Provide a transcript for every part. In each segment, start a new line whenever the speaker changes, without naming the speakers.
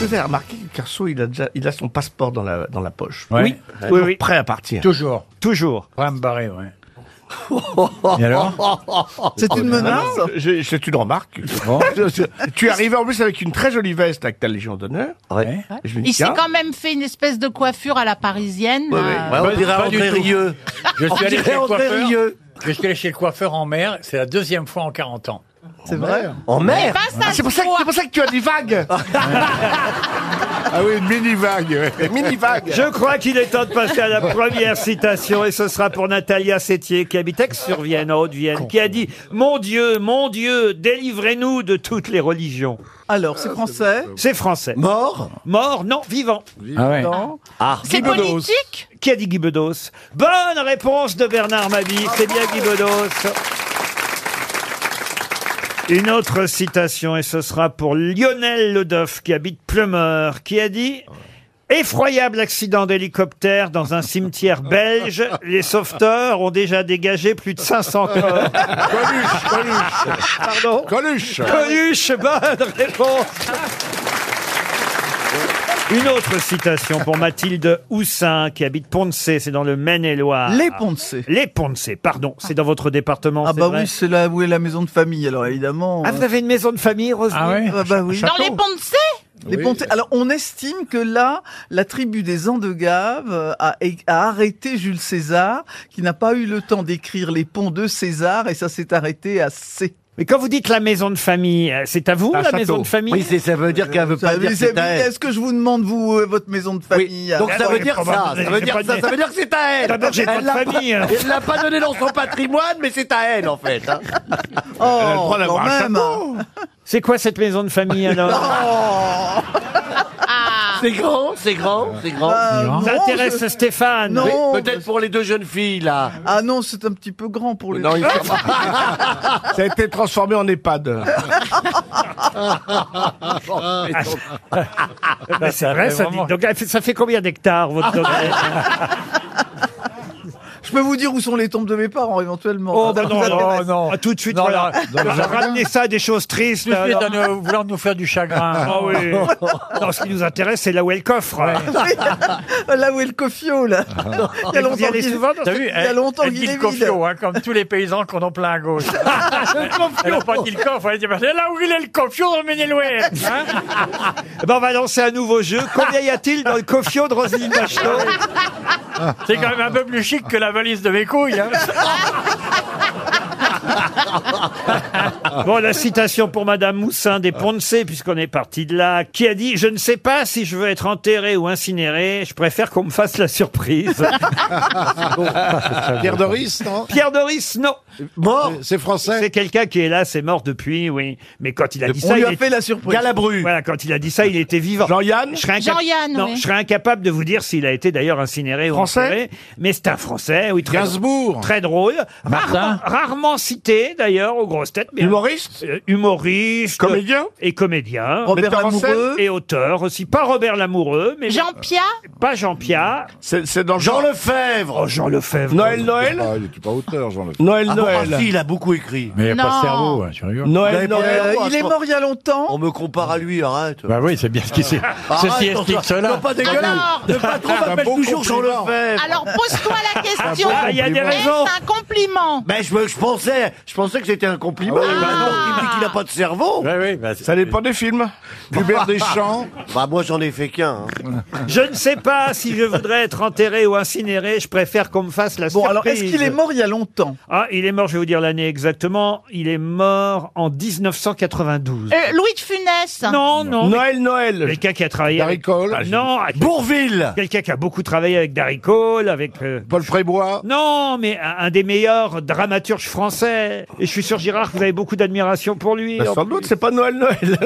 Vous avez remarqué que Carso, il a déjà, il a son passeport dans la, dans la poche.
Ouais.
Oui,
Oui, oui.
Prêt à partir.
Toujours.
Toujours.
Pas à me barrer, ouais. Et alors
Oh, C'est une menace C'est une remarque.
Bon.
tu es arrivé en plus avec une très jolie veste avec ta Légion d'honneur.
Ouais.
Et Je me dis,
Il s'est
tiens,
quand même euh, fait une espèce de coiffure à la parisienne.
Ouais,
là.
Ouais,
Pas-
on dirait
pas du
André
tout.
Rieu.
Je suis allé chez
dirait
le
André
coiffeur.
Rieu.
Je suis allé chez le coiffeur en mer. C'est la deuxième fois en 40 ans.
C'est vrai.
En mer
Pas ça,
Ah, c'est pour, ça que- c'est pour ça que tu as des vagues.
Ah oui, une mini vague.
Mini vagues.
Je crois qu'il est temps de passer à la première citation et ce sera pour Natalia Sétier qui habite Aix-sur-Vienne, en Haute-Vienne, qui a dit « Mon Dieu, mon Dieu, délivrez-nous de toutes les religions
Ah,
Ah,
Alors, c'est français. ».
C'est français.
Mort
Mort, non, vivant.
Ah ouais.
Non.
C'est politique
Qui a dit Guy Bedos Bonne réponse de Bernard Mabie, c'est bien Guy Bedos. Une autre citation, et ce sera pour Lionel Ledoff, qui habite Plumeur, qui a dit « Effroyable accident d'hélicoptère dans un cimetière belge. Les sauveteurs ont déjà dégagé plus de 500
Ah,
corps.
Coluche, Coluche. »
Pardon
Coluche.
Coluche, bonne réponse Une autre citation pour Mathilde Houssin, qui habite Poncé, c'est dans le Maine-et-Loire.
Les Poncés.
Les Poncé, pardon, c'est dans votre département,
Ah
c'est
bah
vrai
oui, c'est là où est la maison de famille. Alors évidemment.
Ah, vous avez une maison de famille, Roselyne
Ah ouais
euh, ah bah oui.
dans les ponts de C
Les Poncés. Alors on estime que là, la tribu des Andegaves euh, a, a arrêté Jules César, qui n'a pas eu le temps d'écrire les ponts de César, et ça s'est arrêté à C.
Mais quand vous dites la maison de famille, euh, c'est à vous la maison de famille
Oui, c'est- ça veut dire qu'elle veut
Euh, Ça
pas
veut
dire que
dire-
c'est à elle.
Est-ce que je vous demande, vous, euh, votre maison de famille
Oui. Donc ça
Ah,
veut
oui,
dire ça,
probablement,
ça veut
j'ai
dire
pas
ça,
de-
ça veut dire que c'est à elle.
D'abord, j'ai pas de
Elle l'a pas-
famille, hein.
elle l'a pas donné dans son patrimoine, mais c'est à elle en fait. hein.
Oh, quand même
C'est quoi cette maison de famille alors
Ah.
Ah.
C'est grand, c'est grand, c'est grand.
Euh,
Ah, non,
Ça intéresse
je-
Stéphane
Non.
Mais Peut-être pour les deux jeunes filles là.
Ah non, c'est un petit peu grand pour les...
Non, il-
Ah. Ça a été transformé en
Ah,
EHPAD.
Mais Euh, bah, c'est vrai, ça, dit-
vraiment- Ah,
donc, elle fait- ça fait combien d'hectares votre domaine
Je peux vous dire où sont les tombes de mes parents, éventuellement. Ah,
Oh,
Ça
bah
vous
non,
intéresse.
non, non. Ah, tout de suite,
Non,
voilà.
là, dans le
Vous ramenez ça à des choses tristes.
Tout de suite,
alors.
à nous- vouloir nous faire du chagrin.
Ah oui. non, ce qui nous intéresse, c'est là où est le coffre. Ah.
Là où est le coffio, là. Il y a
Vous y
longtemps
allez
qu'il-
souvent dans
T'as
cette-
vu
Il y a longtemps
elle
qu'il
dit
est
le
vide.
confio, hein, comme tous les paysans qu'on en plein à gauche. elle n'a pas dit le coffre, elle a dit bah, là où il est le confio dans le Maine-et-Loire. hein.
Eh ben, on va lancer un nouveau jeu. Combien y a-t-il dans le cofio de Roselyne Bachelot
Ah. C'est quand même un peu plus chic que la valise de mes couilles. hein.
Bon, la citation pour Madame Moussin des Poncé, puisqu'on est parti de là, qui a dit « Je ne sais pas si je veux être enterré ou incinéré, je préfère qu'on me fasse la surprise.
Pierre Doris, non »
Pierre Doris, non.
Mort,
C'est français
C'est quelqu'un qui, hélas, est mort depuis, oui. Mais quand il a dit
On
ça,
lui
il
a
était...
fait la surprise.
Galabru.
Voilà, quand il a dit ça, il était vivant.
Jean-Yann
Je serais inca-
Jean-Yann,
non,
oui.
je serais incapable de vous dire s'il a été d'ailleurs incinéré
Français
ou enterré, mais c'est un français, oui, très
Gainsbourg
Très drôle. Rarement,
Martin.
rarement cité, d'ailleurs, aux grosses têtes. Mais
Humoriste
euh, humoriste.
Comédien
Et comédien.
Robert
Metteur en scène
Amoureux.
Et auteur aussi. Pas Robert Lamoureux, mais
Jean Pia
pas Jean Pierre.
C'est c'est dans Jean
Jean Lefebvre.
Oh, Jean Lefebvre.
Noël Noël
Ah, Il n'était pas auteur, Jean-Le.
Noël
Ah bon, ah, si,
Noël.
il a beaucoup écrit.
Mais il n'y a pas
Non.
de cerveau, hein, tu rigoles.
Noël
Mais-
Noël.
Euh,
Oh,
il est
attends.
mort il y a longtemps.
On me compare à lui, arrête.
Bah oui, c'est bien ce qui s'est.
Arrête,
Ceci
on-
explique cela.
Non, pas dégueulasse.
Alors,
Le patron m'appelle
beau
toujours Jean
compliment.
Lefebvre.
alors pose-toi la question.
Ah, il y a des raisons.
Est-ce un compliment
Mais Ben, je, je pensais, je pensais que c'était un compliment. Ben,
Ah ouais, bah non.
Il dit qu'il n'a pas de cerveau.
Ouais, ouais, bah, c'est-
Ça dépend des films.
Hubert Deschamps
Bah moi j'en ai fait qu'un. hein.
Je ne sais pas si je voudrais être enterré ou incinéré. Je préfère qu'on me fasse la
Bon,
surprise.
alors, est-ce qu'il est mort il y a longtemps
Ah, il est mort, je vais vous dire l'année exactement. Il est mort en 1992.
Euh, Louis de Funès
Eh
non, non.
Noël Noël.
Quelqu'un qui a travaillé.
Darry
avec-
Cole.
Ah, non, ah,
Bourville.
quelqu'un qui a beaucoup travaillé avec Darry Cole, avec. euh,
Paul Prébois
Non, mais un, un des meilleurs dramaturges français. Et je suis sûr, Girard, que vous avez beaucoup d'admiration pour lui.
Bah,
En
sans
plus.
doute, c'est pas Noël Noël.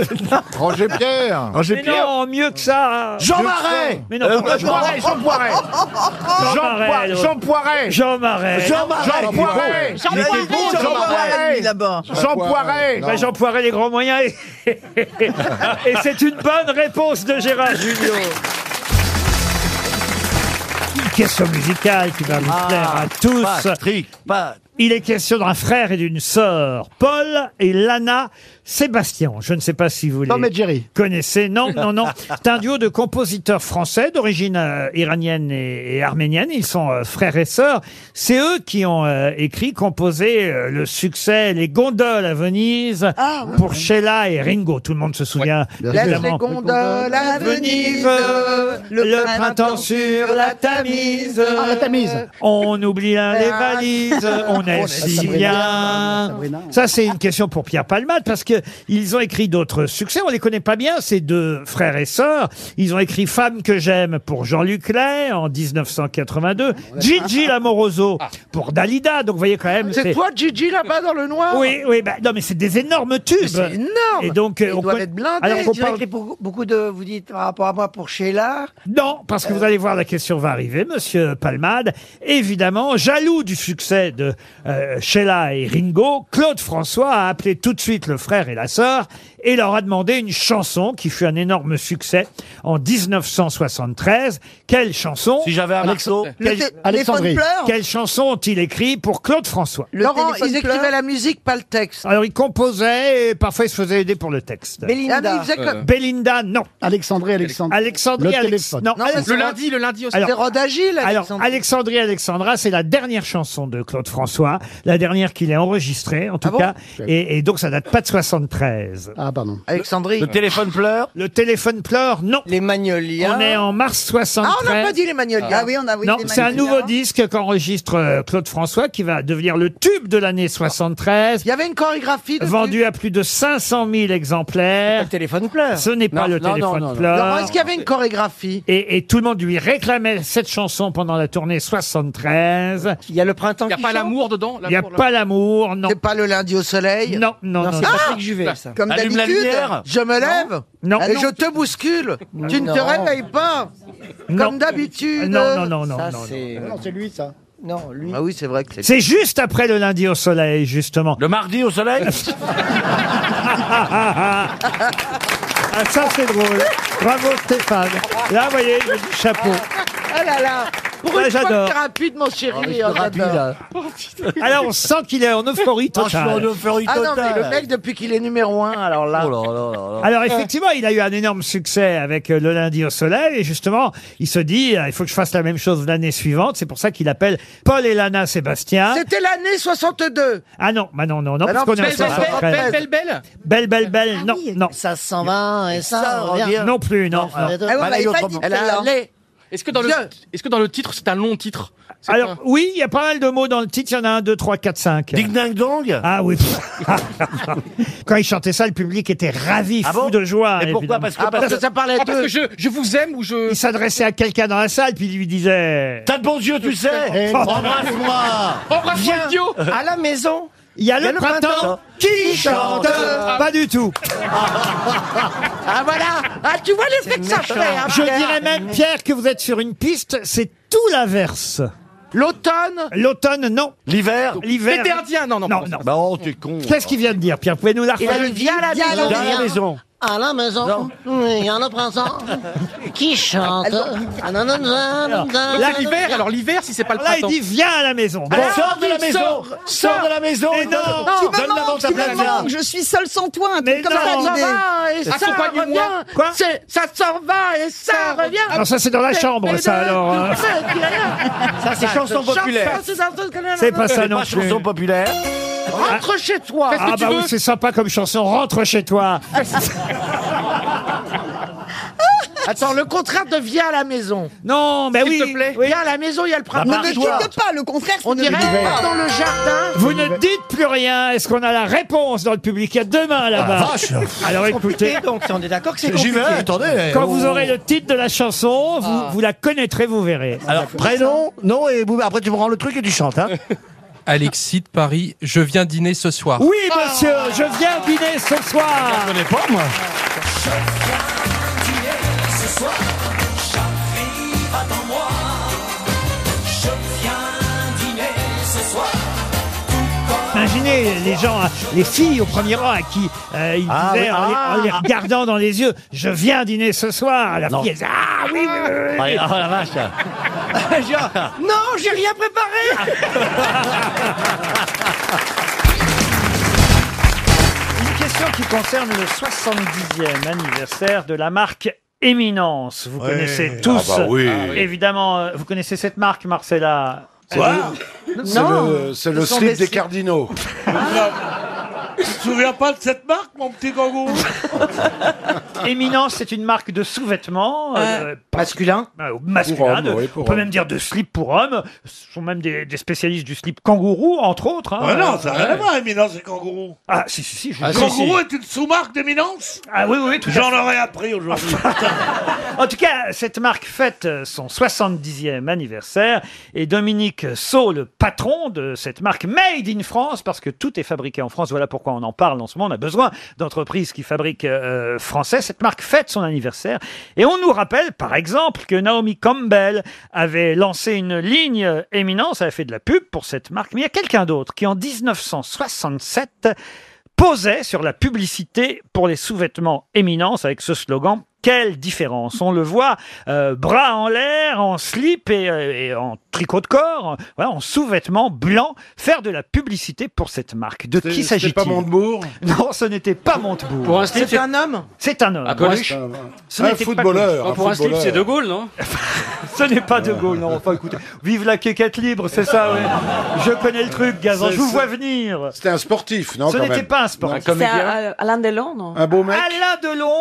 Roger Pierre
Roger
Mais
Pierre.
non, mieux que ça. hein.
Jean Marais.
Mais non,
Euh,
pourquoi
Jean Poiret, Jean Poiret. Jean
Marais,
Poiret,
l'autre.
Jean Poiret.
Jean Marais.
Jean Marais.
Jean
Jean Poiret.
Poiret
Jean
Jean
Poiret,
Poiret.
lui, là-bas.
Jean Poiret.
Bah, Jean Poiret, les grands moyens. Et, et c'est une bonne réponse de Gérard Junior. Une question musicale qui va vous plaire à tous.
Ah, Patrick. Pat-
Il est question d'un frère et d'une sœur, Paul et Lana Sébastien. Je ne sais pas si vous les
Tom et Jerry.
connaissez. Non, non, non. C'est un duo de compositeurs français d'origine euh, iranienne et, et arménienne. Ils sont euh, frères et sœurs. C'est eux qui ont euh, écrit, composé euh, le succès Les gondoles à Venise
Ah,
pour Sheila et Ringo. Tout le monde se souvient évidemment.
gondoles à
Venise, le printemps sur la Tamise.
Ah, la Tamise. Ah. Oh,
On oublie hein, les valises, on est si
Sabrina.
bien.
Sabrina.
Ça, c'est une question pour Pierre Palmade, parce que ils ont écrit d'autres succès. On les connaît pas bien, ces deux frères et sœurs. Ils ont écrit Femme que j'aime pour Jean-Luc Lay en 1982,
Ah,
Gigi Lamoroso pour Dalida. Donc, vous voyez quand même.
C'est
c'est-
toi, Gigi, là-bas dans le noir
Oui, oui, bah, non, mais c'est des énormes tubes.
C'est énorme.
Et donc, euh,
Ils
on
doivent
conna-
être blindés.
Alors,
Et
qu'on
tu as
parle-
écrit beaucoup, beaucoup de, vous dites par rapport à moi pour Sheila. Euh.
Non, parce que vous allez voir, la question va arriver, monsieur Palmade. Évidemment, jaloux du succès de euh, Sheila et Ringo, Claude François a appelé tout de suite le frère et la sœur et leur a demandé une chanson qui fut un énorme succès en 1973. Quelle chanson
Si j'avais un marteau.
Le
quelle,
té-
Alexandrie.
téléphone pleure.
quelle chanson ont-ils écrit pour Claude François
Le
Laurent,
téléphone
ils
pleure.
écrivaient
la musique, pas le texte.
Alors, ils composaient et parfois ils se faisaient aider pour le texte. Euh,
Belinda.
Ah, mais ils faisaient comme-
Belinda, non.
Alexandrie, Alexandre.
Alexandrie,
Le
Alex-
téléphone.
non,
Non,
Alex-
mais c'est Rod-
le lundi aussi.
Alors,
c'est Rod Agile,
Alors,
Alexandre.
Alexandrie Alexandra, c'est la dernière chanson de Claude François, la dernière qu'il ait enregistrée, en tout
Ah bon
cas, et, et donc ça date pas de 73.
Ah, pardon.
Alexandrie.
Le téléphone pleure.
Le téléphone pleure, non.
Les Magnolias.
On est en mars
Ah, on
73.
n'a pas dit les Magnolias.
Ah oui, on a oui,
non,
des
c'est un
magazines
nouveau
avant.
disque qu'enregistre euh, Claude François qui va devenir le tube de l'année 73,
Il y avait une chorégraphie de
vendu à plus de 500 000 exemplaires.
Le téléphone pleure.
Ce n'est pas
Non,
le
non, non,
téléphone
non, non.
Laurent,
pleure.
est-ce qu'il y avait une chorégraphie
Et, et tout le monde lui réclamait cette chanson pendant la tournée 73.
Il y a le printemps qui chante.
dedans
Il n'y a pas l'amour, non.
C'est pas le lundi au soleil.
Non, non, non.
c'est Patrick Juvet, ça.
Comme
Allume la
d'habitude.
lumière.
Ah Je me lève
Non.
et je te bouscule. Tu ne te réveilles pas
Non.
comme d'habitude. Bah
Non, non, non, non,
Ça,
non, non.
c'est-
Non, c'est lui, ça.
Non, lui.
Ah oui, c'est vrai que
C'est juste après le lundi au soleil, justement.
Le mardi au soleil
Ah, ça, c'est drôle. Bravo, Stéphane. Là, vous voyez, je dis chapeau.
Ah là là. Pour
Ouais,
une fois
j'adore.
que t'es rapide, mon chéri. oh, j'adore.
Alors, on sent qu'il est en euphorie totale.
Ah non, mais le mec, depuis qu'il est numéro un, alors là.
Alors, effectivement, il a eu un énorme succès avec euh, Le lundi au soleil. Et justement, il se dit, euh, il faut que je fasse la même chose l'année suivante. C'est pour ça qu'il appelle Paul et Lana Sébastien.
C'était l'année 62.
Ah non, bah non, non, non,
Bah
parce
non,
qu'on est en
belle, belle,
73.
belle,
Belle, belle, belle, non, non.
Ah Ça s'en va et ça revient.
Non plus, non. non.
Ah bon, bah, il fallait dire
Elle a
celle-là.
allé.
Est-ce que, dans le,
Bien.
est-ce que dans le titre, c'est un long titre C'est
Alors, oui, il y a pas mal de mots dans le titre. Il y en a un, deux, trois, quatre, cinq.
Ding ding dong
Ah oui. Quand il chantait ça, le public était ravi,
Ah
fou
bon
de joie.
Et pourquoi
évidemment.
Parce que
Ah, parce que ça parlait
Ah, parce
d'eux.
que je, je vous aime ou je.
Il s'adressait à quelqu'un dans la salle, puis il lui disait
T'as de bons yeux, tu sais
Eh,
Embrasse-moi
Embrasse-moi,
Viens.
idiot
À la maison.
Il y a le, printemps, qui chante Pas du tout.
Ah voilà. Ah, tu vois l'effet que ça fait. hein,
Je
Pierre.
dirais même, Pierre, que vous êtes sur une piste, c'est tout l'inverse.
L'automne.
L'automne, non.
L'hiver
L'hiver.
L'été indien, non, non.
Non,
pardon.
non.
Bah oh, t'es con
Qu'est-ce qu'il vient de dire, Pierre Pouvez-nous la refaire
Viens à la
Dans la maison
maison.
À la maison, il y a le printemps qui chante. Ah, nan, nan, nan, nan, nan.
Là, l'hiver, alors l'hiver, si c'est pas le
Là, il
printemps.
dit Viens à la maison. Bon.
Allez, Sors de la maison Sors de la maison
Mais non.
Donne la vente à
Tu me
Plaza
manques, je suis seule sans toi, un
Mais
truc comme ça,
non.
Ça
l'idée.
va et ça
Accompagne-moi.
revient.
Quoi
C'est- Ça s'en va et ça revient.
Non, ça, c'est dans la chambre,
Ah,
ça, alors. hein.
Ça, c'est chanson populaire
C'est pas ça
C'est
non
pas
plus.
chanson populaire
Rentre chez toi.
Ah bah oui, c'est sympa comme chanson. Rentre chez toi.
Attends, le contraire de viens à la maison.
Non, mais oui.
S'il te plaît.
oui.
Viens à la maison, il y a le
Ne
printemps.
me quitte pas, le contraire,
On
c'est de-
dirait dans le jardin.
Vous ne dites plus rien. Est-ce qu'on a la réponse dans le public Il y a demain là-bas. Alors écoutez,
donc, on est d'accord que c'est
Ah, J'y vais, attendez Oh.
quand vous aurez le titre de la chanson, vous,
Ah.
vous la connaîtrez, vous verrez.
Alors, prénom, nom, et vous- après tu prends le truc et tu chantes, hein
Alexis de Paris, je viens dîner ce soir.
Oui, monsieur, je viens dîner ce soir.
connais pas, moi
Imaginez les gens, les filles au premier rang à qui euh, ils
Ah,
disaient
oui,
en, les-
ah.
en les regardant dans les yeux, je viens dîner ce soir. La fille, elle disait, ah oui, oui, oui, oui.
Ah, Oh la vache
Non, j'ai rien préparé.
Une question qui concerne le 70e anniversaire de la marque Éminence. Vous
Ouais.
connaissez
Ah
tous,
bah oui. Ah oui.
évidemment, euh, vous connaissez cette marque, Marcella
C'est Quoi le- c'est le- c'est le Ce sont slip des Ah. des slip-
cardinaux.
Tu te souviens pas de cette marque, mon petit gogo
Éminence, c'est une marque de sous-vêtements. euh,
masculin
masculin,
Pour hommes,
de-
oui, pour
on peut
hommes.
même dire de slip pour hommes. Ce sont même des, des spécialistes du slip kangourou, entre autres. hein.
Ah non, ça n'a rien à
Ouais.
voir, Éminence et Kangourou.
Ah, si, si, si. Je vous
Ah,
jure.
Kangourou est une sous-marque d'Éminence
Ah oui, oui, tout à
J'en
fait.
aurais appris aujourd'hui.
En tout cas, cette marque fête euh, son 70e anniversaire et Dominique Sau, le patron de cette marque Made in France, parce que tout est fabriqué en France, voilà pourquoi on en parle en ce moment, on a besoin d'entreprises qui fabriquent euh, français. Cette marque fête son anniversaire et on nous rappelle, par exemple, que Naomi Campbell avait lancé une ligne euh, éminence, elle a fait de la pub pour cette marque, mais il y a quelqu'un d'autre qui, en 1967, posait sur la publicité pour les sous-vêtements Éminence avec ce slogan quelle différence On le voit euh, bras en l'air, en slip et, euh, et en tricot de corps, euh, voilà, en sous-vêtements blancs, faire de la publicité pour cette marque. De qui
c'était
s'agit-il
pas Montebourg
Non, ce n'était pas Montebourg.
Pour un slip, C'est un
homme C'est un homme.
Ah, Coluche
Ce
Un
n'était pas
footballeur,
Coluche.
un Pour un slip, footballeur. c'est De
Gaulle, non
Ce n'est pas
Ah.
De Gaulle, non. Enfin, écoutez, vive la quéquette libre, c'est ça, oui. Je connais le truc, Gazan,
C'est-
je vous
c'est-
vois venir.
C'était un sportif, non
Ce
quand
n'était
même
pas un sportif.
Non.
Alain Delon, non
Un beau mec
Alain Delon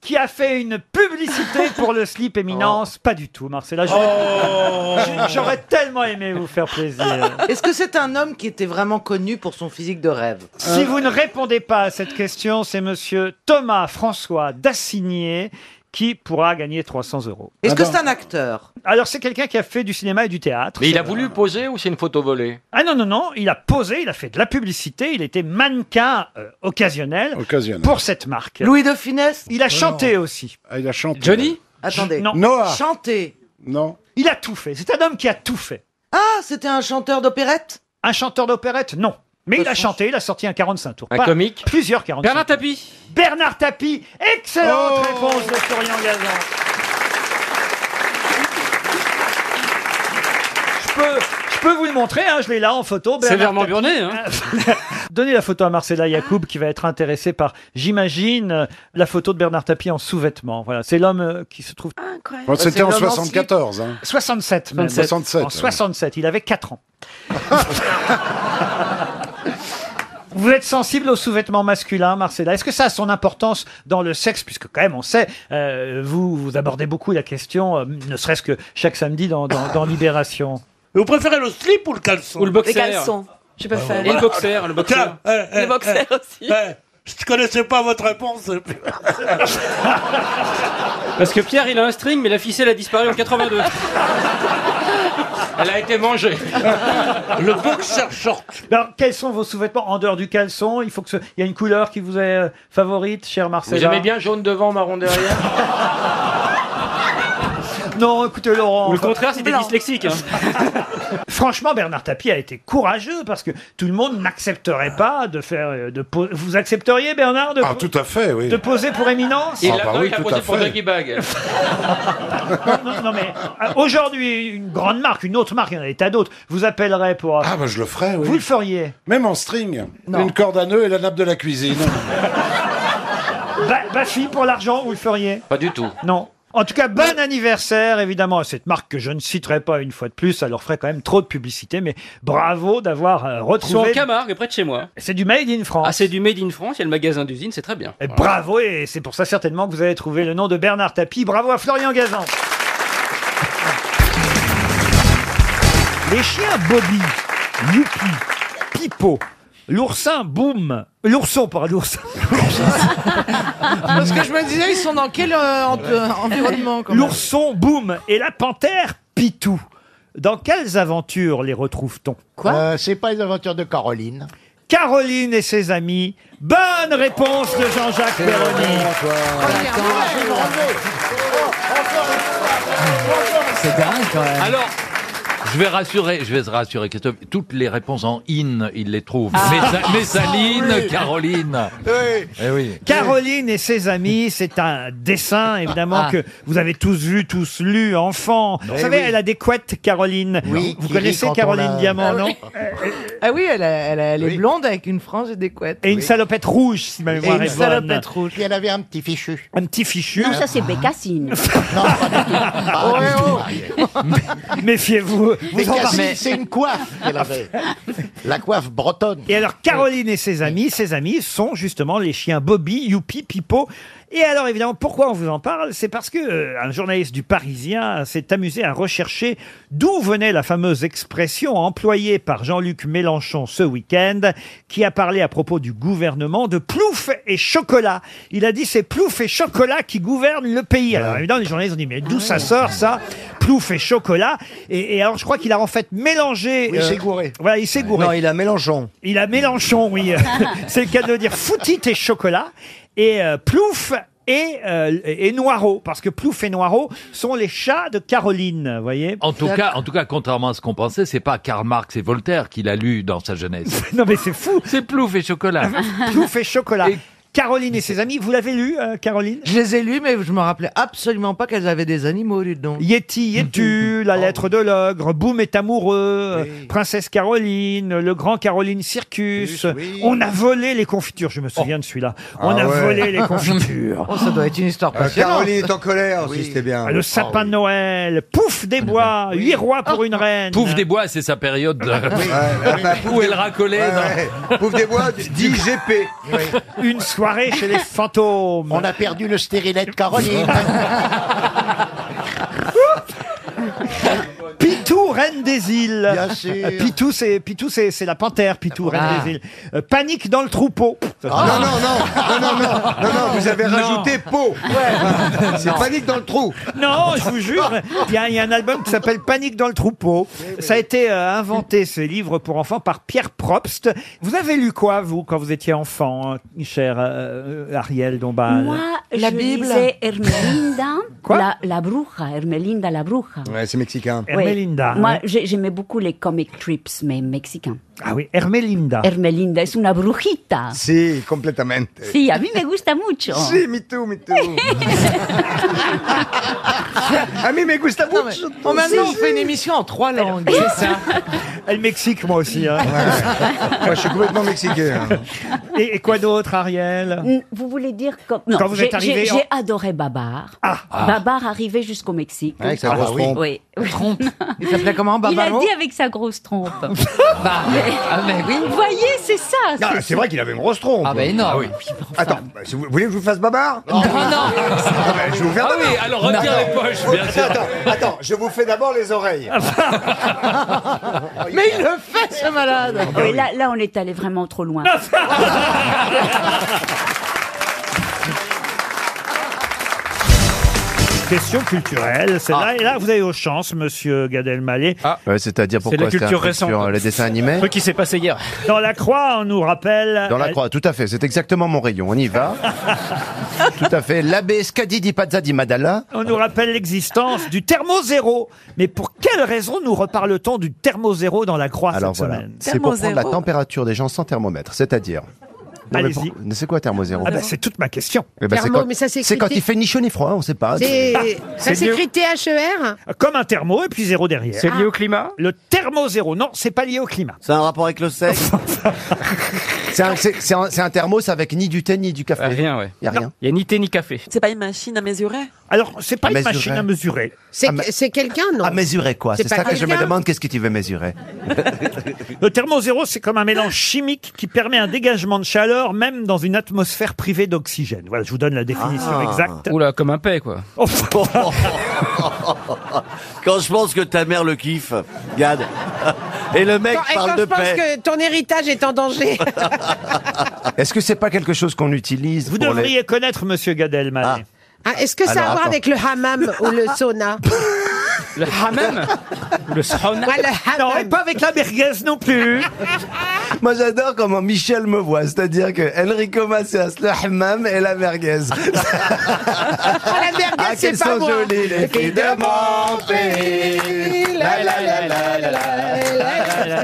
qui a fait une publicité pour le slip Éminence. Pas du tout, Marcella. J'aurais
Oh.
j'aurais tellement aimé vous faire plaisir.
Est-ce que c'est un homme qui était vraiment connu pour son physique de rêve
Si vous ne répondez pas à cette question, c'est monsieur Thomas François Dassigné qui pourra gagner 300 euros. Ah ben.
Est-ce que c'est un acteur
Alors, c'est quelqu'un qui a fait du cinéma et du théâtre.
Mais il a voulu poser ou c'est une photo volée
Ah non, non, non, il a posé, il a fait de la publicité, il était mannequin euh, occasionnel, pour cette marque.
Louis de Funès
Il
Oh
a chanté aussi.
Ah, il a chanté.
Johnny Attendez.
Non. Noah.
Chanté.
Non.
Il a tout fait. C'est un homme qui a tout fait.
Ah, c'était un chanteur d'opérette
Un chanteur d'opérette Non. Mais il a chanté, il a sorti un 45 tours.
Un
Pas-
comique
Plusieurs 45 Bernard
Tapie
Bernard Tapie Excellente
Oh.
réponse de Florian Gazan. Je peux, je peux vous le montrer, hein, je l'ai là en photo.
C'est
Bernard
Vermand
Tapie.
Burnet, hein.
Donnez la photo à Marcella Yacoub qui va être intéressée par, j'imagine, euh, la photo de Bernard Tapie en sous-vêtements. Voilà, c'est l'homme euh, qui se trouve.
Bon, c'était en 74. Hein.
67, même.
67,
En
ouais.
67, il avait 4 ans. Vous êtes sensible aux sous-vêtements masculins, Marcella. Est-ce que ça a son importance dans le sexe Puisque quand même, on sait, euh, vous, vous abordez beaucoup la question, euh, ne serait-ce que chaque samedi dans, dans- dans Libération.
Vous préférez le slip ou le caleçon
Ou le boxer. Les caleçons.
Je
peux faire. Et le boxer, le boxer.
Eh,
Le boxer
aussi. eh, je ne connaissais pas votre réponse.
Parce que Pierre, il a un string, mais la ficelle a disparu en 82.
Elle a été mangée.
Le boxer short. Alors, Ben, quels sont vos sous-vêtements en dehors du caleçon Il faut que ce- il y a une couleur qui vous est euh, favorite, cher
Vous
Marcella.
aimez bien jaune devant, marron derrière
Non, écoutez, Laurent.
Ou le
enfin,
contraire, si t'es
blanc.
dyslexique, hein.
Franchement, Bernard Tapie a été courageux parce que tout le monde n'accepterait pas de faire. euh, De po- Vous accepteriez, Bernard de...
Ah, tout à fait, oui.
de poser pour Éminence
Et Ah, là-dedans, bah oui, il a tout posé à pour fait. Doggy
Bag.
non, non, non, mais euh, aujourd'hui, une grande marque, une autre marque, il y en a des tas d'autres, vous appellerez pour. euh,
Ah, bah je le ferais, oui.
Vous le feriez
Même en string.
Non.
Une corde à nœud et la nappe de la cuisine.
Ba- Baffy, pour l'argent, vous le feriez
Pas du tout.
Non. En tout cas, bon anniversaire, évidemment, à cette marque que je ne citerai pas une fois de plus, ça leur ferait quand même trop de publicité, mais bravo d'avoir euh,
Ils sont en
retrouvé.
Camargue, près de chez moi.
C'est du Made in France.
Ah, c'est du Made in France, il y a le magasin d'usine, c'est très bien.
Et bravo, et c'est pour ça certainement que vous avez trouvé le nom de Bernard Tapie. Bravo à Florian Gazan. Les chiens Bobby, Yuki, Pipo, l'oursin Boom, l'ourson par l'oursin.
Parce que je me disais, ils sont dans quel euh, en- euh, environnement quand même
L'ourson Boom et la panthère Pitou. Dans quelles aventures les retrouve-t-on Quoi Euh, C'est pas les aventures de Caroline. Caroline et ses amis. Bonne réponse de Jean-Jacques Perroni.
C'est dingue quand même.
hein.
Alors,
Je vais rassurer, je vais se rassurer Christophe. Toutes les réponses en in, il les trouve. Mésa- Messaline,
Ah. Oui.
Caroline. Eh oui.
Caroline et ses amis, c'est un dessin évidemment
Ah.
que vous avez tous vu, tous lu, enfant. Vous
Eh
savez,
oui.
elle a des couettes, Caroline. vous
qui rit
connaissez
quand on
Caroline
la-
Diamant, non
Ah oui, elle, a- elle, a- elle est blonde avec une frange et des couettes.
Et une salopette rouge, si ma
Et
mémoire
une
est bonne.
salopette
rouge.
elle avait un petit fichu.
Un petit fichu.
Non, ça c'est Bécassine.
Ah, Méfiez-vous.
Mais
vous embarquez-
Cassie, c'est une coiffe qu'elle avait.
La coiffe bretonne. Et alors, Caroline et ses amis, ses amis sont justement les chiens Bobby, Youpi, Pipo. Et alors, évidemment, pourquoi on vous en parle C'est parce que euh, un journaliste du Parisien s'est amusé à rechercher d'où venait la fameuse expression employée par Jean-Luc Mélenchon ce week-end, qui a parlé à propos du gouvernement de plouf et chocolat. Il a dit c'est plouf et chocolat qui gouvernent le pays. Alors, évidemment, les journalistes ont dit mais d'où ça sort ça Plouf et chocolat. Et, et alors, je crois qu'il a en fait mélangé. euh,
Oui, il s'est
gouré. Voilà, il s'est gouré.
Non, il a Mélenchon.
Il a Mélenchon, oui. C'est le cas de le dire. Foutit et chocolat et euh, plouf et, euh, et noiro. Parce que plouf et noiro sont les chats de Caroline, vous voyez.
En tout cas, en tout cas, contrairement à ce qu'on pensait, c'est pas Karl Marx et Voltaire qu'il a lu dans sa jeunesse.
non mais c'est fou.
C'est plouf et
Ah
chocolat.
plouf et chocolat. Caroline et ses amis, vous l'avez lu, euh, Caroline
Je les ai lus, mais je me rappelais absolument pas qu'elles avaient des animaux, dis donc. Oh.
Yeti, Yetu, la lettre de l'ogre, Boum est amoureux, euh, Princesse Caroline, le grand Caroline Circus. On a volé les confitures, je me souviens de celui-là. On
Ah
a
ouais.
volé les confitures.
Oh, ça doit être une histoire
Ah,
Euh,
passionnante.
Caroline est en colère aussi, c'était bien.
Ah, Le sapin de Noël, pouf
Ah,
des bois, huit rois pour une reine.
Pouf des bois, c'est sa période de- où elle racolait.
Pouf des bois, 10 GP.
Une soirée chez les fantômes.
On a perdu le stérilet de Caroline.
Ah,
Pitou, reine des îles.
Bien sûr.
Euh, Pitou, c'est Pitou, c'est c'est la panthère. Pitou, reine
Ah.
des îles. Euh, panique dans le troupeau.
Non, non, non, non, non, non, non, non, vous avez rajouté peau. C'est panique dans le trou.
Non, je vous jure, il y, a- il y a un album qui s'appelle Panique dans le troupeau. Ça a été euh, inventé, ce livre pour enfants, par Pierre Probst. Vous avez lu quoi, vous, quand vous étiez enfant, hein, cher euh, Ariel Dombal
Moi,
La
je
Bible.
lisais Hermelinda,
Quoi
la, la bruja, Hermelinda la bruja.
Ouais, c'est mexicain.
Ouais.
hein.
Moi, j'ai- j'aimais beaucoup les comic trips, mais mexicains.
Ah oui, Hermelinda.
Hermelinda es una brujita.
Si, complètement.
Sí, a mí me gusta mucho.
Si, me too, me too. A mí me gusta mucho.
Ah. Oh, maintenant, on fait une émission en trois langues. C'est ça.
Elle Mexique, moi aussi. hein.
Moi, je suis complètement mexicain.
hein.
Et, et quoi d'autre, Ariel
Mm, Vous voulez dire comme non,
Quand vous
j'ai-
êtes arrivé
j'ai
en-
j'ai adoré Babar.
Ah.
Babar arrivait jusqu'au Mexique.
Ouais, avec sa
Ah
grosse
oui.
trompe.
Oui.
Il s'appelait comment,
Il a
Babaro
dit avec sa grosse trompe.
Ah, mais oui.
Vous voyez, c'est ça.
Ah, c'est vrai qu'il avait une grosse trompe.
Ah,
ben,
bah, énorme. Ah oui.
Attends, bah, si vous vous voulez que je vous fasse babar Non,
non.
je vais vous faire
Ah
babar.
oui, alors retire
Non.
les poches, bien
Attends,
sûr.
Attends, attends, je vous fais d'abord les oreilles.
Ah,
Mais il le fait, ce malade
Ah Oui, là, là, on est allé vraiment trop loin.
Ah,
Question culturelle, celle-là. Et là, vous avez vos chances, monsieur Gad Elmaleh.
Ouais,
Ah.
C'est-à-dire
C'est
pourquoi
la
c'est
culture
un truc
récente.
sur euh, les dessins animés
Truc qui s'est passé hier. Dans la croix, on nous rappelle. euh,
Dans la croix, tout à fait. C'est exactement mon rayon. On y va. tout à fait. L'abbé Scadi di Pazza di Madala.
On nous rappelle l'existence du thermo zéro. Mais pour quelle raison nous reparle-t-on du thermo zéro dans la croix
Alors
cette
voilà,
semaine
c'est pour prendre la température des gens sans thermomètre, c'est-à-dire. Non, mais
Allez-y.
pourquoi- mais c'est quoi thermo zéro
Ah bah, c'est toute ma question.
Eh ben, c'est
Thermo,
quand,
mais ça s'écrit-
c'est quand il fait ni chaud ni froid, on sait pas. Ah,
C'est- ça s'écrit
E
THER Comme un thermo et puis zéro derrière.
C'est lié
au climat Le thermo zéro, non, c'est pas lié au climat.
C'est un rapport avec le sexe
C'est un, c'est- c'est un- c'est un thermos avec ni du thé ni du café. Rien, ouais. Y a rien.
Il y a ni thé ni café.
C'est pas une machine à mesurer
Alors, c'est pas
À
une
mesurer.
machine à mesurer.
C'est c'est quelqu'un, non
À mesurer quoi
C'est
C'est
pas
ça que je me
quelqu'un
demande, qu'est-ce que tu veux mesurer
Le thermo zéro, c'est comme un mélange chimique qui permet un dégagement de chaleur même dans une atmosphère privée d'oxygène. Voilà, je vous donne la définition
Ah.
exacte. Oh. Oula, comme un paix, quoi.
Quand je pense que ta mère le kiffe, Gad. Et le mec
Quand- et
parle
quand
de
je pense
paix.
que ton héritage est en danger.
Est-ce que c'est pas quelque chose qu'on utilise
Vous
pour les-
devriez connaît-être Monsieur Gadel
Ah, Est-ce que ça a
Alors,
à voir
attends.
avec le hammam ou le sauna
Le hammam Le sauna Non, et pas avec la merguez non plus
Moi j'adore comment Michel me voit, c'est-à-dire que Enrico Macias, le hammam et la merguez.
Ah, La merguez,
Ah,
c'est
qu'elles
pas
sont
moi.
jolies les filles de mon pays.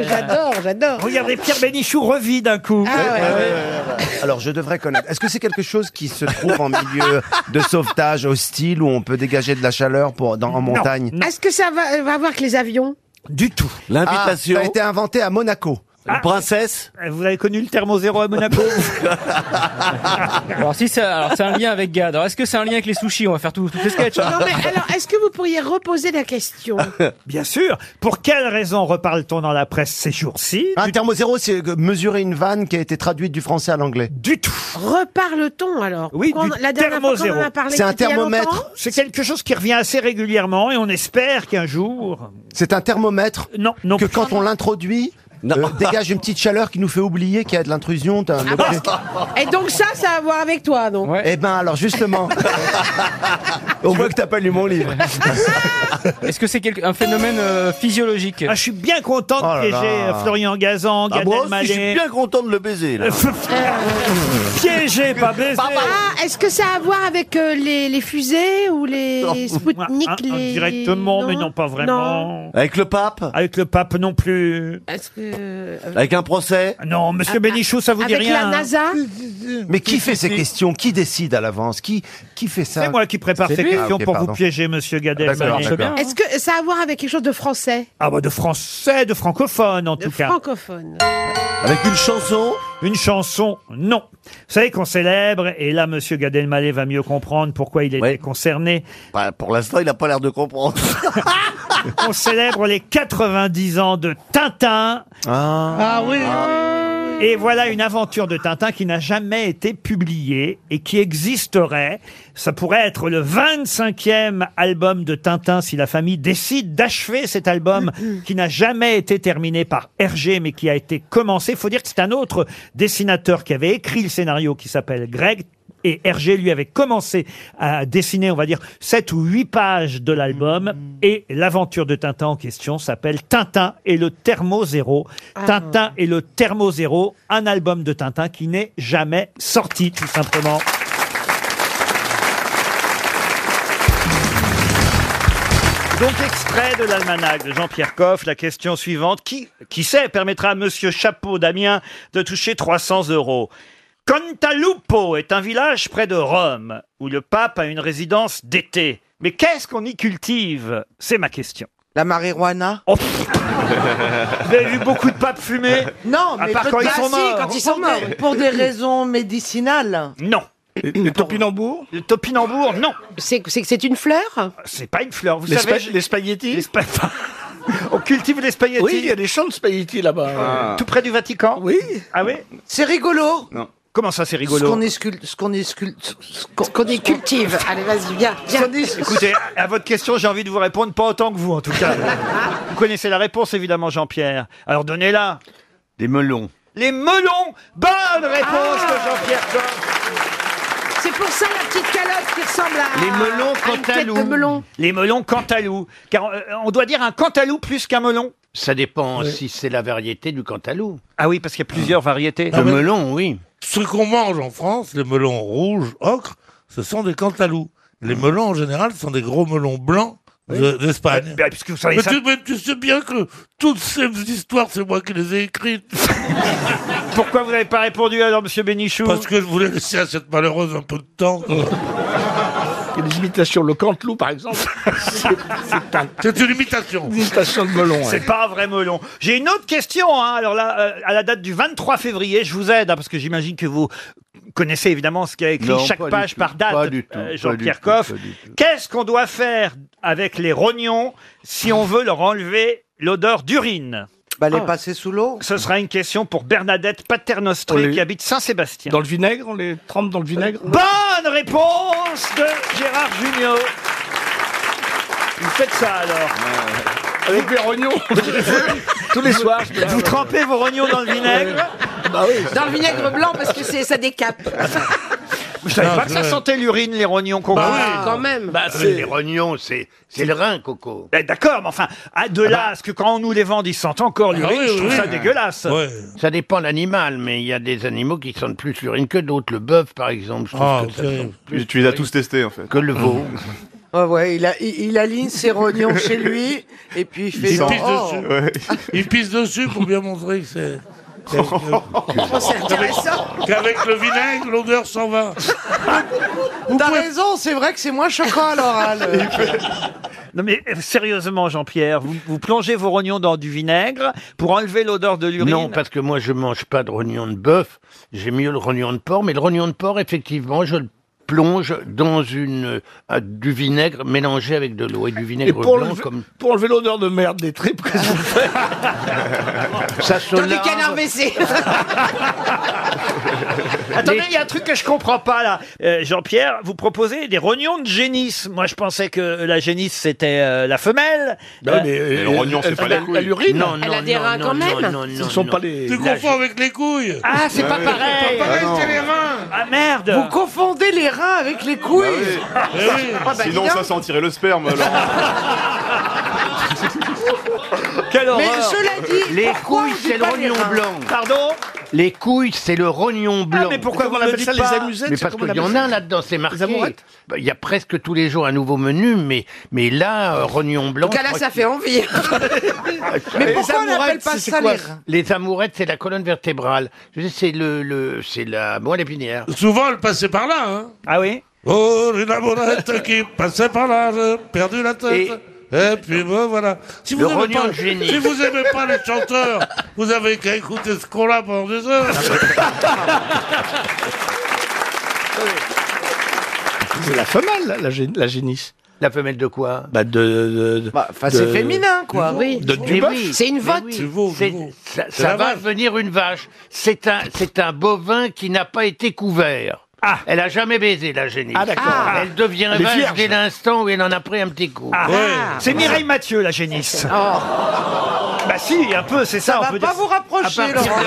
J'adore, j'adore.
Regardez, Pierre Bénichou revit d'un coup.
Ah ouais.
Alors, je devrais connaître. Est-ce que c'est quelque chose qui se trouve en milieu de sauvetage hostile où on peut dégager de la chaleur pour, dans, en montagne
Est-ce que ça va, euh, va avoir que les avions
Du tout. Ah.
Ah, ça a été inventé à Monaco.
Une princesse
Vous avez connu le thermo zéro à Monaco
Alors si c'est alors c'est un lien avec Gad. Alors est-ce que c'est un lien avec les sushis On va faire tout, tout les sketchs.
hein.
hein.
Non, mais alors, est-ce que vous pourriez reposer la question
Bien sûr. Pour quelle raison reparle-t-on dans la presse ces jours-ci
Un thermo zéro, c'est que mesurer une vanne qui a été traduite du français à l'anglais.
Du tout.
Reparle-t-on alors
Oui,
Pourquoi
du
on- La dernière fois qu'on
thermozéro.
en a parlé, c'était il y a longtemps
C'est quelque chose qui revient assez régulièrement et on espère qu'un jour.
C'est un thermomètre
Euh,
non, non
que quand on l'introduit, euh, dégage une petite chaleur qui nous fait oublier qu'il y a de l'intrusion d'un
Ah, parce
objet.
que- Et donc ça, ça a à voir avec toi, donc.
Eh ben alors justement, on voit que t'as pas lu mon livre.
Est-ce que c'est quelque- un phénomène euh, physiologique
Ah, je suis bien content
Oh
de piéger euh, Florian Gazan,
Ah,
Gad
moi aussi, je
Elmaleh. Euh,
suis bien content de le baiser, là.
Piégé, pas baisé.
Ah, est-ce que ça a à voir avec euh, les, les fusées ou les Spoutnik
Ah,
les...
Indirectement, mais non, pas vraiment.
Avec le pape
Avec le pape non plus.
Est-ce que...
euh,
Avec un procès
Non, monsieur Bénichou, ça vous dit
Ah, Avec
rien
la
hein
NASA
Mais qui fait ces questions Qui décide à l'avance Qui qui fait ça
C'est moi qui prépare
C'est
ces
lui.
questions
Ah, ok,
pour
pardon. Ah,
vous piéger, monsieur Gad
D'accord,
Elmaleh.
d'accord.
Est-ce que ça a à voir avec quelque chose de français
Ah bah de français, de francophone en
De
tout cas.
francophone
Avec une chanson Une chanson, non. Vous savez qu'on célèbre, et là, monsieur Gad Elmaleh va mieux comprendre pourquoi il est concerné.
Bah, pour l'instant, il n'a pas l'air de comprendre.
On célèbre les 90 ans de Tintin.
Ah,
oui Et voilà une aventure de Tintin qui n'a jamais été publiée et qui existerait. Ça pourrait être le 25e album de Tintin si la famille décide d'achever cet album qui n'a jamais été terminé par Hergé mais qui a été commencé. Faut dire que c'est un autre dessinateur qui avait écrit le scénario qui s'appelle Greg et Hergé, lui, avait commencé à dessiner, on va dire, sept ou huit pages de l'album. Et l'aventure de Tintin en question s'appelle Tintin et le Thermo Zéro. Tintin et le Thermo Zéro, un album de Tintin qui n'est jamais sorti, tout simplement. Donc, extrait de l'almanach de Jean-Pierre Coff, la question suivante, qui, qui sait, permettra à Monsieur Chapeau d'Amiens de toucher 300 euros. Cantalupo est un village près de Rome, où le pape a une résidence d'été. Mais qu'est-ce qu'on y cultive C'est ma question. La marijuana Vous avez vu beaucoup de papes fumer
Non,
À
mais
part quand ils
peut-être-
sont
Ah, si,
morts.
quand ils sont morts. Pour des raisons médicinales.
Non.
Le topinambour
Le topinambour, non.
C'est c'est que c'est une fleur
C'est pas une fleur, vous
Les
savez.
spa-
Les spaghettis On cultive les spaghettis. Ah.
Oui, il y a des champs de spaghettis là-bas.
Tout près du Vatican
Oui.
Ah oui
C'est rigolo.
Comment ça, c'est
Ce
rigolo
qu'on est sculpte, ce qu'on est sculpte, ce qu'on-
Qu'on y cultive. Allez, vas-y, viens, viens.
Écoutez, à votre question, j'ai envie de vous répondre, pas autant que vous en tout cas. vous connaissez la réponse évidemment, Jean-Pierre. Alors donnez-la.
Des melons.
Les melons Bonne réponse de
Ah.
Jean-Pierre Coff
C'est pour ça la petite calotte qui ressemble à...
Les melons
à Ah, une tête
cantalou.
de melon.
Les melons cantalou. Car euh, on doit dire un cantalou plus qu'un melon.
Ça dépend si c'est la variété du cantalou.
Ah oui, parce qu'il y a plusieurs variétés.
Le
melon, oui.
Ce qu'on mange en France, les melons rouges, ocre, ce sont des cantalous. Les melons, en général, sont des gros melons blancs de- d'Espagne.
Ah. Bah, puisque vous savez
mais,
ça-
tu, mais tu sais bien que toutes ces histoires, c'est moi qui les ai écrites.
Pourquoi vous n'avez pas répondu alors, monsieur Bénichou
Parce que je voulais laisser à cette malheureuse un peu de temps.
Il y a des imitations. Le cantelou, par exemple.
C'est une imitation.
Une imitation de melon.
C'est
ouais.
pas un vrai melon. J'ai une autre question. hein. Alors là, euh, à la date du 23 février, je vous aide hein, parce que j'imagine que vous connaissez évidemment ce qu'a écrit
Non,
chaque
pas du
page
tout,
par date.
pas du tout,
euh,
pas
Jean-Pierre
du tout,
Coff.
pas du tout.
Qu'est-ce qu'on doit faire avec les rognons si on veut leur enlever l'odeur d'urine Ah.
Bah, les passer sous l'eau.
Ce sera une question pour Bernadette Paternostré
On les-
qui habite Saint-Sébastien.
Dans le vinaigre, on les trempe dans le vinaigre.
Bonne réponse de Gérard Junior. Vous faites ça alors
Avec les rognons. Tous les soirs. je me lave.
Vous trempez vos rognons dans le vinaigre
Bah oui.
Dans le vinaigre blanc parce que c'est- ça décape.
Je savais
Non,
pas que ça
je-
sentait l'urine, les rognons qu'on mange.
Quand même.
c'est-
les Bah rognons, c'est
C'est le rein, Coco.
Ben, D'accord, mais enfin, à de là à ce que quand on nous les vende, ils sentent encore l'urine,
Ah bah. oui,
je trouve
oui.
ça dégueulasse.
Ça dépend de l'animal, mais il y a des animaux qui sentent plus l'urine que d'autres. Le bœuf, par exemple, je trouve
Ah,
que ça
terrible.
sent plus Tu les as tous testés, en fait. Que le veau.
Ouais, Ah ouais, il, a, il, il aligne ses rognons chez lui, et puis il fait
Il
genre,
pisse
oh.
dessus. Il pisse dessus pour bien montrer que c'est.
c'est intéressant.
Qu'avec le vinaigre, l'odeur s'en va.
T'as raison, c'est vrai que c'est moins choquant à l'oral.
Non mais euh, sérieusement, Jean-Pierre, vous, vous plongez vos rognons dans du vinaigre pour enlever l'odeur de l'urine.
Non, parce que moi, je mange pas de rognon de bœuf. J'ai mieux le rognon de porc, mais le rognon de porc, effectivement, je le plonge dans une euh, du vinaigre mélangé avec de l'eau et du
Et
vinaigre
pour
blanc
enlever,
comme
pour enlever l'odeur de merde des tripes,
Ah.
qu'est-ce que vous faites
ça se
Dans du
lave.
canard WC.
Attendez, il y a un truc que je comprends pas là. Euh, Jean-Pierre, vous proposez des rognons de génisse. Moi, je pensais que la génisse c'était euh, la femelle.
Bah oui, mais, Mais le euh, rognon, c'est elle- pas la elle- couille. elle urine.
Non, non, non, non, non, non, non, non.
Tu
La
confonds avec les couilles.
Ah, c'est pas pareil.
Pas pareil,
Ah, non.
c'est les reins.
Ah merde
Vous confondez les reins avec les couilles.
Eh oui.
Ah, bah, dis
Sinon,
donc.
ça sentirait le sperme, Laurent.
Quelle
Mais
horreur.
cela dit, euh, Les pourquoi couilles, on dit c'est le pas les rognon reins blanc.
Pardon
Les couilles, c'est le rognon blanc.
mais pourquoi vous ne dites pas
Mais parce qu'il y en a un là-dedans, c'est marqué. Bah, Il y a presque tous les jours un nouveau menu, mais, mais là, euh, rognon blanc.
En tout cas, ah,
je
là,
crois
ça
que-
fait envie. Mais pourquoi on n'appelle pas
c'est
ça
quoi
les reins
Les amourettes, c'est la colonne vertébrale. Je sais, c'est le, le, c'est la moelle épinière.
Souvent, elle passait par là. Hein.
Ah oui
Oh, une amourette qui passait par là, j'ai perdu la tête. Et...
Et-
puis bon, voilà. Si
Le
vous, aimez
rognon
pas,
de génie.
si vous aimez pas les chanteurs, vous avez qu'à écouter ce qu'on a pendant deux heures.
C'est la femelle, la, gé- la génisse.
La femelle de quoi
Bah de. de- de- de-
c'est féminin, quoi.
du-
Oui.
De, du
Mais
bœuf.
oui. C'est une vote.
C'est vous, c'est
C'est-
vous.
Ça,
C'est
ça
la
va
vache.
devenir une vache. C'est un, c'est un bovin qui n'a pas été couvert.
Ah.
Elle a jamais baisé, la génie.
Ah, d'accord.
Elle devient
Elle est
vache
vierge.
dès l'instant où elle en a pris un petit coup.
Ah, C'est Mireille Mathieu, la génisse. Bah si, un peu, c'est ça. on
Oh. va
peut
pas
dire-
vous rapprocher,
À partir
Laurent.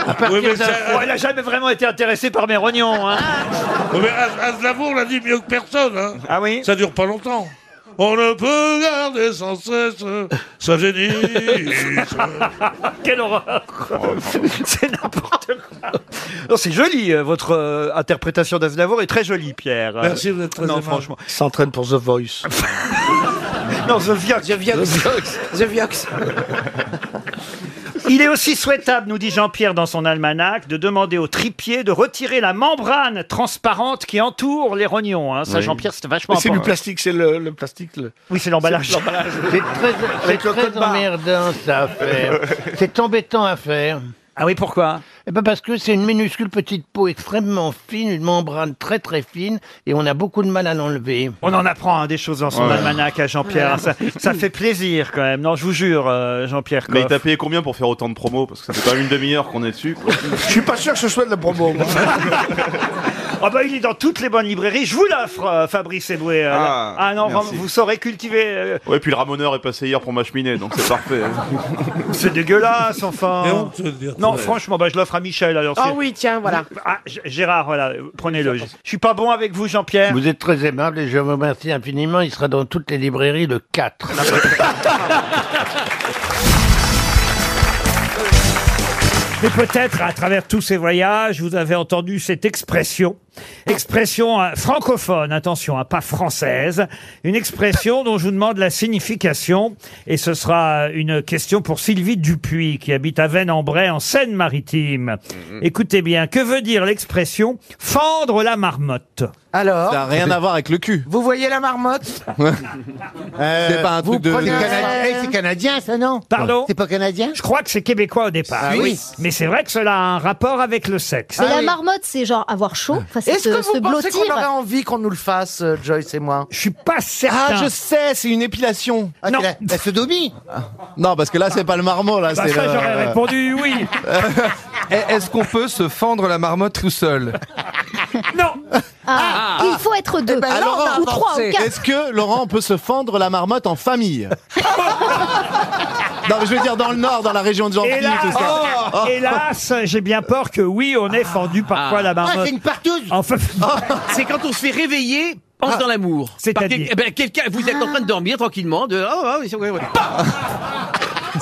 de-
partir
Oui, mais
d'un-
ça- Bon, Oh, elle a jamais vraiment été intéressée par mes rognons. hein.
Oui, Ah, Mais As- Aznavour l'a dit mieux que personne. Hein.
Ah oui
Ça dure pas longtemps. On ne peut garder sans cesse sa génisse.
Quelle horreur C'est n'importe quoi. Non, c'est joli, euh, votre euh, interprétation d'Aznavour est très jolie, Pierre.
Merci, vous êtes très
Non,
aimable.
franchement.
S'entraîne pour The Voice.
Non, The Viox. The
Viox. The Viox.
Il est aussi souhaitable, nous dit Jean-Pierre dans son almanach, de demander aux tripiers de retirer la membrane transparente qui entoure les rognons. hein. Ça,
Oui.
Jean-Pierre, c'est vachement
Mais c'est du
important. hein.
plastique, c'est le, le plastique. le-
Oui, c'est l'emballage.
C'est l'emballage.
C'est très, c'est
le
très
code barre.
emmerdant, ça, à faire. c'est embêtant à faire.
Ah oui, pourquoi
Eh ben parce que c'est une minuscule petite peau extrêmement fine, une membrane très très fine, et on a beaucoup de mal à l'enlever.
On en apprend hein, des choses dans son
Ouais.
almanach à Jean-Pierre. Ça, ça fait plaisir quand même. Non, je vous jure, euh, Jean-Pierre.
Mais il
Coff.
t'a payé combien pour faire autant de promos Parce que ça fait quand même une demi-heure qu'on est dessus. quoi.
Je suis pas sûr que ce soit de la promo. moi.
Ah bah il est dans toutes les bonnes librairies. Je vous l'offre, euh, Fabrice Eboué. euh, là.
Ah,
Ah, non,
merci.
vraiment, vous saurez cultiver. euh,
Ouais, puis le ramoneur est passé hier pour ma cheminée, donc c'est parfait. hein.
C'est dégueulasse, enfin.
Mais honte de dire ça.
non,
Ouais.
franchement, bah, je l'offre à Michel. Alors,
Ah
si-
oui, tiens, voilà.
Ah, G- Gérard, voilà, euh, prenez-le. Je suis pas bon avec vous, Jean-Pierre.
Vous êtes très aimable et je vous remercie infiniment. Il sera dans toutes les librairies le 4.
Mais peut-être à travers tous ces voyages, vous avez entendu cette expression, expression euh, francophone, attention, hein, pas française, une expression dont je vous demande la signification, et ce sera une question pour Sylvie Dupuis, qui habite à Vennes-en-Bray, en Seine-Maritime. Écoutez bien, que veut dire l'expression fendre la marmotte
Alors
Ça a rien à
voir avec le cul. Vous voyez la marmotte
C'est pas un
vous
truc de.
prenez-
Canadien.
Eh, c'est
canadien, ça, non
Pardon
C'est pas canadien
Je crois que c'est québécois au
Euh,
départ.
Ah oui.
Mais c'est vrai que cela a un rapport avec le sexe.
Mais la marmotte, c'est genre avoir chaud, enfin, Ah, c'est
Ah Est-ce
se,
que vous
se
pensez qu'on aurait
blottir.
envie qu'on nous le fasse, euh, Joyce et moi
Je suis pas certain. Ah,
Ah, je sais, c'est une épilation.
Non.
La, Non, parce que là, c'est pas le marmot, là.
Bah,
c'est
ça,
le-
j'aurais répondu oui.
Est- Eh, Est-ce qu'on peut se fendre la marmotte tout seul
Ah, il faut être
Eh
deux,
ben,
Laurent,
ou trois, ou quatre.
Est-ce que, Laurent, on peut se fendre la marmotte en famille Non, mais je veux dire dans le Nord, dans la région de Gentilly,
Hélas,
tout ça.
oh, hélas, j'ai bien peur que oui, on ait fendu parfois la marmotte.
Ah, c'est une
partouze Enfin,
C'est quand on se fait réveiller. Pense dans l'amour.
Ah. C'est-à-dire
Par quel- eh ben, quelqu'un, vous êtes en train de dormir tranquillement, de, oh, oh, oui, c'est- ouais, ouais.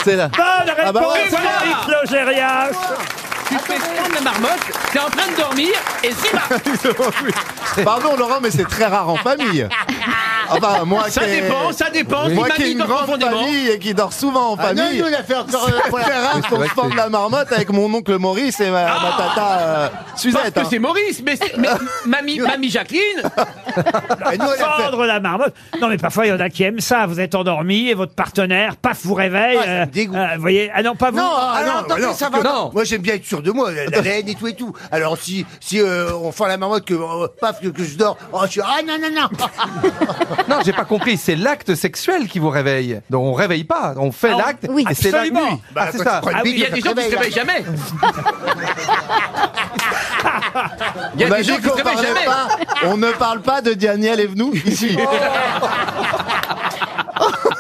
C'est là.
Bonne réponse,
Ah
bah ouais, voilà.
Eric Logérias.
Tu te fais prendre la marmotte, t'es en train de dormir, et c'est
Pardon, Laurent, mais c'est très rare en famille.
Ah bah, moi
Ça
qui ai-
dépend, ça dépend, si
Moi
mamie
qui ai une
dort
grande
profondément.
famille et qui dort souvent en
Ah non,
famille.
nous, on a fait encore, euh,
C'est
voilà.
très rare
Oui, c'est
qu'on
vrai
se
que
fende
c'est- Ah.
la marmotte avec mon oncle Maurice et ma, ma tata euh, Suzette.
Parce que
hein.
c'est Maurice, mais, mais mamie, mamie Jacqueline,
Fendre la marmotte. Non, mais parfois, il y en a qui aiment ça. Vous êtes endormi et votre partenaire, paf, vous réveille. euh, euh, vous voyez, ah non, pas vous.
Non, ah,
Ah
non,
parce
attendez,
que-
ça va.
Non.
Moi, j'aime bien être sûr de moi, la- la laine et tout et tout. Alors, si, si euh, on fait la marmotte que, euh, paf, que, que je dors, oh, je suis, ah non, non, non.
Non, j'ai pas compris. C'est l'acte sexuel qui vous réveille. Donc on réveille pas, on fait
Ah, on-
l'acte.
oui.
et c'est l'acte.
Absolument.
Oui.
Bah,
Ah, c'est
quand tu
ça.
prends une Ah oui, bite, il y a ça des te gens qui se réveille, réveillent
jamais. Il y a
On a
des
dit
gens qui
qu'on
se réveillent
parlait
jamais. Oh.
pas- on ne parle pas de Daniel et Vnou ici.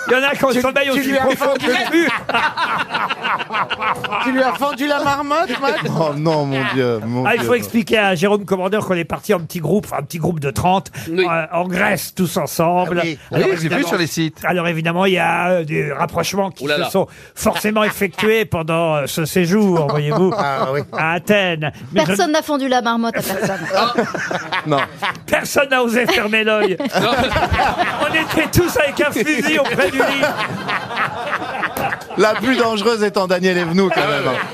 Il y en a qui ont le sommeil
tu
aussi
lui as
profond que
fendu
le cul.
Tu lui as vendu la marmotte, Max
Oh non, mon Dieu, mon
Ah, il
Dieu.
faut expliquer à Jérôme Commandeur qu'on est parti en petit groupe, enfin, un petit groupe de 30, euh, en Grèce, tous ensemble.
Ah oui. Oui, j'ai vu
évidemment-
sur les sites.
Alors évidemment, il y a euh, des rapprochements qui
Ouh là
se
là.
sont forcément effectués pendant euh, ce
Ah
séjour, voyez-vous, à Athènes. Mais je-
Personne n'a fendu la marmotte à personne.
Ah.
Non. Personne n'a osé fermer l'œil. On était tous avec un fusil auprès du lit.
La plus dangereuse étant Daniel et Vnou
Ah
quand même.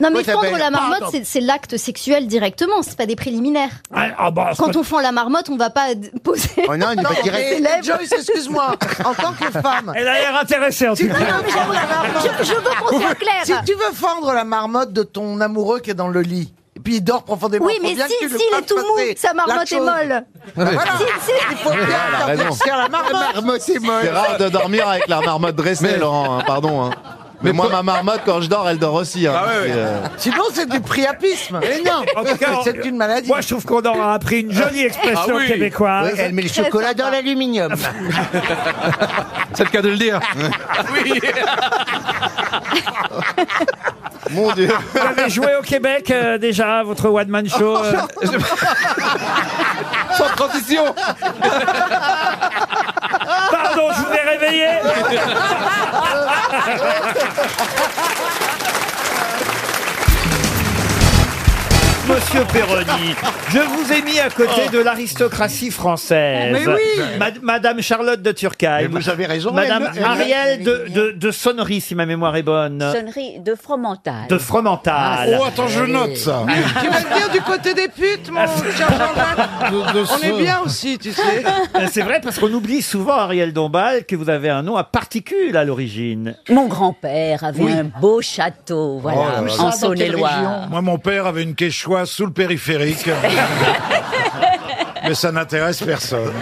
Non
Moi,
mais
ça
fendre
fait-
la marmotte,
Pardon.
c'est- c'est l'acte sexuel directement, c'est pas des préliminaires.
Ah, ah bah, c'est
Quand
pas-
on fend la marmotte, on va pas d- poser.
Oh non, il
Non,
va direct.
mais lèvres.
Joyce, excuse-moi, en tant que femme.
Elle a l'air intéressée en tout
Non, non,
cas.
mais j'avoue, la marmotte-
Je- je veux qu'on soit clair.
Si tu veux fendre la marmotte de ton amoureux qui est dans le lit, et puis il dort profondément.
Oui,
faut
mais
bien
si-
que tu le
s'il est
fasses
tout mou,
passer
sa marmotte
la
est
chose.
molle.
Bah voilà.
Si- si-
Il faut bien
Ah, la raison.
faire la marmotte.
C'est rare de dormir avec la marmotte dressée, Laurent, hein, pardon. hein. Mais, moi, ma marmotte, quand je dors, elle dort aussi.
Ah
hein. C'est, euh,
Sinon, c'est du priapisme. Mais non,
En tout cas,
c'est une maladie.
Moi, je trouve qu'on aura appris une
Ah
jolie expression québécoise.
Oui, elle met le chocolat dans l'aluminium.
C'est le cas de le dire.
Mon Dieu.
Vous avez joué au Québec euh, déjà, votre one-man show euh,
Sans transition.
Pardon, je vous ai réveillé Monsieur Perroni, je vous ai mis à côté de l'aristocratie française.
Mais oui
Mad- Madame Charlotte de Turckheim.
Mais vous avez raison,
Madame
elle- elle-
Ariel de, de, de Sonnery, si ma mémoire est bonne.
Sonnerie de fromental.
De Fromental. Ah.
Oh, attends, je note
ça.
Tu vas te dire du côté des putes, mon cher Jean-Jacques. On est bien aussi, tu sais.
C'est vrai parce qu'on oublie souvent, Ariel Dombal, que vous avez un nom à particules à l'origine.
Mon grand-père avait un beau château,
Oh
voilà,
Oh,
en
Ah
Saône-et-Loire.
Moi, mon père avait une quechua sous le périphérique. Mais ça n'intéresse personne.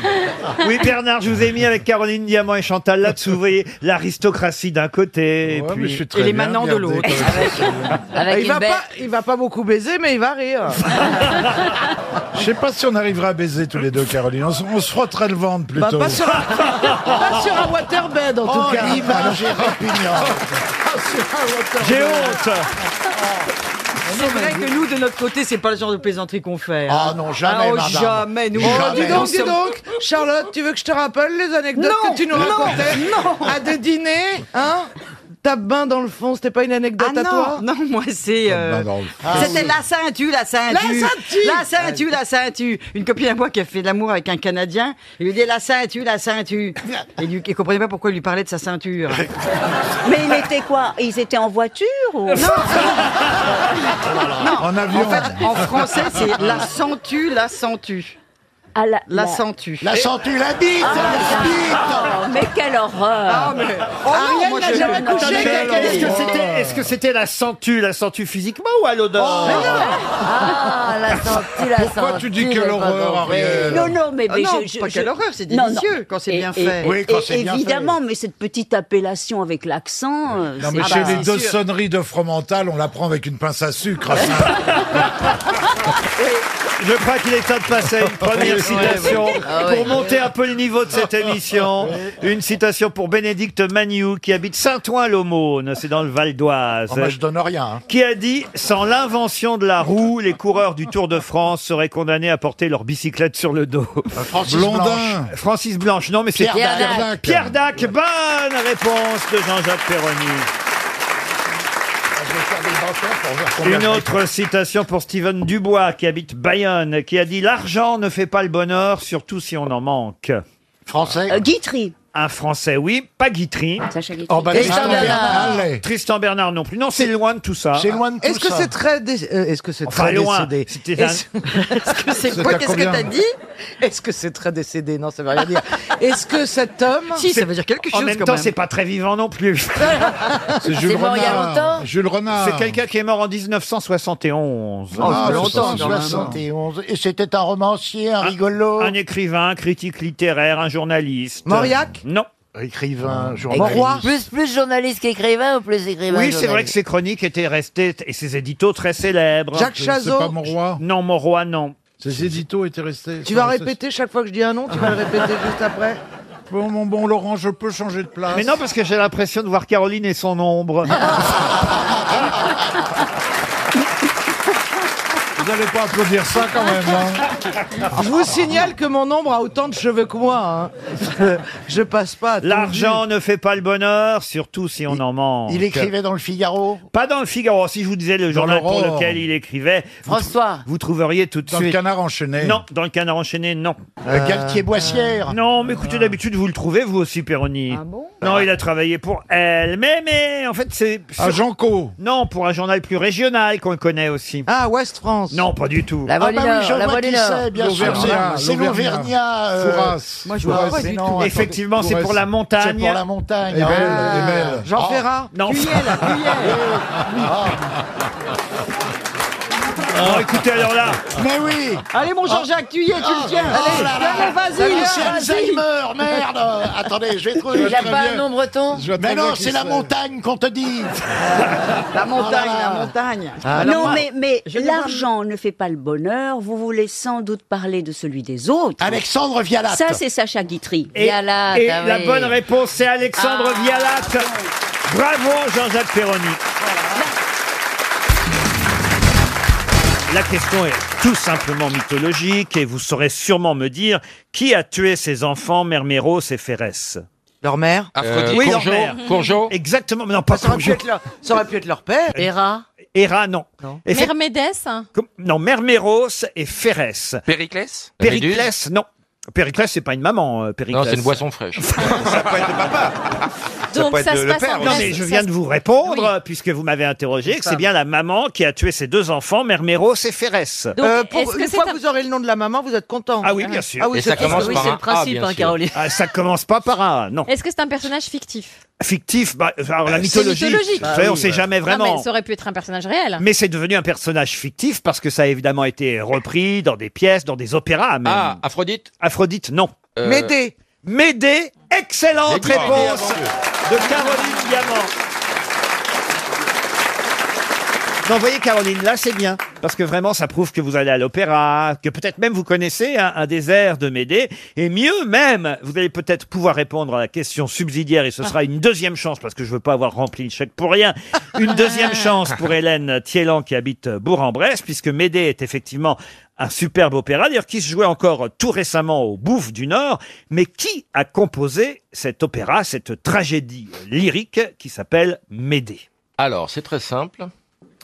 Oui, Bernard, je vous ai mis avec Caroline Diamant et Chantal là-dessous. Vous voyez, l'aristocratie d'un côté. et puis...
mais je suis très Et les bien manants de gardé, l'autre.
Ah, il, va pas, il va pas beaucoup baiser, mais il va rire.
Je sais pas si on arrivera à baiser tous les deux, Caroline. On, se- on se frottera le ventre
Bah,
plutôt.
pas, sur un, pas sur un waterbed, en tout cas.
l'image est
J'ai honte
C'est vrai que nous, de notre côté, c'est pas le genre de plaisanterie qu'on fait.
Ah
hein.
non, jamais,
Ah, oh,
madame.
jamais, nous.
Oh, dis
nous
donc, dis
sommes-
donc, Charlotte, tu veux que je te rappelle les anecdotes
Non,
que tu nous
non,
racontais à des dîners, hein Ta bain dans le fond, c'était pas une anecdote
Ah
à toi
Non, moi c'est. euh, C'était
Ah.
la ceinture, la ceinture.
La ceinture
La ceinture, la ceinture. Une copine à moi qui a fait de l'amour avec un Canadien, il lui dit la ceinture, la ceinture. Et lui, il comprenait pas pourquoi il lui parlait de sa ceinture.
Mais il était quoi Ils étaient en voiture ou Non
Oh,
En avion.
En fait, en français, c'est la centue, la centue.
Ah, la,
la
la-
centue.
La centue, la bite, la bite.
Oh, mais quelle horreur
Ah, mais- Oh non,
Ariel
moi,
n'a
je-
jamais
non,
couché
mais-
avec
non,
Est-ce que
non.
c'était, est-ce que c'était la sentue, la sentue physiquement ou à l'odeur
Oh.
Oh,
Ah, la sentue, la
Pourquoi tu dis quelle horreur, Ariel
Non, non, mais,
Ah
mais
non,
je, je-
pas
je-
quelle horreur, c'est
Non, non.
délicieux quand c'est
Et-
bien
et-
fait.
et-
Oui, quand c'est
et-
bien fait.
Évidemment, mais cette petite appellation avec l'accent. euh,
Non, mais
c'est-
chez
Ah,
les
bah,
deux
c'est sûr.
sonneries de Fromental, on la prend avec une pince à sucre. ça.
Je crois qu'il est temps de passer à une première
Oui,
citation
ouais, ouais. Ah ouais.
pour monter un peu le niveau de cette émission. Une citation pour Bénédicte Maniou qui habite Saint-Ouen-l'Aumône, c'est dans le Val d'Oise.
Oh, bah, je donne rien. hein.
qui a dit sans l'invention de la roue, les coureurs du Tour de France seraient condamnés à porter leur bicyclette sur le dos.
Euh, Francis Blondin. Blanche.
Francis Blanche. Non, mais c'est
Pierre Dac. Pierre Dac.
Ah,
Pierre Dac. Bonne réponse de Jean-Jacques Perroni. Une autre citation pour Steven Dubois, qui habite Bayonne, qui a dit L'argent ne fait pas le bonheur, surtout si on en manque. Français Euh, Guitry. Un français, oui, pas Guitry.
Tristan Bernard.
Tristan Bernard non plus. Non, c'est loin de tout ça.
Est-ce que c'est très, dé- euh, est-ce que c'est
Enfin,
très
loin.
décédé
C'était un-
Est-ce est-ce que c'est
C'est
quoi
à
Qu'est-ce que
combien
t'as dit Est-ce que c'est très décédé Non, ça veut rien dire. Est-ce que cet homme
Si, ça veut dire quelque En chose, même quand temps, même. c'est pas très vivant non plus.
C'est Jules C'est mort il y a Renard. longtemps
Jules Renard. C'est quelqu'un qui est mort en 1971.
Ah, c'est longtemps, 71. Et c'était un romancier, un rigolo.
hein. Ah, Un écrivain, un critique littéraire, un journaliste.
Mauriac
Non.
Écrivain,
Écrit.
journaliste.
Plus, plus journaliste qu'écrivain ou plus
Eh ben,
écrivain
Oui, c'est vrai que
journaliste
ses chroniques étaient restées et ses éditos très célèbres.
Jacques C'est Chazot. pas
Moroy Non, Moroy, non.
Ses éditos étaient restés.
Tu vas répéter chaque fois que je dis un nom, tu vas le répéter juste après.
Bon, mon bon Laurent, je peux changer de place.
Mais non, parce que j'ai l'impression de voir Caroline et son ombre.
Vous n'allez pas applaudir ça quand même. hein.
Je vous signale que mon ombre a autant de cheveux que moi. hein. Je passe pas. à tout
L'argent ne fait pas le bonheur, surtout si on en manque.
Il écrivait dans le Figaro.
Pas dans le Figaro. Si je vous disais le
Dans
journal pour
l'Aurore.
lequel il écrivait, vous trou-
François.
vous trouveriez tout de
Dans le
suite.
Canard enchaîné.
Non, dans le Canard enchaîné, non. Euh,
Euh, Galtier-Boissière.
Non, mais écoutez, d'habitude vous le trouvez vous aussi, Péroni. Ah bon Non, il a travaillé pour elle, mais mais en fait c'est.
À Janco.
Non, pour un journal plus régional qu'on connaît aussi.
Ah, Ouest France.
Non, pas du tout.
La
Ah, bah
Voie du Nord, la Voie du Nord.
L'Auvergnat,
C'est l'Auvergnat. euh,
Fouras.
Moi, je vois
Fouras,
pas
mais
du
non,
tout.
attendez.
Effectivement, c'est pour la montagne. Eh ben,
C'est pour la montagne.
Evel,
Ah.
Evel.
Jean
Oh.
Ferrat
Ah, Non. Ah. Oh, écoutez, alors là.
Mais oui
Allez, mon Jean-Jacques, tu y es, tu le tiens.
Oh
Allez,
là là.
allez, vas-y.
C'est
vas-y.
Alzheimer, merde Attendez, je vais trouver.
Il a Ah, pas un nom breton
Mais non, c'est la montagne qu'on te dit
La montagne,
Oh là là.
la montagne.
Ah,
non, mais, mais
Je ne vois-
l'argent ne fait pas le bonheur. Vous voulez sans doute parler de celui des autres.
Alexandre Vialat.
Ça, c'est Sacha Guitry.
Et,
Vialat,
et
ah
la Ah.
oui.
bonne réponse, c'est Alexandre Vialat. Bravo, Jean-Jacques Perroni. La question est tout simplement mythologique et vous saurez sûrement me dire qui a tué ses enfants, Merméros et Férès.
Leur mère
Aphrodite. Oui, leur mère. Exactement, mais non, pas
ça, aurait pu
Courgeot.
être leur, ça aurait pu être leur père.
Héra Héra, non. Et fait-
Mermédès
comme- non, Merméros et Férès.
Périclès
Périclès, non. Périclès, c'est pas une maman, euh, Périclès.
Non, c'est une boisson fraîche.
Donc, ça se passe en
Non, mais
Grèce.
je
Ça
viens
se-
de vous répondre, puisque vous m'avez interrogé, que c'est bien la maman qui a tué ses deux enfants, Merméros et Férès.
Euh, pour-
est-ce que
une
c'est
fois
un-
que vous aurez le nom de la maman, vous êtes content.
Ah oui, bien sûr.
Ah oui, c'est-
oui, c'est le principe, hein, Caroline.
Ah, ça commence pas par un, non.
Est-ce que c'est un personnage fictif
Fictif, bah, alors, la
C'est
mythologie,
mythologique.
vous savez, on sait jamais
Non,
vraiment.
mais ça aurait pu être un personnage réel.
Mais c'est devenu un personnage fictif parce que ça a évidemment été repris dans des pièces, dans des opéras même. Ah,
Aphrodite
Aphrodite, non.
Euh,
Médée.
Médée, excellente
Médée,
réponse
Médée
de Caroline Diamant. Non, vous voyez, Caroline, là, c'est bien. Parce que vraiment, ça prouve que vous allez à l'opéra, que peut-être même vous connaissez un, un des airs de Médée. Et mieux même, vous allez peut-être pouvoir répondre à la question subsidiaire et ce sera une deuxième chance parce que je veux pas avoir rempli le chèque pour rien. Une deuxième chance pour Hélène Thielan qui habite Bourg-en-Bresse puisque Médée est effectivement un superbe opéra, d'ailleurs qui se jouait encore tout récemment au Bouffe du Nord. Mais qui a composé cet opéra, cette tragédie lyrique qui s'appelle Médée?
Alors, c'est très simple.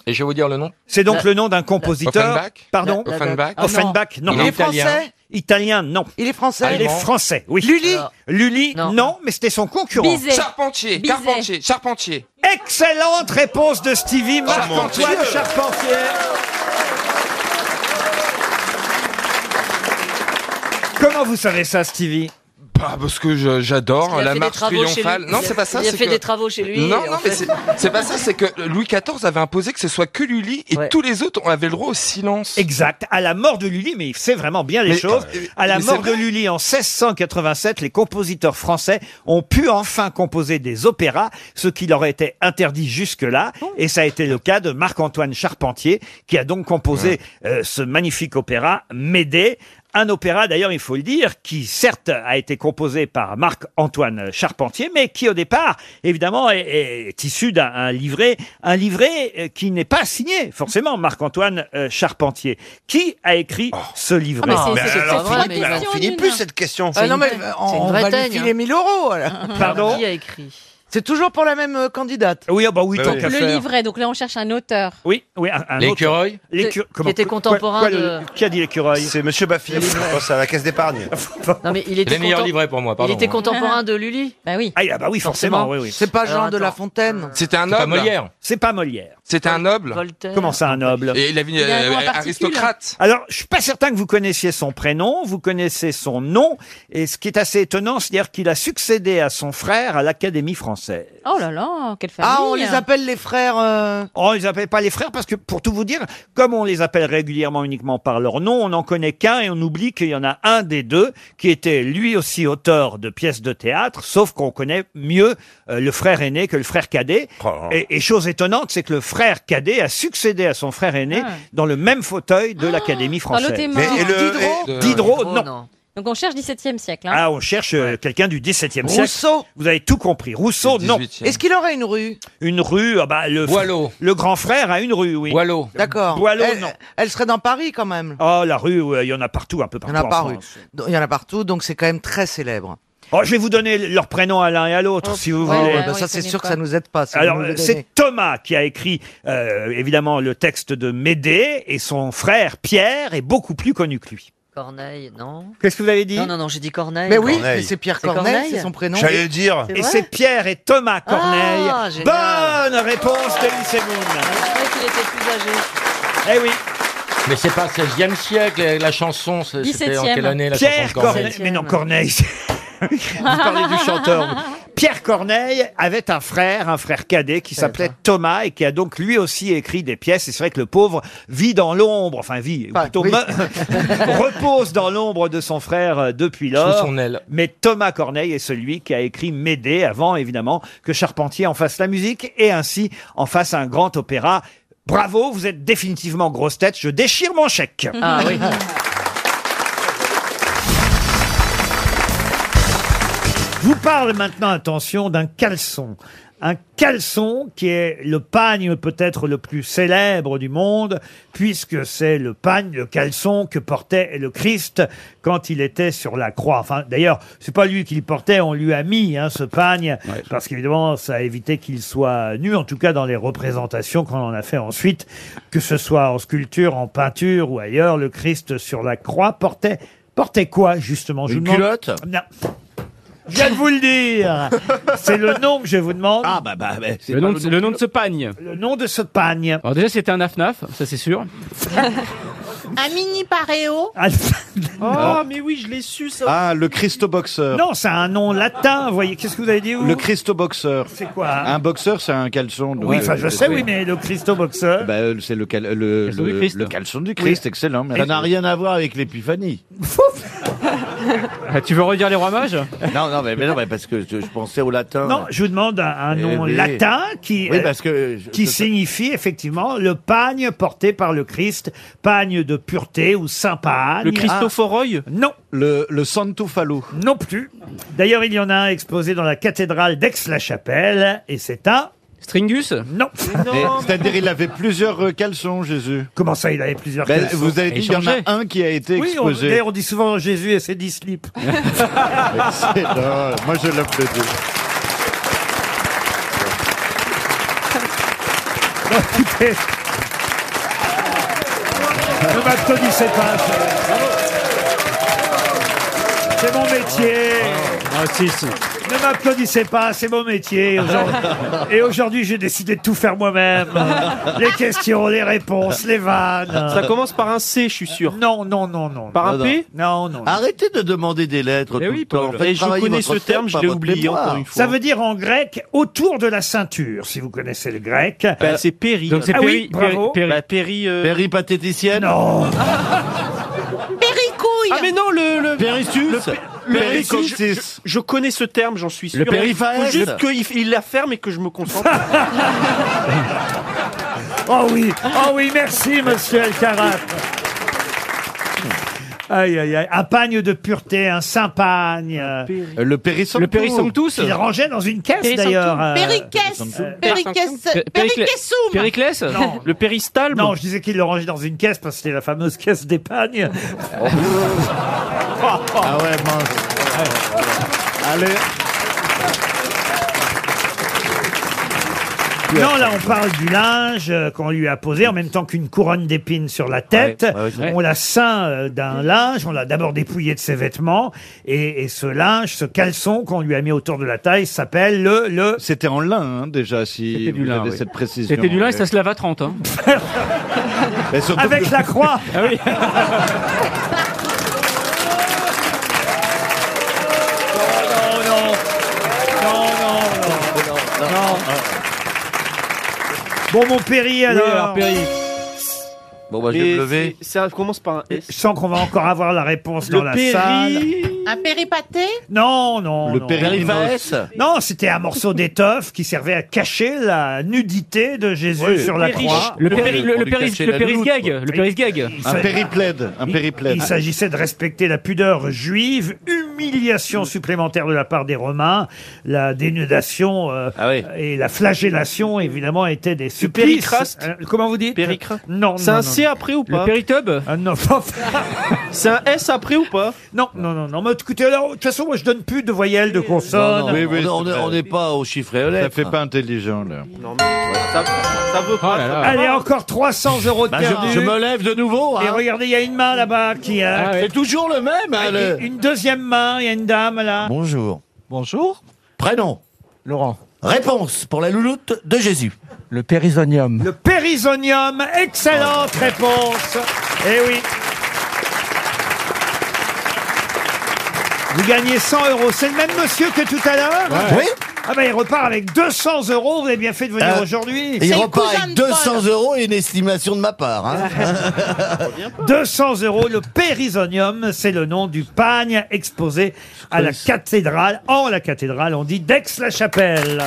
Et je vais vous dire le nom.
C'est donc le nom d'un compositeur.
Offenbach
Pardon
La- la- Offenbach Ah, non.
Offenbach, non.
Il est Il est français italien
Italien, non. Ah,
Il est français
Il est
Allemand
français, oui. Lully Lully, non, mais c'était son concurrent.
Charpentier, Carpentier, Charpentier.
Excellente réponse de Stevie, Marc-Antoine
Dieu.
Charpentier. Comment vous savez ça, Stevie
Bah, parce que je- j'adore
Parce qu'il a
la
fait des
marche
travaux chez
triomphale.
lui.
Non,
Il a-
c'est pas
il
ça.
a
c'est
fait
que-
des travaux chez lui,
Non,
et
non,
en fait-
mais c'est c'est pas ça. C'est que Louis XIV avait imposé que ce soit que Lully et tous les autres on avait le droit au silence.
Exact. À la mort de Lully, mais il sait vraiment bien les
Mais,
choses.
euh,
à la
mais
mort
c'est
de
vrai.
Lully en 1687, les compositeurs français ont pu enfin composer des opéras, ce qui leur était interdit jusque-là. Et ça a été le cas de Marc-Antoine Charpentier, qui a donc composé euh, ce magnifique opéra Médée. Un opéra, d'ailleurs, il faut le dire, qui certes a été composé par Marc-Antoine Charpentier, mais qui au départ, évidemment, est, est issu d'un un livret, un livret euh, qui n'est pas signé, forcément, Marc-Antoine euh, Charpentier. Qui a écrit ce livret
Ah, mais c'est- Mais c'est- alors, c'est Philippe,
fiction,
Ah,
alors, Philippe, Nina. plus cette question.
hein.
hein.
Ah non, mais euh, on, on va lui
Bretagne,
filer 1000 euros. alors.
Pardon
a écrit
C'est toujours pour la même euh, candidate.
Oui, ah bah oui,
Euh,
tant qu'à
Le
faire.
livret, donc là on cherche un auteur.
Oui, oui, un, un
L'écureuil
autre. L'écu-
Qui
comment-
était
quoi-
contemporain
quoi,
de-
le- Qui a dit l'écureuil
C'est Monsieur Baffy, je pense à la caisse d'épargne.
Non, mais il
était Les meilleurs contem- livrets pour moi, pardon.
Il était contemporain de Lully Bah oui.
Ah, bah oui, forcément, oui, oui.
C'est pas Jean
Alors,
de La
attends. Euh,
Fontaine.
C'était un
C'est pas
noble.
Molière. C'est pas Molière.
C'était un noble.
Voltaire.
Comment ça, un noble
Et il a une,
Il a un
euh,
nom en
particulier.
aristocrate.
Alors, je suis pas certain que vous connaissiez son prénom, vous connaissez son nom, et ce qui est assez étonnant, c'est-à-dire qu'il a succédé à son frère à l'Académie française.
Oh là là, quelle famille
Ah, on les appelle les frères. euh,
On les appelle Oh, pas les frères parce que, pour tout vous dire, comme on les appelle régulièrement uniquement par leur nom, on n'en connaît qu'un et on oublie qu'il y en a un des deux qui était lui aussi auteur de pièces de théâtre, sauf qu'on connaît mieux euh, le frère aîné que le frère cadet.
Oh,
Et, et chose étonnante, c'est que le frère cadet a succédé à son frère aîné
Ah.
dans le même fauteuil de l'Académie française.
Charlotte est mort. Mais- et le-
Diderot,
et- de-
Diderot,
Oh,
non.
Donc on cherche 17e siècle. hein.
Ah, on cherche euh, quelqu'un du XVIIe siècle.
Rousseau.
Vous avez tout compris. Rousseau, non.
Est-ce qu'il aurait une rue
Une rue, ah bah, le, fr- le grand frère a une rue, oui. Boileau.
D'accord. Eh,
Boileau,
elle,
non.
elle serait dans Paris quand même.
Oh, la rue, ouais, il y en a partout, un peu
Il y
partout.
en a
en
partout.
France.
Il y en a partout, donc c'est quand même très célèbre.
Oh, je vais vous donner leurs prénoms à l'un et à l'autre, si vous
Ouais,
voulez.
ouais, bah, ça, c'est sûr que ça nous aide pas. ça,
Alors, euh,
vous nous le
c'est
donnez.
Thomas qui a écrit, euh, évidemment, le texte de Médée, et son frère Pierre est beaucoup plus connu que lui.
Corneille, non
Qu'est-ce que vous avez dit
Non, non, non, j'ai dit Corneille.
Mais oui, Corneille. mais c'est Pierre
Corneille, c'est son prénom. J'allais le dire.
Et c'est Pierre et Thomas Corneille.
Ah, génial.
Bonne réponse de Lycémoun.
qu'il était plus âgé.
Eh oui.
Mais c'est pas 16e siècle, et la chanson, c'est- c'était en
17e.
quelle année la
Pierre
chanson de
Corneille. Mais non, Corneille. c'est- Vous parlez du chanteur. vous. Pierre Corneille avait un frère, un frère cadet qui s'appelait Thomas et qui a donc lui aussi écrit des pièces. Et c'est vrai que le pauvre vit dans l'ombre, enfin vit, ou plutôt
oui.
me- repose dans l'ombre de son frère euh, depuis lors.
son aile.
Mais Thomas Corneille est celui qui a écrit Médée avant évidemment que Charpentier en fasse la musique et ainsi en fasse un grand opéra. Bravo, vous êtes définitivement grosse tête. Je déchire mon chèque.
Ah oui.
Je vous parle maintenant, attention, d'un caleçon. Un caleçon qui est le pagne peut-être le plus célèbre du monde, puisque c'est le pagne, le caleçon que portait le Christ quand il était sur la croix. Enfin, d'ailleurs, c'est pas lui qui le portait, on lui a mis hein, ce pagne, parce qu'évidemment, ça a évité qu'il soit nu, en tout cas dans les représentations qu'on en a fait ensuite, que ce soit en sculpture, en peinture ou ailleurs, le Christ sur la croix portait portait quoi justement
Une
vous demande-
culotte
Non. Je viens de vous le dire. C'est le nom que je vous demande. Ah bah bah.
Le nom, de, le nom de ce pagne.
Le nom de ce pagne.
Alors déjà, c'était un afnaf, ça c'est sûr.
Un mini paréo.
Ah, mais oui, je l'ai su ça.
Ah, le Christo-boxeur.
Non, c'est un nom latin, vous voyez. Qu'est-ce que vous avez dit vous
Le Christo-boxeur. C'est
quoi
hein
Un boxeur, c'est un caleçon. de-
Oui, enfin je
euh,
sais, oui, mais le Christo-boxeur.
Bah, euh, c'est le, cal- euh, le,
Caleçon du
le-
Christ.
le caleçon du Christ,
Oui.
excellent. mais-
Ça n'a
rien à voir avec l'épiphanie.
Ah, tu veux redire les rois mages
Non, non, mais, mais non, mais parce que je, je pensais au latin.
Non, je vous demande un, un
Eh
nom
oui.
latin qui
Oui,
euh,
parce que je-
qui
je-
signifie effectivement le pagne porté par le Christ, pagne de pureté ou saint pagne. Ah,
Le Christophoroi
Non.
Le, le Santofalo.
Non plus. D'ailleurs, il y en a un exposé dans la cathédrale d'Aix-la-Chapelle et c'est un.
Stringus
Non.
Mais, C'est-à-dire, il avait plusieurs euh, caleçons, Jésus.
Comment ça, il avait plusieurs
Ben,
caleçons
Vous avez dit, il y en a
Échangé.
un qui a été
Oui, on,
exposé.
d'ailleurs, on dit souvent Jésus et ses dix slips.
Excellent. Moi, je l'applaudis.
Bah, Écoutez. Ne m'applaudissez pas. c'est- C'est mon métier. Ne m'applaudissez pas, c'est mon métier. Aujourd'hui- Et aujourd'hui, j'ai décidé de tout faire moi-même. Les questions, les réponses, les vannes.
Ça commence par un C, je suis sûr.
Non, non, non, non.
Par un
Non,
P
Non, non.
Arrêtez de demander des lettres
Mais
tout
Eh oui,
le temps.
Paul.
Faites
Et je
travailler
connais
votre
ce
tête
terme, je
par
l'ai
votre
oublié
mémoire.
encore une
Ça veut dire en grec autour de la ceinture, si vous connaissez le grec.
Ben,
Bah, c'est Péri.
euh, Donc c'est
Ah
Péri-
oui,
bravo.
Péri. Bah, Péri, euh,
Péripatéticienne
Non
Péricouille.
Ah mais non, le... le
Périsus.
le pé- le
Péricotis.
Périsus, Je, je- je connais ce terme, j'en suis sûr.
Le périphase.
Faut juste qu'il il la ferme et que je me concentre.
Oh oui, oh oui, merci Monsieur Alcarat. Aïe, aïe, aïe. Un pagne de pureté, un saint pagne.
Euh, Le Périsanctus.
Le Périsanctus.
Il rangeait dans une caisse
Périsanctus.
d'ailleurs. euh,
Péricaisse.
euh,
Péricaisse. Périclès- Périclès
Non.
Le péristalbe
Non, je disais qu'il le rangeait dans une caisse parce que c'était la fameuse caisse d'épargne.
Oh.
Ah ouais, mince. Allez.
Maintenant, là, on parle du linge euh, qu'on lui a posé en même temps qu'une couronne d'épines sur la tête. On la ceint euh, d'un linge, on l'a d'abord dépouillé de ses vêtements. Et, et ce linge, ce caleçon qu'on lui a mis autour de la taille s'appelle le... le...
C'était en lin, hein, déjà, si
C'était du
vous
lin,
avez
oui.
cette précision.
C'était du lin et ça se lave à 30. Hein.
Et surtout-
euh, Avec la croix
Ah oui.
Bon, mon Perry, alors.
Bon,
bah, je vais me lever.
Ça commence par un
Je sens qu'on va encore avoir la réponse
Le
dans la
Perry.
salle.
Un péripaté
Non, non.
Le
non.
Périnos.
Non, c'était un morceau d'étoffe qui servait à cacher la nudité de Jésus
Oui.
sur la
Le péri-
croix.
le péri- le- le péris- le périsgag, le périsgag. Un périplède, un
Il-
périplède.
Il, s'agissait de respecter la pudeur juive, humiliation supplémentaire de la part des Romains, la dénudation euh,
Ah
et la flagellation, évidemment, étaient des supplices.
péricraste
Euh, Comment vous dites Péricraste Non,
C'est
non, non.
un C après ou pas
Le péritube Ah, Non. C'est un S après ou pas Non, non, non, non. Mais écoutez, alors, de toute façon, moi, je donne plus de voyelles, de consonnes.
Non, non, Oui, oui, on- c'est on- vrai. on n'est
pas au chiffre et
Ça fait pas intelligent, là.
Ça, veut
Ah,
pas. Allez, encore 300 euros de
Bah, je-
perdu.
je me lève de nouveau,
Et
hein.
regardez, il y a une main là-bas qui a.
Ah ouais. C'est
toujours le même.
le-
Une deuxième main, il y a une dame là.
Bonjour.
Bonjour.
Prénom. Laurent. Réponse pour la louloute de Jésus.
Le périsonium. Le périsonium, excellente
Ah.
réponse. Eh oui. Vous gagnez 100 euros. C'est le même monsieur que tout à l'heure
Ouais. Oui.
Ah ben il repart avec 200 euros. Vous avez bien fait de venir
Euh,
aujourd'hui.
Il repart avec 200 euros et une estimation de ma part. hein.
200 euros, le périsonium, c'est le nom du pagne exposé à la cathédrale, en la cathédrale, on dit d'Aix-la-Chapelle.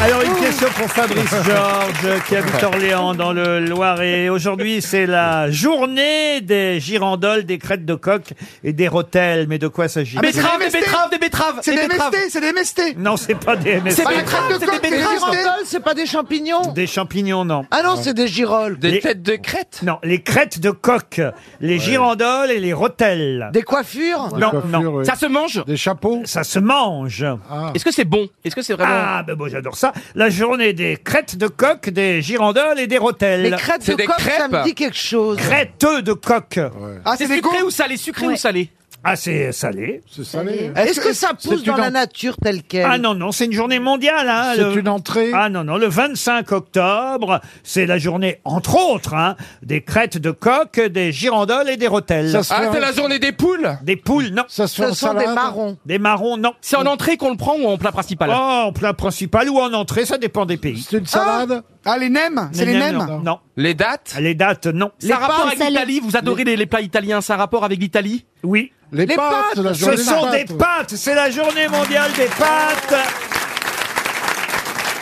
Alors une question pour Fabrice Georges qui habite Orléans dans le Loiret. Aujourd'hui c'est la journée des girandoles, des crêtes de coq et des rotelles. Mais de quoi
Ah, mais
s'agit-il
c'est des MST.
des betteraves,
C'est
des
des
betteraves.
MST, c'est des MST.
Non c'est pas des MST.
C'est pas des crêpes de coq, c'est des girandoles, c'est pas des champignons.
Des champignons, non.
Ah non, c'est des girolles. Des têtes
de crête Non, les crêtes de coq, les girandoles et les rotelles. Des coiffures
Des
Non,
coiffures,
non.
oui. Ça se
mange Des chapeaux Ça se mange.
Est-ce que c'est bon Est-ce que c'est vraiment.
Ah, ben bon, j'adore ça. La journée des crêtes de coq, des girandoles et des rotelles.
Les crêpes de coq, ça me dit quelque chose.
Crêtes de coq.
Ah, c'est C'est des sucré
ou salé Sucré
ou Ouais.
salé Ah, c'est salé. C'est salé. hein.
Est-ce que ça pousse dans la nature telle qu'elle
Ah non, non, c'est une journée mondiale. Hein,
C'est une
entrée Ah non, non, le 25 octobre, c'est la journée, entre autres, hein, des crêtes de coq, des girandoles et des rotelles.
Ça se Ah, fait en- c'est la journée
des poules Des poules, non. Ça
se fait Ce en sont des salade marrons.
Des marrons, non. C'est en entrée qu'on le prend ou en plat principal Oh, en plat principal ou en entrée, ça dépend des pays. C'est une
salade Ah, les nems C'est les nems
Non. Les dates Les dates, non.
Ça a rapport avec l'Italie Vous adorez les, les plats italiens, ça a rapport avec l'Italie
Oui.
Les,
pâtes, ce sont des pâtes, c'est la journée mondiale des pâtes.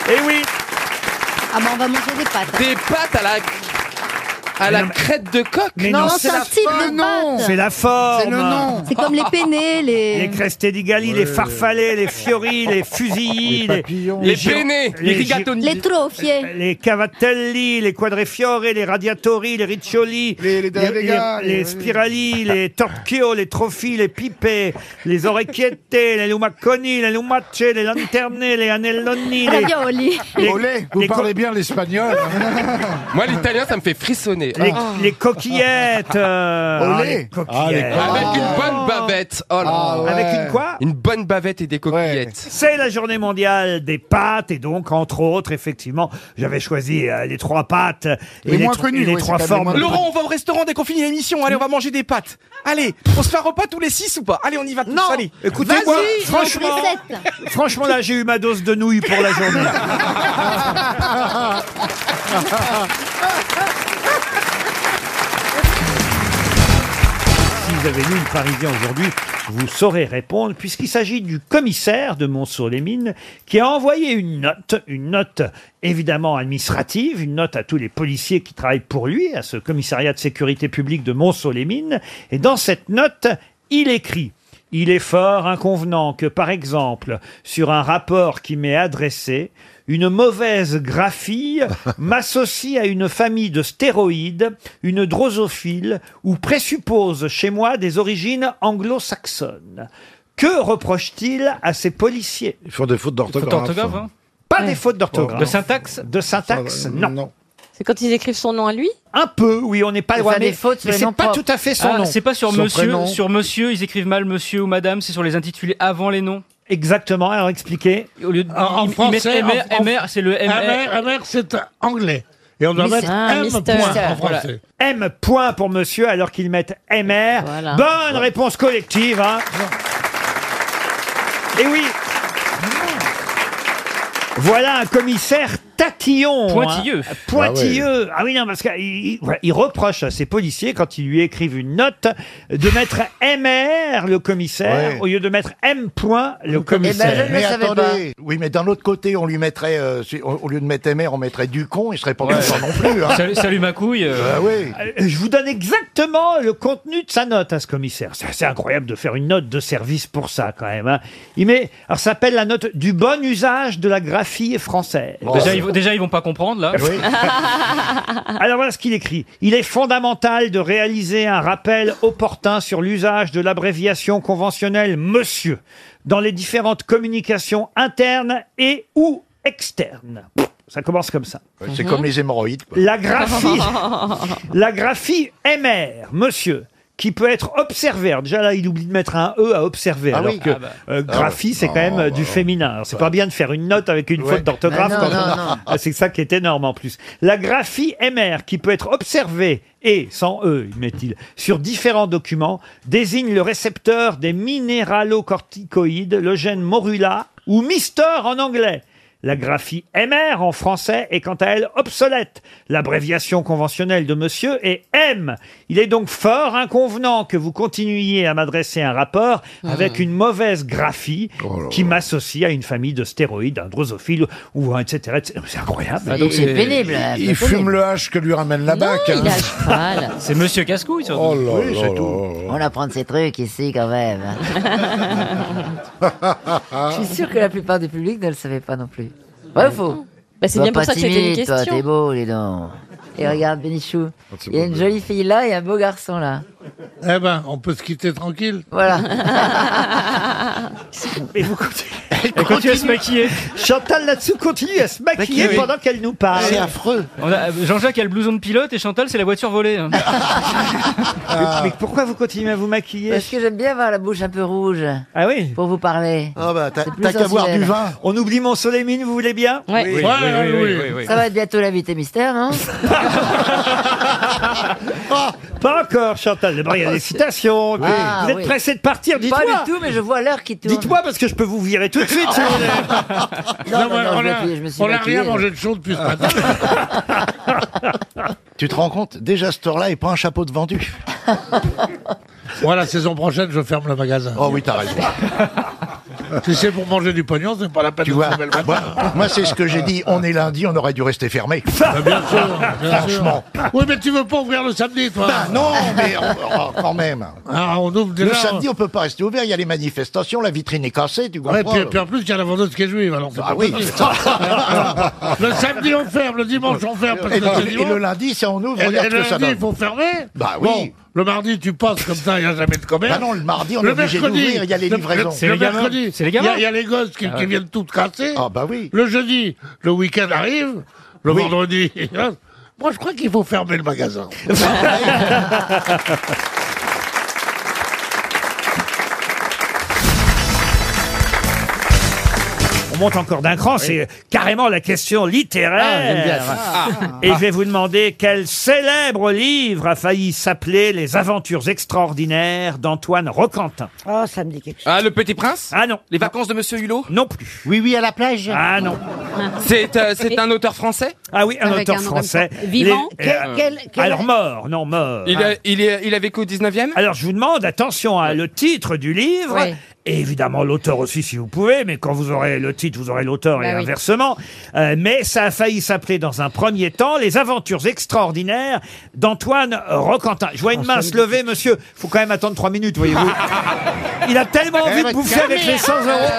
Et Eh oui.
Ah, mais on va manger des pâtes.
Des pâtes à la, à la crête de coq.
Mais non, c'est Ah, la
de pâtes.
C'est la forme.
C'est le nom. C'est comme les penne, les-
Les crestés di Galli, les farfalets, les fiori, les fusilli, les
papillons. Les
gir-
penne, les
gir-
rigatoni. Les
trofiers.
les cavatelli, les quadrifiori, les radiatori, les riccioli, les,
Dalega,
les- les
les-
spirali, les torchio, les trophies, les pipés, les orecchiette, les lumaconi, les lumace, les lanterne, les anelloni, les
Ravioli.
Olé, vous parlez bien l'espagnol.
Moi, l'italien, ça me fait frissonner.
Les,
Ah.
les coquillettes. euh,
Olé.
ah, les coquillettes.
Ah.
Avec une bonne bavette. Oh là
Ah
là.
ouais. Avec une quoi
Une bonne bavette et des coquillettes.
C'est la journée mondiale des pâtes et donc, entre autres, effectivement, j'avais choisi euh, les trois pâtes et
Les moins
tro-
connus,
et les
oui,
trois
c'est quand même
formes.
les moins connus. Laurent, on va au restaurant dès qu'on finit l'émission. Allez, on va manger des pâtes. Allez, on se fait un repas tous les six ou pas Allez, on y va tous.
Non,
Allez,
écoutez-moi, franchement, franchement, là, j'ai eu ma dose de nouilles pour la journée. Si vous avez lu le Parisien aujourd'hui, vous saurez répondre, puisqu'il s'agit du commissaire de Monceau-les-Mines qui a envoyé une note, une note évidemment administrative, une note à tous les policiers qui travaillent pour lui, à ce commissariat de sécurité publique de Monceau-les-Mines. Et dans cette note, il écrit il est fort inconvenant que, par exemple, sur un rapport qui m'est adressé, une mauvaise graphie m'associe à une famille de stéroïdes, une drosophile, ou présuppose chez moi des origines anglo-saxonnes. Que reproche-t-il à ces policiers
Ils font des fautes d'orthographe.
d'orthographe, hein. Pas des fautes d'orthographe.
De
syntaxe De syntaxe,
Ça va,
non.
C'est quand ils écrivent son nom à lui
Un peu, oui, on n'est pas loin. mais- mais c'est pas tout à fait son nom.
Ah, C'est pas sur
Son
monsieur,
prénom.
sur monsieur, ils écrivent mal monsieur ou madame, c'est sur les intitulés avant les noms.
Exactement, alors expliquez.
Au lieu de,
En, en
ils- ils
français,
mettent
en- en-
MR, MR, c'est le
MR,
MR.
MR, c'est anglais. Et on doit mettre M point en français.
M point pour monsieur alors qu'ils mettent MR. Bonne réponse collective. Hein. Et oui. Voilà un commissaire tatillon. hein.
Pointilleux.
Pointilleux. Ah, oui, non, parce qu'il il- voilà, il reproche à ses policiers, quand ils lui écrivent une note, de mettre MR, le commissaire,
Ouais.
au lieu de mettre M. point, le
Eh
commissaire.
ben, je ne le savais pas. Oui, mais d'un autre côté, on lui mettrait, euh, si- au au lieu de mettre MR, on mettrait du con, il serait pas content non plus. hein.
Salut, salut ma couille.
Ah oui.
Euh, Je vous donne exactement le contenu de sa note à ce commissaire. C'est assez incroyable de faire une note de service pour ça, quand même. hein. Il met, alors, ça s'appelle la note du bon usage de la graphie française.
Oh.
Déjà, ils, vont- déjà, ils vont pas comprendre là.
Alors voilà ce qu'il écrit. Il est fondamental de réaliser un rappel opportun sur l'usage de l'abréviation conventionnelle monsieur dans les différentes communications internes et ou externes. Pff, Ça commence comme ça.
C'est comme les hémorroïdes. quoi.
La graphie, la graphie MR, monsieur, qui peut être observée. Alors déjà là, il oublie de mettre un E à observer,
Ah
alors
oui.
que
Ah bah.
euh, graphie, c'est quand même euh, du féminin. Alors, C'est pas bien de faire une note avec une
Ouais.
faute d'orthographe.
Ah non,
quand
non,
on-
non.
Ah, C'est ça qui est énorme en plus. La graphie MR, qui peut être observée et, sans E, met-il, sur différents documents, désigne le récepteur des minéralocorticoïdes, le gène morula ou mister en anglais. La graphie MR en français est quant à elle obsolète. L'abréviation conventionnelle de monsieur est M. Il est donc fort inconvenant que vous continuiez à m'adresser un rapport avec une mauvaise graphie
Oh
qui m'associe à une famille de stéroïdes, un drosophile ou un etc. etc. C'est incroyable.
Ah, donc c'est pénible, hein,
Il,
c'est
fume
pénible.
le hache que lui ramène la bac. hein.
C'est Monsieur Cascouille. surtout.
Oh là là là
On apprend de ces trucs ici quand même.
Je suis sûr que la plupart du public ne le savait pas non plus.
Vrai ou faux
Bah, c'est
Sois
bien pour
pas
ça que c'était une
timide, toi,
question.
T'es beau, les dents.
Et regarde, Bénichou,
Ah,
c'est
il y a
bon,
une
mais-
jolie fille là et un beau garçon là.
Eh ben, on peut se quitter tranquille.
Ah, Voilà.
Et vous continuez, continue à se maquiller. Chantal là-dessous continue à se maquiller
Maquiller, oui.
pendant qu'elle nous parle.
C'est
affreux.
On a- Jean-Jacques a le blouson de pilote et Chantal c'est la voiture volée. hein.
Ah, Mais pourquoi vous continuez à vous maquiller
Parce que j'aime bien avoir la bouche un peu rouge.
Ah oui
Pour vous parler.
Ah bah, t'as
C'est plus
t'as qu'à boire du
sensuel.
vin.
On oublie mon soleil mine, vous voulez bien
Ouais.
Oui, oui, oui, oui, oui, oui.
Ça va être bientôt l'invité mystère, non
Pas encore, Chantal. D'abord, il y a des citations.
Oui. Oh, Ah,
vous êtes
oui.
pressé de partir, dites-moi.
Pas du tout, Oh. mais je vois l'heure qui tourne.
Dites-moi parce que je peux vous virer tout de suite hein. si vous voulez.
Non, non,
mais
non,
on
je
a-
me suis- je me suis
on n'a
maquillée,
rien
moi.
mangé de chaud depuis ce matin.
Tu te rends compte Déjà, ce tour-là, il prend un chapeau de vendu.
Moi, la saison prochaine, je ferme le magasin.
Oh oui, t'as raison.
Si c'est pour manger du pognon, c'est pas la peine
Tu
de
vois,
fermer le magasin.
moi, moi, c'est ce que j'ai dit. On est lundi, on aurait dû rester fermé.
Bah, bien sûr, bien sûr.
Franchement.
Oui, mais tu veux pas ouvrir le samedi, toi
Bah non, mais on- on- quand même.
Ah, on ouvre déjà.
Le samedi, on peut pas rester ouvert. Il y a les manifestations, la vitrine est cassée, tu comprends
Ouais, puis, puis en plus, il y a la vendeuse qui est juive, alors c'est
oh. Ah
pas
oui.
possible. Alors, le samedi, on ferme, le dimanche, on ferme. Parce
et,
que c'est
le, et
dimanche.
le lundi, c'est on ouvre,
Et-
regarde
et
ce
le
que ça
lundi,
donne.
il faut fermer
Bah oui.
Bon, le mardi, tu passes comme ça, il n'y a jamais de commerce.
Bah non, le mardi, on est obligé d'ouvrir, il y a les
le-
livraisons.
le-
C'est
le
les gamins.
mercredi,
C'est les
il y a-
gamins.
Il y, a les gosses qui,
Ah
qui
ouais.
viennent tout casser.
Ah bah oui.
Le jeudi, le week-end arrive. Le vendredi, moi, je crois qu'il faut fermer le magasin.
On monte encore d'un cran, c'est carrément la question
Ah, j'aime bien
littéraire.
ça.
Eh, Et je vais vous demander quel célèbre livre a failli s'appeler Les aventures extraordinaires d'Antoine Roquentin.
Oh, ça me dit quelque
Ah, le petit prince Ah non. Les vacances de Monsieur Hulot Non plus. Oui, oui, à la plage Ah non.
C'est euh, c'est un auteur français
Ah oui, un
Avec
auteur
un nom comme
français.
ça. Vivant
Les-
Quel-
euh,
quel- quel-
Alors mort, non mort. Ah.
il a, il, est- il a vécu au 19e
Alors je vous demande, attention à le titre du livre,
Ouais.
et évidemment l'auteur aussi si vous pouvez, mais quand vous aurez le titre, vous aurez l'auteur et
Bah oui.
inversement. Euh, mais ça a failli s'appeler dans un premier temps Les aventures extraordinaires d'Antoine Roquentin. Je vois une main se lever, monsieur. Faut quand même attendre trois minutes, voyez-vous. Eh, Il a tellement envie de bouffer avec les 100 euros.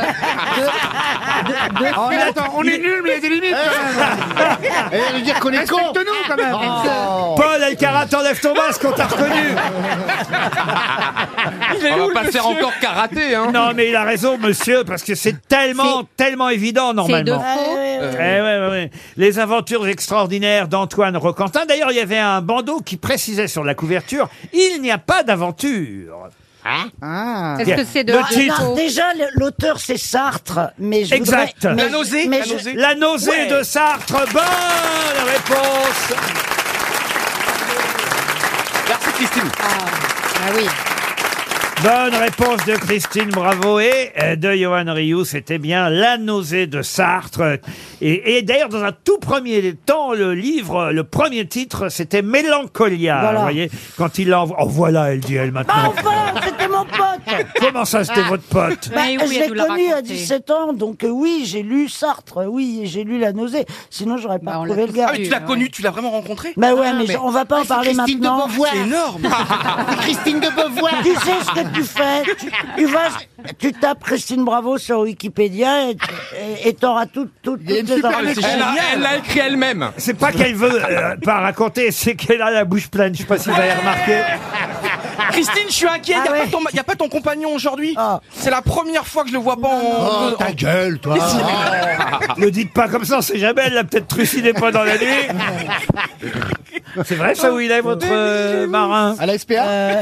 Oh,
On est- attends, on est nuls, mais il y a des limites.
Oh. dire qu'on est con. nous quand même. Paul Alcarat, enlève ton masque, on t'a reconnu. On va pas faire encore karaté, hein Non, mais il a raison, monsieur, parce que c'est tellement, tellement évident, normalement.
faux.
Eh ouais, ouais, ouais. Les aventures extraordinaires d'Antoine Roquentin. D'ailleurs, il y avait un bandeau qui précisait sur la couverture « Il n'y a pas d'aventure ». Hein
Est-ce que c'est de
Le titre.
Alors, Déjà, le- l'auteur c'est Sartre, mais je
Exact.
voudrais- mais- mais je-
La nausée de Sartre. Bonne réponse.
Merci Christine. Ah,
bah
ah oui.
Bonne réponse de Christine Bravo et euh, de Johan Rioux. C'était bien La nausée de Sartre. Et, et d'ailleurs, dans un tout premier temps, le livre, le premier titre, c'était Mélancolia.
Voilà.
Vous voyez, quand il l'envoie. Oh voilà, elle dit elle maintenant.
enfin, c'était mon pote
Comment Oh, ça, c'était votre pote
Bah,
Mais Ah. oui,
Je
elle
l'ai
nous l'a
connu à
raconté.
17 ans, donc euh, oui, j'ai lu Sartre, oui, et j'ai lu La nausée. Sinon, j'aurais
Bah,
pas trouvé le gars.
Ah, mais tu l'as connu, tu l'as vraiment rencontré
Bah ouais, mais, on va
ah,
pas en parler maintenant.
C'est énorme.
Christine de Beauvoir. Tu sais ce que tu fais tu, tu vas, tu tapes Christine Bravo sur Wikipédia et- et et t'auras tout, tout, toutes les informations.
écrit elle-même. C'est pas qu'elle veut euh, pas raconter, c'est qu'elle a la bouche pleine. Je sais pas si vous avez remarqué.
Ah
Christine, je suis inquiet,
Ah
il n'y a pas ton compagnon aujourd'hui. C'est la première fois que je le vois pas en.
Oh, ta gueule, toi. Ne dites pas comme ça, on sait jamais, elle l'a peut-être trucidé pendant la nuit. C'est vrai ça où il est votre euh, marin À la SPA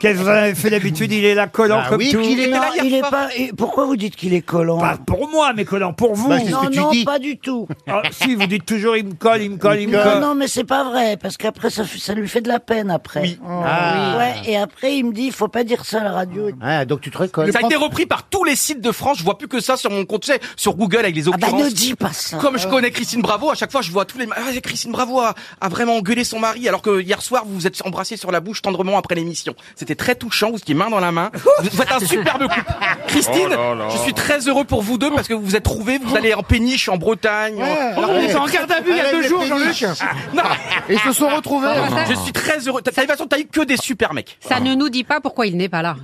Qu'est-ce que vous en avez fait d'habitude Il est là collant comme tout.
Non, il Bah est pas. et Pourquoi vous dites qu'il est collant
Pas pour moi, mais collant pour vous.
Bah, c'est ce que Non, tu non, dis. pas du tout.
Ah, si, vous dites toujours il me colle, il me colle, il me
Non,
colle.
non, mais c'est pas vrai, parce qu'après, ça, fait- ça lui fait de la peine après. Oh,
Ah.
Ouais, et après, il me dit, il faut pas dire ça à la radio.
Ah, donc tu te
Euh,
récoltes. Ça a été repris par tous les sites de France. Je vois plus que ça sur mon compte, tu sais, sur Google avec les occurrences.
Ah bah, ne dis pas ça.
Comme je
Ah.
connais Christine Bravo, à chaque fois je vois tous les. Ah, Christine Bravo a, a vraiment engueulé son mari alors que hier soir vous vous êtes embrassés sur la bouche tendrement après l'émission. C'était très touchant, vous étiez main dans la main. Vous vous êtes un superbe couple. Christine,
Oh là là.
je suis très heureux pour vous deux parce que vous vous êtes trouvés. Vous allez en péniche en Bretagne. en-
On était en garde à vue il y a deux jours, Jean-Luc.
Ah, Non.
Et ils se sont retrouvés.
Je suis très heureux. T'as- t'as- De toute façon, t'as eu que des super mecs.
Ça ne nous dit pas pourquoi il n'est pas là.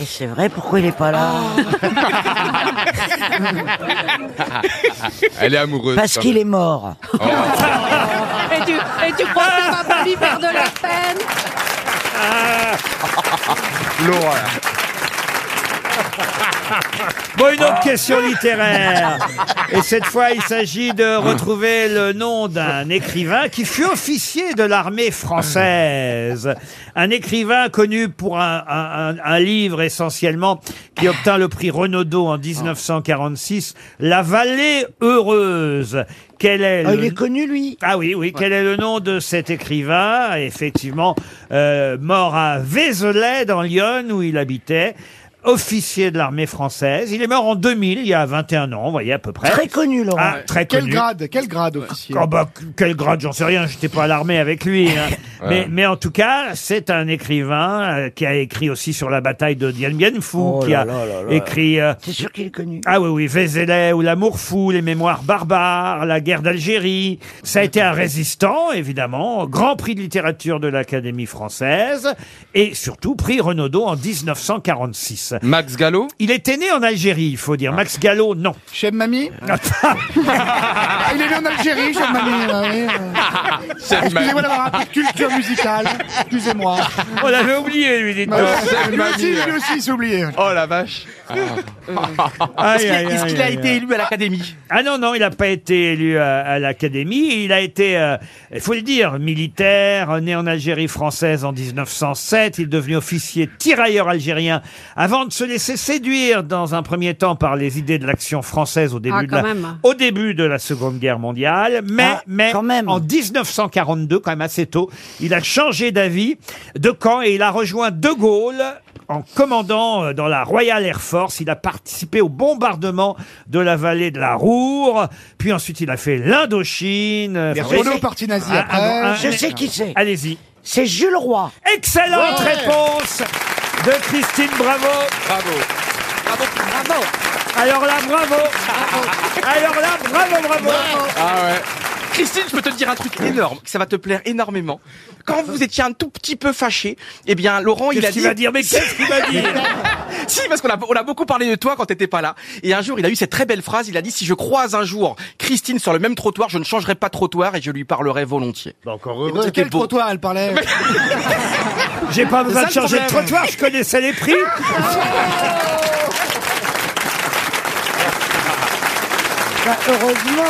Et c'est vrai, pourquoi il est pas là
Elle est amoureuse.
Parce qu'il est mort.
Et tu, et tu crois que c'est pas pour lui faire de la peine
L'horreur.
Bon, une autre question littéraire. Et cette fois, il s'agit de retrouver le nom d'un écrivain qui fut officier de l'armée française. Un écrivain connu pour un, un- un- un livre essentiellement qui obtint le prix Renaudot en 1946, La Vallée heureuse. Quel est
Ah,
le...
il est connu, lui.
Ah oui, oui. Quel est le nom de cet écrivain Effectivement, euh, mort à Vézelay, dans Lyon, où il habitait. Officier de l'armée française. Il est mort en 2000, il y a 21 ans, vous voyez, à peu près.
Très connu, Laurent.
Ah, très
Quel
connu.
grade Quel grade officier
Oh bah, quel grade, j'en sais rien, j'étais pas à l'armée avec lui. hein. mais,
Ouais.
mais en tout cas, c'est un écrivain euh, qui a écrit aussi sur la bataille de Dien Bien Phu,
Oh
qui
là
a
là là là.
écrit... euh,
C'est sûr qu'il est connu.
ah oui, oui, Vézelay ou L'amour fou, Les mémoires barbares, La guerre d'Algérie. Ça a été un résistant, évidemment, grand prix de littérature de l'Académie française et surtout prix Renaudot en 1946. Max Gallo Ah. Il était né en Algérie, il faut dire. Max Gallo, non. Chez Mamie
Ah, Il est né en Algérie, chère mamie. Ah oui, euh.
C'est
Excusez-moi
mal.
d'avoir un peu de culture musicale. Excusez-moi.
On l'avait Oh, oublié, lui, dites
Bah,
donc.
Lui aussi, lui aussi, c'est oublié.
Oh la vache.
Est-ce qu'il- Ah. est-ce qu'il a été élu à l'académie
Ah non, non, il n'a pas été élu à, à l'académie. Il a été, euh, il faut le dire, militaire, né en Algérie française en 1907. Il est devenu officier tirailleur algérien avant de se laisser séduire dans un premier temps par les idées de l'action française au début,
Ah,
de,
quand
la,
même.
au début de la Seconde Guerre mondiale. Mais, mais en 1942, quand même assez tôt, il a changé d'avis de camp et il a rejoint De Gaulle en commandant euh, dans la Royal Air Force. Il a participé au bombardement de la vallée de la Roure. Puis ensuite, il a fait l'Indochine.
Il est
Enfin,
retourné
je-
au parti nazi
Ah,
après.
ah, ah,
Je
mais-
sais qui c'est.
Allez-y.
C'est Jules Roy.
Excellente
Ouais.
réponse de Christine Bravo. Bravo. Bravo. Bravo. Alors là, bravo. Alors là,
Ah,
bravo, bravo.
Ah,
Christine, je peux te dire un truc énorme, que ça va te plaire énormément. Quand vous étiez un tout petit peu fâché, eh bien, Laurent, il
Qu'est-ce
a dit.
qu'il va dire Mais qu'est-ce qu'il va dire
Si, parce qu'on a, on a beaucoup parlé de toi quand t'étais pas là. Et un jour, il a eu cette très belle phrase. Il a dit Si je croise un jour Christine sur le même trottoir, je ne changerai pas de trottoir et je lui parlerai volontiers.
encore
heureux.
De quel trottoir elle parlait
J'ai pas
C'est
besoin
ça
de
le
changer de
problème.
trottoir, je connaissais les prix.
heureusement.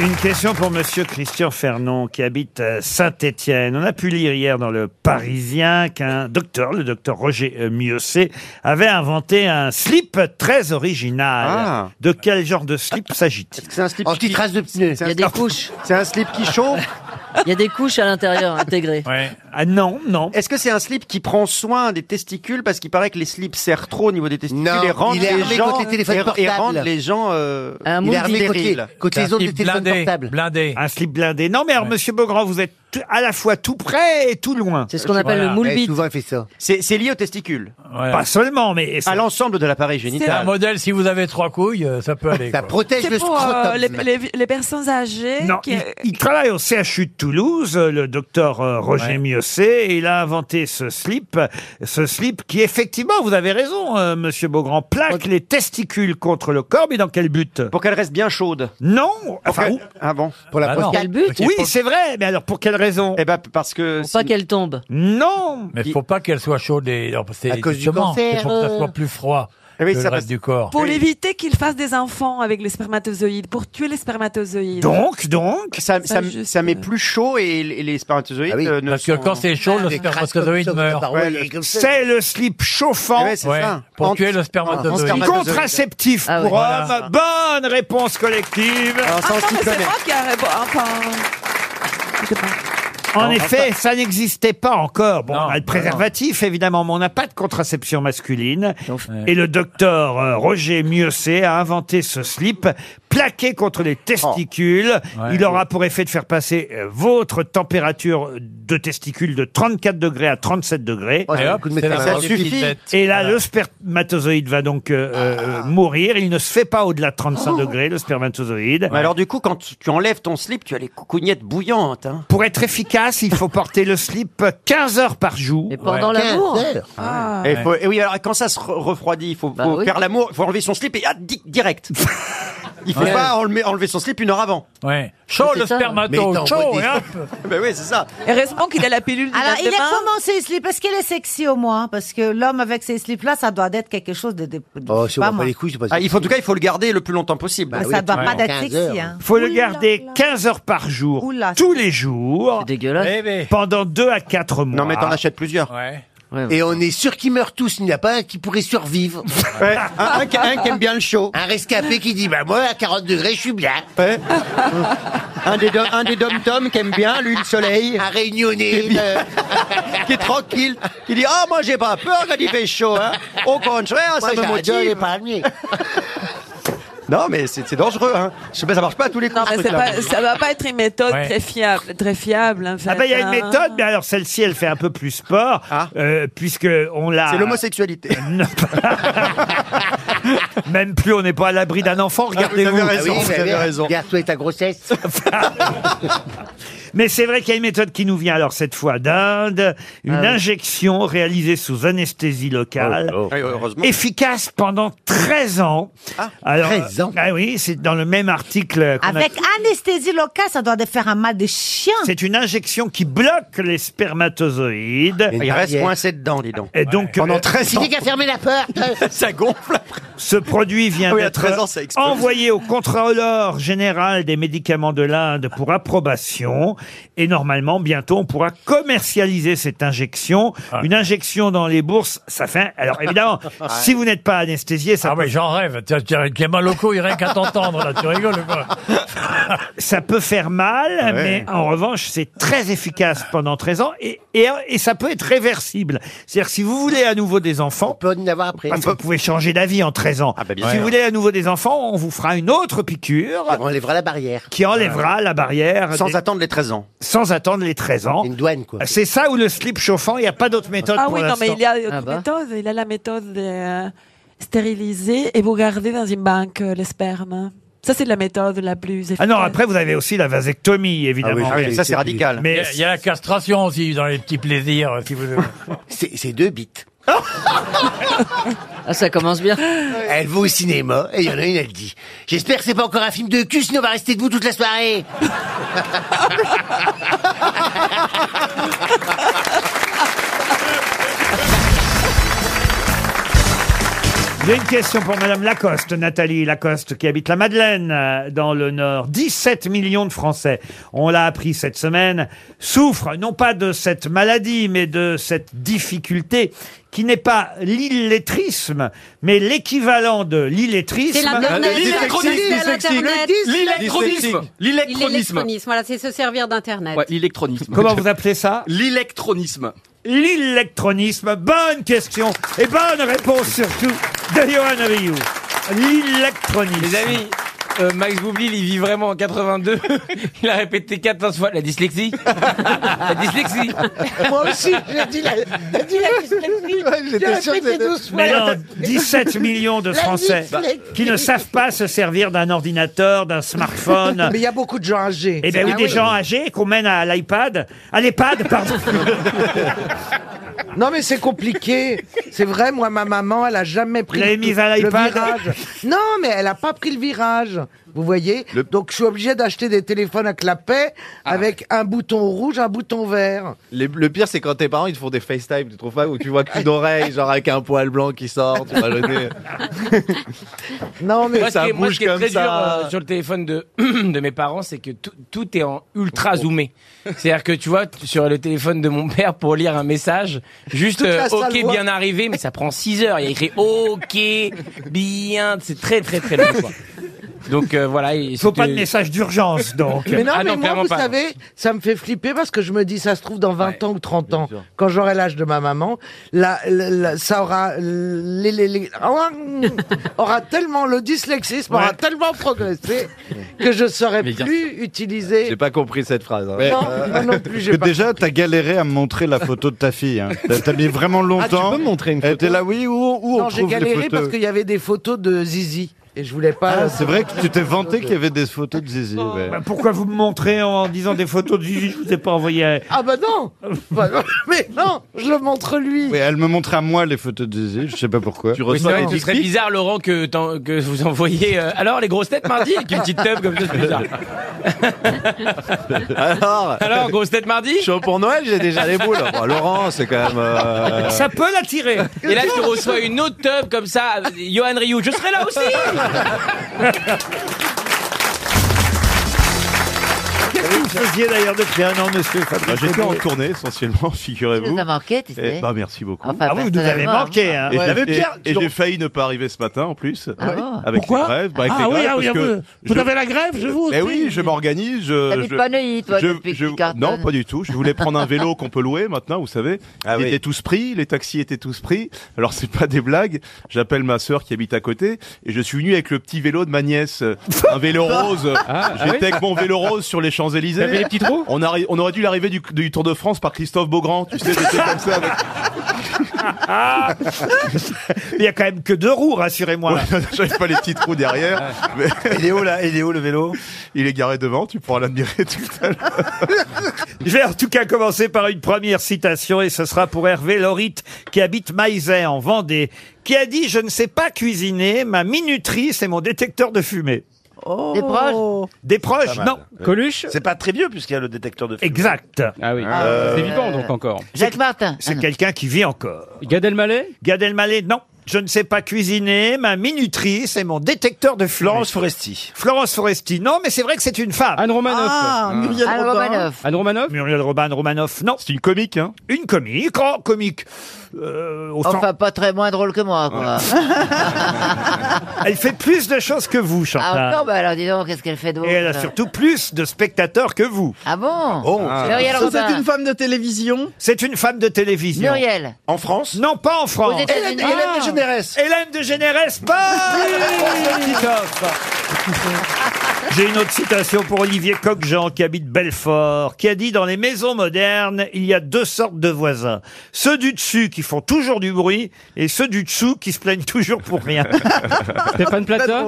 Une question pour Monsieur Christian Fernon qui habite euh, Saint-Étienne. On a pu lire hier dans le Parisien qu'un docteur, le docteur Roger euh, Miocet, avait inventé un slip très original.
Ah.
De quel genre de slip s'agit-il
C'est un slip qui trace de pneus. Il y a des couches. C'est un slip qui chauffe. Il y a des couches à l'intérieur intégrées.
Ah non, non.
Est-ce que c'est un slip qui prend soin des testicules parce qu'il paraît que les slips serrent trop au niveau des testicules
Non,
et rendent
il est
les
armé
gens
contre les téléphones
et- et,
portables.
rendent les gens euh,
Il est armé côté-
stériles.
côté les autres des téléphones portables.
blindé. Un slip blindé. Non, mais alors, Monsieur Beaugrand, vous êtes tout- à la fois tout près et tout loin. C'est
ce qu'on appelle Voilà. le moule
Eh,
bite.
Souvent, il fait ça.
C'est c'est lié aux testicules.
Pas seulement, mais
à l'ensemble de l'appareil
C'est un
génital.
modèle, si vous avez trois couilles, euh, ça peut aller.
Ah Ça
quoi.
protège
C'est pour euh, les, les- les personnes âgées.
Non,
qui- euh,
il, il travaille au CHU de Toulouse, euh, le docteur euh, Roger Miocet, et il a inventé ce slip, euh, ce slip qui effectivement, vous avez raison, euh, Monsieur Beaugrand, plaque les testicules contre le corps, mais dans quel but Pour qu'elle reste bien chaude. Non. Enfin, Ah bon Pour
la Bah prostate. non. Quel but
Oui, c'est vrai. Mais alors pour quelle raison
Eh ben parce que
Pour pas qu'elle tombe.
non.
Mais il faut pas qu'elle soit chaude et non, c'est
À cause du
justement,
cancer,
c'est pour que ça
euh.
soit plus froid
Ah oui,
que
ça
le reste
passe-
du corps.
Pour éviter qu'il fasse des enfants avec les spermatozoïdes, pour tuer les spermatozoïdes.
donc,
ça,
Ça
ça,
juste, euh,
ça met plus chaud et, et les spermatozoïdes euh, ne
Ah Parce que
sont-
quand c'est chaud, le spermatozoïde meurt.
bah
C'est le slip chauffant.
Eh Ouais, c'est Ouais, ça. pour tuer le spermatozoïde.
Contraceptif
Ah oui.
pour
Voilà.
homme. Bonne réponse collective.
Ah non, mais c'est moi qui a... bon, enfin...
En
Non,
effet,
enfin-
ça n'existait pas encore. Bon, on a le préservatif, évidemment, mais on n'a pas de contraception masculine. Et le docteur euh, Roger Miocet a inventé ce slip plaqué contre les testicules.
Oh.
Il aura pour effet de faire passer euh, votre température de testicules de 34 degrés à 37 degrés.
Oh, j'ai Et hop, beaucoup de c'est médecins. la mort du petit bête.
Et là, le spermatozoïde va donc euh, euh,
Ah.
mourir. Il ne se fait pas au-delà de 35 degrés, le spermatozoïde.
Oh. Mais alors du coup, quand tu tu enlèves ton slip, tu as les coucougnettes bouillantes. Hein.
Pour être efficace, il faut porter le slip 15 heures par jour. Et
pendant Ouais. l'amour 15 heures.
Ah.
Et, faut- et oui, alors quand ça se re- refroidit, il faut,
Bah
faut
oui.
faire l'amour, il faut enlever son slip et ah, di- direct. Il faut
Ouais.
pas enlever, enlever son slip une heure avant.
Ouais. Chaud
C'est
le
ça.
spermato,
Mais
chaud
t'en
et hop
Ben oui, c'est ça.
Heureusement qu'il a la pilule du
Alors, il
lendemain.
a commencé les slips. Est-ce qu'elle est sexy au moins Parce que l'homme avec ces slips-là, ça doit être quelque chose de. de- de-
Oh,
je sais moi.
Ah, il faut, en tout cas, il faut le garder le plus longtemps possible.
Ah, ça doit pas d'être sexy. Hein.
faut le garder 15 heures par jour,
Oula.
tous les jours, Eh ben. pendant 2 à 4 mois.
Non, mais t'en achètes plusieurs.
Et on est sûr qu'ils meurent tous, il n'y a pas un qui pourrait survivre.
un, qui aime bien le chaud.
Un rescapé qui dit, bah moi, à 40 degrés, je suis bien.
un des dom- un des dom-toms qui aime bien, lui, le soleil.
Un réunionnais.
Qui est, bien-
euh,
qui est tranquille. Qui dit, ah, moi, j'ai pas peur quand il fait chaud, hein. Au contraire,
Moi,
ça me
j'adore les
motive.
palmiers.
Non, mais c'est c'est dangereux, hein. Je sais pas, ça marche pas à tous les coups.
Non,
ce
mais c'est
truc-là.
pas- ça va pas être une méthode
Ouais.
très fiable, très fiable. en fait,
Ah ben il y a une
hein.
méthode, mais alors celle-ci elle fait un peu plus sport, euh, puisque on l'a.
Ah. C'est l'homosexualité.
Non. Même plus on n'est pas à l'abri d'un enfant.
Ah
Regardez-vous. Ah
Garde-toi ta grossesse.
Mais c'est vrai qu'il y a une méthode qui nous vient alors cette fois d'Inde, une
Ah oui.
injection réalisée sous anesthésie locale,
Oh, oh. Oui, heureusement.
efficace pendant 13 ans. alors,
13
ans Ah oui, c'est dans le même article. qu'on a-
Avec anesthésie locale, ça doit de faire un mal de chien.
C'est une injection qui bloque les spermatozoïdes.
Il reste coincé dedans, dis donc.
Et donc,
Pendant
euh,
13
C'est qui qui a fermé la porte
Ça gonfle après. Ah
Ce produit vient
Oui, à
d'être
13 ans, ça explose.
envoyé au contrôleur général des médicaments de l'Inde pour approbation. Et normalement, bientôt, on pourra commercialiser cette injection.
Ah.
Une injection dans les bourses, ça fait... Alors évidemment, si vous n'êtes pas anesthésié, ça,
Ah ouais, j'en rêve. Tiens, tiens, Clément Loco, il rien qu'à t'entendre, là, tu rigoles ou quoi
ça peut faire mal,
Ah
mais en revanche, c'est très efficace pendant 13 ans et, et, et ça peut être réversible. C'est-à-dire, si vous voulez à nouveau des enfants...
On peut en avoir après.
Parce que vous pouvez changer d'avis en 13
Ah,
ans.
Bah,
bah,
bien
si
sûr.
vous voulez à nouveau des enfants, on vous fera une autre piqûre.
Ah, On enlèvera la barrière.
qui enlèvera la barrière
Euh, Sans
des-
attendre les 13 ans.
sans attendre les 13 ans. Une douane, quoi. C'est ça ou le slip chauffant, il n'y a pas d'autre méthode
Ah
pour
oui, non, mais
l'instant.
il y a autre
bah.
méthode. Il a la méthode de euh, stériliser et vous garder dans une banque euh, le sperme. Ça, c'est la méthode la plus efficace.
Ah non, après, vous avez aussi la vasectomie, évidemment.
Ah oui, ça, c'est Il
radical.
y
Mais
a- il y, a la castration aussi dans les petits plaisirs, euh, si vous voulez.
C'est deux bites.
Ah, ça commence bien.
Elle va au cinéma et il y en a une, elle dit J'espère que c'est pas encore un film de cul, sinon on va rester debout toute la soirée.
J'ai une question pour Madame Lacoste, Nathalie Lacoste, qui habite la Madeleine, euh, dans le Nord. 17 millions de Français, on l'a appris cette semaine, souffrent non pas de cette maladie, mais de cette difficulté qui n'est pas l'illettrisme, mais l'équivalent de l'illettrisme.
C'est la dernière
L'électronisme. L'électronisme.
Voilà, c'est se servir d'Internet.
Ouais, l'électronisme.
Comment vous appelez ça
L'électronisme.
L'électronisme. Bonne question et bonne réponse surtout de Johan Rioux. L'électronisme.
Les amis, euh, Max Boublil, il vit vraiment en 82. Il a répété 14 fois la dyslexie. la dyslexie.
Moi aussi, j'ai dit la, j'ai dit la dyslexie.
J'étais sûr que
répété
c'était-
12 fois.
Mais non, 17 millions de
La
Français
dyslexie.
qui ne savent pas se servir d'un ordinateur, d'un smartphone.
Mais il y a beaucoup de gens âgés. Ah
Eh bien oui, des gens âgés qu'on mène à l'iPad, à l'EHPAD, pardon.
Non mais c'est compliqué. C'est vrai, moi ma maman, elle a jamais pris
Vous l'avez
le-
mise à
le
l'iPad
virage. Non mais elle a pas pris le virage. Vous voyez Donc je suis obligé d'acheter des téléphones à clapet
Ah.
avec un bouton rouge, un bouton vert.
Les- le pire, c'est quand tes parents ils te font des FaceTime, tu trouves pas, où tu vois cul d'oreille, genre avec un poil blanc qui sort, tu vois le nez.
Non mais
moi, ce
ça
qui est, moi, ce
bouge
qui est
comme
très
ça.
dur euh, sur le téléphone de, de mes parents, c'est que tout, tout est en ultra zoomé. C'est-à-dire que tu vois, tu- sur le téléphone de mon père, pour lire un message, juste
Toute la
euh,
salle
OK,
voit.
bien arrivé, mais ça prend 6 heures. Il y a écrit OK, bien. C'est très, très, très long. Quoi. Donc euh, voilà. Il
Faut pas de message d'urgence, donc.
Mais non,
Ah
mais
non,
moi,
clairement
vous
pas.
savez, ça me fait flipper parce que je me dis, ça se trouve dans 20 ans ou 30 ans, quand j'aurai l'âge de ma maman, la, la- la- ça aura, les, les- les- aura tellement le dyslexisme aura tellement progressé que je saurais plus utiliser.
J'ai pas compris cette phrase. hein.
Mais- Non, moi non plus, j'ai
que
pas-
euh, déjà, t'as galéré à me montrer la photo de ta fille. hein. T'as- T'as mis vraiment longtemps.
Ah, tu peux me montrer une
Elle
photo
était là, oui, où, où on
non, j'ai
trouve les
galéré
photos
parce qu'il y avait des photos de Zizi et je voulais pas.
Ah, c'est vrai que tu t'es vanté qu'il y avait des photos de Zizi. ouais.
Bah, pourquoi vous me montrez en disant des photos de Gigi Je vous ai pas envoyé. à-
Ah bah non, Bah non, mais non, je le montre lui.
Oui, elle me montre à moi les photos de Zizi, je sais pas pourquoi. Tu
Oui, c'est vrai, ce serait bizarre, Laurent, que, t'en- que vous envoyiez. euh, alors, les grosses têtes mardi Avec une petite teub comme ça, c'est bizarre.
Alors,
Alors, grosse tête mardi
Chaud pour Noël, j'ai déjà les boules. Bon, Laurent, c'est quand même. euh,
Ça peut l'attirer.
Et là, tu reçois une autre teub comme ça, euh, Johan Rioux. Je serai là aussi
Qu'est-ce que vous faisiez d'ailleurs depuis un an, monsieur
Bah,
Fabrice
J'étais en
Eboué
tournée essentiellement,
Tu
figurez-vous.
nous as manqué, tu sais.
Eh
bah,
ben, merci beaucoup.
Enfin, Ah oui, vous nous avez personnellement, manqué, hein. hein.
Et
Ouais.
j'ai-
T'avais Pierre,
Et, et
tu-
j'ai failli ne pas arriver ce matin en plus.
Ah bon
avec
Pourquoi
les grèves. bah, avec
Ah
les
oui,
grèves,
ah oui,
parce
ah
que
oui. Vous avez la grève, je vous
Eh
aussi.
oui, je m'organise. Je,
T'habites
je-
pas Neuilly, toi, depuis que tu cartonnes.
Non, pas du tout. Je voulais prendre un vélo qu'on peut louer maintenant, vous savez. Ils étaient tous pris, les taxis étaient tous pris. Alors, c'est pas des blagues. J'appelle ma sœur qui habite à côté et je suis venu avec le petit vélo de ma nièce. euh, Un vélo rose.
Ah, ah
J'étais
oui.
avec mon vélo rose sur les Champs-Élysées.
T'avais les petits trous
on, arri- on aurait dû l'arrivée du, du Tour de France par Christophe Beaugrand. Tu sais, j'étais comme ça avec-
Il y a quand même que deux roues, rassurez-moi.
Ouais, J'avais pas les petits trous derrière. Il est où là Il est où le vélo Il est garé devant, tu pourras l'admirer tout à l'heure.
Je vais en tout cas commencer par une première citation et ce sera pour Hervé Laurite qui habite Maizet en Vendée, qui a dit Je ne sais pas cuisiner, ma minuterie c'est mon détecteur de fumée.
Des proches
Des proches, non.
Coluche C'est pas très vieux puisqu'il y a le détecteur de fumée.
Exact.
Ah oui.
Euh,
C'est vivant donc encore.
Jacques Martin.
C'est quelqu'un qui vit encore. Gad Elmaleh Gad Elmaleh, non. Je ne sais pas cuisiner, ma minuterie, c'est mon détecteur de fumée. Florence
Foresti.
Florence Foresti, non, mais c'est vrai que c'est une femme. Anne Romanoff.
Ah, Muriel Anne Robin. Romanoff.
Anne Romanoff. Muriel Robin, Romanoff, non.
C'est une comique, hein
Une comique, oh, comique. Euh, au
Enfin,
sens-
pas très moins drôle que moi, quoi.
Elle fait plus de choses que vous,
Ah
Chantal.
non, bah alors dis donc, qu'est-ce qu'elle fait d'autre
Et elle a surtout plus de spectateurs que vous.
Ah bon Muriel
Ah.
Robin.
femme de télévision C'est une femme de télévision.
Muriel.
En France Non, pas en France.
Aux États-Unis. Hélène-
Ah.
Hélène
DeGeneres. Hélène DeGeneres, bonne réponse de Titoff. J'ai une autre citation pour Olivier Coq-Jean qui habite Belfort, qui a dit dans les maisons modernes, il y a deux sortes de voisins. Ceux du dessus qui font toujours du bruit et ceux du dessous qui se plaignent toujours pour rien.
Stéphane Plaza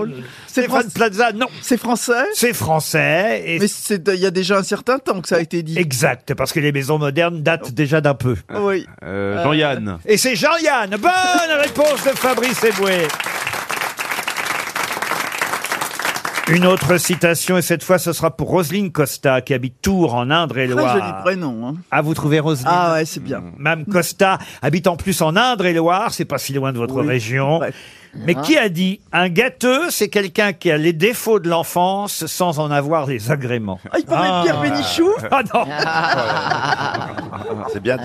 Stéphane Plaza, non.
C'est français
C'est français. Et...
Mais c'est- il y a déjà un certain temps que ça a été dit.
Exact, parce que les maisons modernes datent déjà d'un peu.
Oui.
Euh, Jean-Yann.
Et c'est Jean-Yann. Bonne réponse de Fabrice Eboué. Une autre citation, et cette fois ce sera pour Roselyne Costa, qui habite Tours en Indre-et-Loire.
Très joli prénom. hein.
Ah, vous trouvez Roselyne Hmm.
Ah ouais, c'est bien.
Mme Costa habite en plus en Indre-et-Loire, c'est pas si loin de votre région. Mais
Ah.
qui a dit un gâteux, c'est quelqu'un qui a les défauts de l'enfance sans en avoir les agréments
Ah, il parlait de Pierre Bénichou
Ah non
Ah.
C'est bien.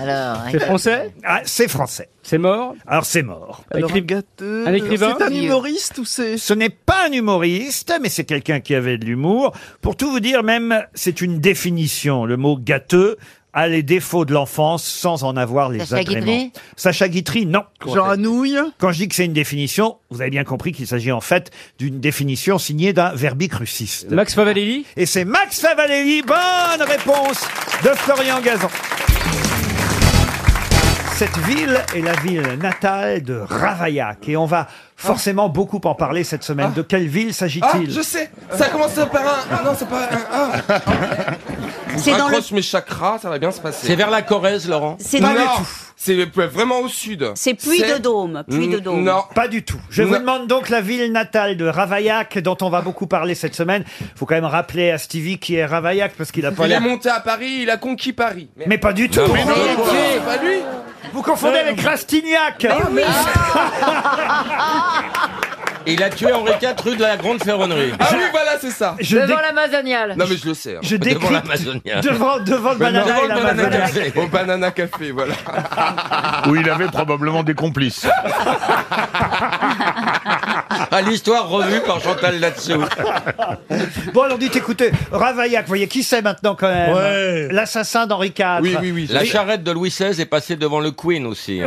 C'est français ah, C'est français. C'est mort Alors c'est mort.
Alors, un gâteux, C'est un humoriste ou c'est...
Ce n'est pas un humoriste, mais c'est quelqu'un qui avait de l'humour. Pour tout vous dire, même, c'est une définition. Le mot gâteux a les défauts de l'enfance sans en avoir les
Sacha
agréments.
Guitry
Sacha Guitry, non.
Jean
Anouille Quand je dis que c'est une définition, vous avez bien compris qu'il s'agit en fait d'une définition signée d'un verbicruciste. Max Favalelli Et c'est Max Favalelli, bonne réponse de Florian Gazan. Cette ville est la ville natale de Ravaillac et on va forcément beaucoup en parler cette semaine. De quelle ville
Ah,
s'agit-il
je sais Ça commence par un. Ah non, c'est pas un. Ah.
C'est
C'est
dans le-
mes chakras, ça va bien se passer.
C'est vers la Corrèze, Laurent
C'est
dans
non,
le-
c'est vraiment au sud.
C'est Puy-de-Dôme,
C'est-
Puy-de-Dôme.
Non.
Pas du tout. Je vous
Non.
demande donc la ville natale de Ravaillac, dont on va beaucoup parler cette semaine. Faut quand même rappeler à Stevie qui est Ravaillac, parce qu'il a pas
Il est
l'air...
monté à Paris, il a conquis Paris.
Mais pas du tout
mais non,
Mais
quoi.
qui
C'est pas lui
Vous confondez avec Rastignac Ah.
Il a tué Henri IV rue de la Grande Ferronnerie.
Ah oui, voilà, c'est ça.
Je
Devant
dé-
l'Amazoniale.
Non mais je le sais. hein.
Je
devant
décrypte-
l'Amazonia.
devant- devant le
Mais non,
banana
devant le
et
banana
l'Amazonia.
café. Au banana café, voilà.
Où il avait probablement des complices.
À l'histoire revue par Chantal Latsou.
Bon, alors dites, écoutez, Ravaillac, vous voyez, qui c'est maintenant quand même
Ouais.
L'assassin d'Henri IV.
La charrette de Louis XVI est passée devant le Queen aussi. hein.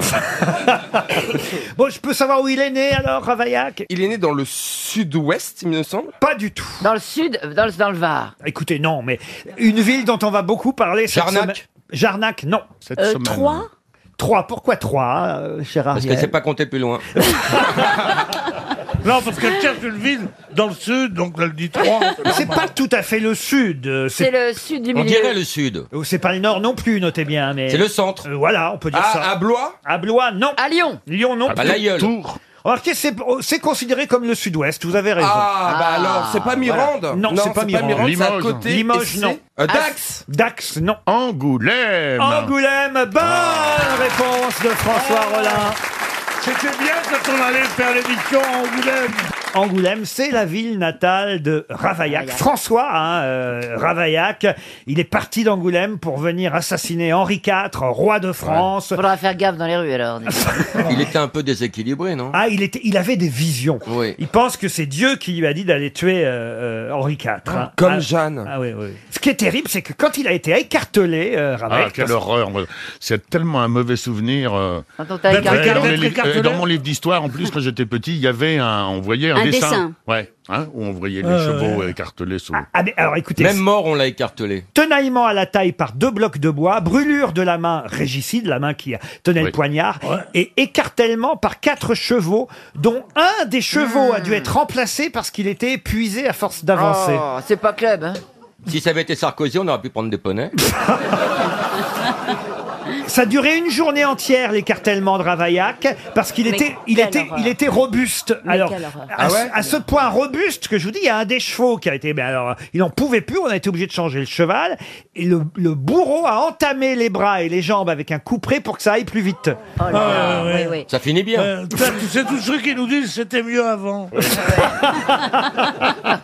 Bon, je peux savoir où il est né alors, Ravaillac
Il est né dans le sud-ouest, il me semble.
Pas du tout.
Dans le sud, dans le, dans le Var.
Écoutez, non, mais une ville dont on va beaucoup parler cette
Jarnac.
semaine. Jarnac, non.
Euh, semaine. Troyes
Troyes, pourquoi Troyes, euh, cher
Parce
Ariel
que c'est pas compté plus loin.
Non, parce qu'elle cherche une ville dans le sud, donc elle dit trois.
C'est pas tout à fait le sud. euh,
C'est le sud du
On
milieu.
dirait le sud.
Oh, C'est pas le nord non plus, notez bien. Mais...
C'est le centre.
Euh, voilà, on peut dire
Ah,
ça.
à Blois
À Blois, non. À Lyon Lyon, non.
Ah bah, la gueule. Tours.
Remarquez, c'est oh, c'est considéré comme le sud-ouest, vous avez raison.
Ah, bah alors, c'est pas Mirande
Voilà. Non,
Non,
c'est pas
c'est pas
Mirande.
Mirande, c'est à Limoges. côté,
Limoges,
et c'est-
non.
Euh, Dax
Dax, non.
Angoulême.
Angoulême, bonne réponse de François Rollin.
Oh. C'était bien quand on allait faire l'émission à Angoulême.
Angoulême, c'est la ville natale de Ravaillac. François hein, euh, Ravaillac, il est parti d'Angoulême pour venir assassiner Henri IV, roi de France.
Faudra faire gaffe dans les rues alors.
Il était un peu déséquilibré, non
Ah, il, était, il avait des visions.
Oui.
Il pense que c'est Dieu qui lui a dit d'aller tuer euh, euh, Henri IV. hein.
Comme
Ah,
Jeanne.
Ah oui, oui. Ce qui est terrible, c'est que quand il a été écartelé, euh, Ravaillac,
Ah, quelle
parce-
horreur moi. C'est tellement un mauvais souvenir. euh.
Quand on t'a
Ouais,
écartelé.
dans, les
D'être
livres-
écartelé.
euh, dans mon livre d'histoire, en plus, quand j'étais petit, il y avait un, on voyait un,
Un
dessin.
dessin.
Ouais, hein, où on voyait les
Ouais,
Euh,
chevaux écartelés. Sous...
Ah, mais alors écoutez,
Même mort, on l'a écartelé.
Tenaillement à la taille par deux blocs de bois, brûlure de la main régicide, la main qui tenait le poignard, et écartèlement par quatre chevaux, dont un des
Hmm.
chevaux a dû être remplacé parce qu'il était épuisé à force d'avancer.
Oh, c'est pas club, hein.
Si ça avait été Sarkozy, on aurait pu prendre des poneys.
Ça durait une journée entière l'écartèlement de Ravaillac parce qu'il
Mais
était, il
quelle
était,
horreur.
il était robuste.
Mais
alors
quelle horreur.
à,
Ah
ce-
ouais
à ce point robuste que je vous dis, il y a un des chevaux qui a été, mais alors il n'en pouvait plus, on a été obligé de changer le cheval et le, le bourreau a entamé les bras et les jambes avec un couperet pour que ça aille plus vite. Euh,
Oh là là,
Ah ouais.
oui, oui.
Ça finit bien.
Euh, t'as- c'est tout ce qu'ils nous disent, c'était mieux avant.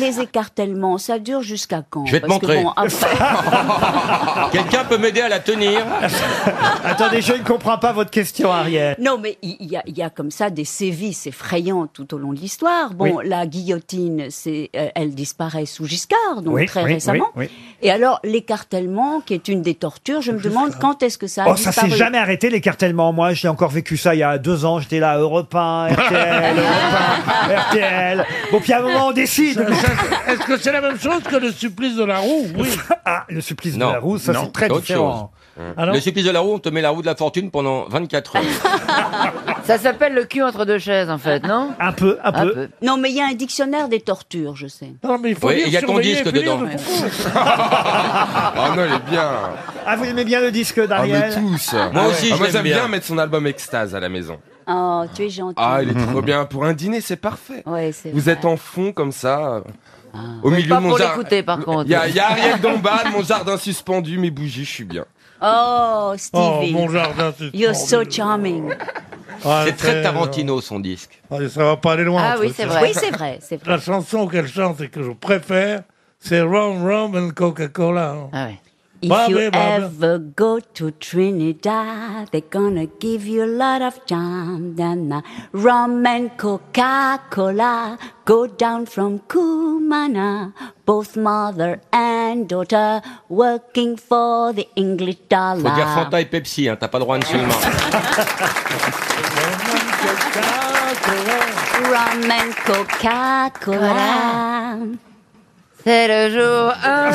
Les écartèlements, ça dure jusqu'à quand
Je vais te
Parce que
montrer.
bon, après-
Quelqu'un peut m'aider à la tenir
Attendez, je ne comprends pas votre question, Ariel.
Non, mais il il y, a- il y a comme ça des sévices effrayants tout au long de l'histoire. Bon,
Oui.
la guillotine, c'est, euh, elle disparaît sous Giscard, donc
Oui,
très
oui,
récemment.
oui,
Et alors, l'écartèlement, qui est une des tortures, je me demande quand est-ce que ça a
oh, ça s'est
disparu.
jamais arrêté l'écartèlement. Moi, j'ai encore vécu ça il y a deux ans. J'étais là, à Europe 1, RTL, Europe 1, RTL. Bon, puis à un moment, on décide.
Est-ce que c'est la même chose que le supplice de la roue Oui.
Ah, le supplice
Non.
de la roue, ça
Non.
c'est très
Autre
différent. Mmh.
chose.
Alors
Le supplice de la roue, on te met la roue de la fortune pendant 24 heures.
Ça s'appelle le cul entre deux chaises en fait, non
Un peu, un
peu.
Non, mais il y a un dictionnaire des tortures, je sais.
Non, mais il
faut Oui, lire, il y a ton surveiller, disque faut lire dedans. le
Ah non, il est bien.
Ah, vous aimez bien le disque
Ah,
d'Ariel
mais tous.
Moi aussi,
Ah,
je
moi
l'aime
j'aime bien.
bien
mettre son album Extase à la maison.
Oh, tu es gentil.
Ah, il
Mhm.
est trop bien. Pour un dîner, c'est parfait.
Ouais, c'est
Vous
vrai.
êtes en fond comme ça. Au
Mais
milieu
pas
de mon
pour
jar-
l'écouter, par contre.
Il y a, il y a Ariel Dombal, mon jardin suspendu, mes bougies, je suis bien.
Oh, Stevie.
Oh, mon jardin, c'est
You're so charming.
Ah,
C'est
c'est-
très Tarantino son disque.
Ah, Ça va pas aller loin.
Ah
le
oui,
truc,
c'est
hein.
vrai. Oui, c'est vrai, c'est vrai.
La chanson qu'elle chante et que je préfère, c'est Rum Rum and Coca-Cola. hein.
Ah If
Bah,
you
bah, bah, bah.
ever go to Trinidad, they're gonna give you a lot of jam, then uh, rum and Coca-Cola go down from Cumana. Both mother and daughter working for the English dollar.
Faut dire Fanta et Pepsi, hein, t'as pas le droit à une seule marque.
Rum and Coca-Cola.
C'est le jour 1.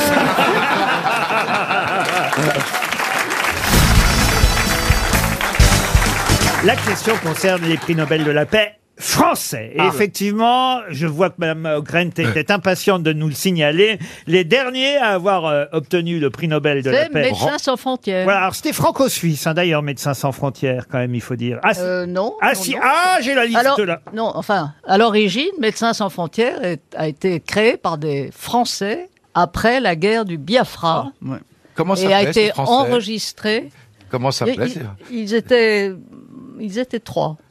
La question concerne les prix Nobel de la paix français. Et
Ah.
effectivement, je vois que Mme Grant était impatiente de nous le signaler. Les derniers à avoir euh, obtenu le prix Nobel de la
C'est
paix.
Médecins sans frontières.
Voilà, alors c'était franco-suisse, hein, d'ailleurs, Médecins sans frontières, quand même, il faut dire. Ah, si-
Euh, non.
Ah,
non,
si,
non.
ah, j'ai la liste
Alors,
là.
Non, enfin, à l'origine, Médecins sans frontières est- a été créé par des Français après la guerre du Biafra
Comment
et a
s'appelait
été
ce français
enregistré.
Comment
Et
s'appelait
ils, ils étaient, ils étaient trois.
ce-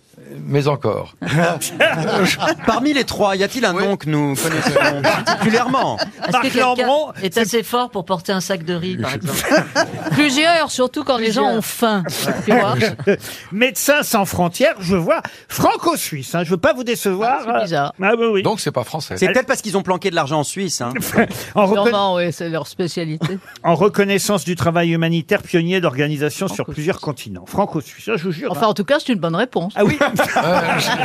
Mais encore.
Parmi les trois, y a-t-il un nom que nous connaissons particulièrement
Est-ce que quelqu'un est assez fort pour porter un sac de riz, par exemple Plusieurs, surtout quand les gens ont faim. tu vois.
Médecins sans frontières, je vois franco-suisse. Hein, je veux pas vous décevoir.
Ah, c'est bizarre.
Ah, oui, oui.
Donc c'est pas français. C'est peut-être parce qu'ils ont planqué de l'argent en Suisse. Hein.
En reconna-
Sûrement, oui, c'est leur spécialité.
En reconnaissance du travail humanitaire pionnier d'organisations sur plusieurs continents. Franco-suisse, je vous jure.
Enfin, en tout cas, c'est une bonne réponse.
Ah oui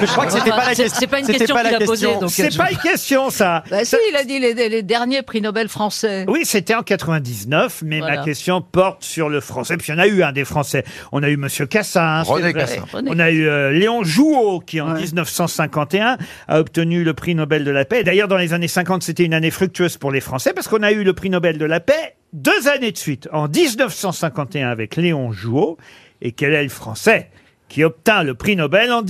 je crois que c'était pas la Enfin, c'est- question- c'est pas une c'était question pas la qu'il a question. posée, donc, euh,
C'est
je-
pas une question, ça.
Bah si, il a dit les, les derniers prix Nobel français.
Oui, c'était en 99, mais
Voilà.
ma question porte sur le français. Puis il y en a eu un des français. On a eu Monsieur Cassin. hein, c'est
René
vrai.
Cassin.
On a eu euh, Léon Jouot, qui en 1951 a obtenu le prix Nobel de la paix. Et D'ailleurs, dans les années 50, c'était une année fructueuse pour les Français parce qu'on a eu le prix Nobel de la paix deux années de suite. En 1951 avec Léon Jouot. Et quel est le français qui obtint le prix Nobel en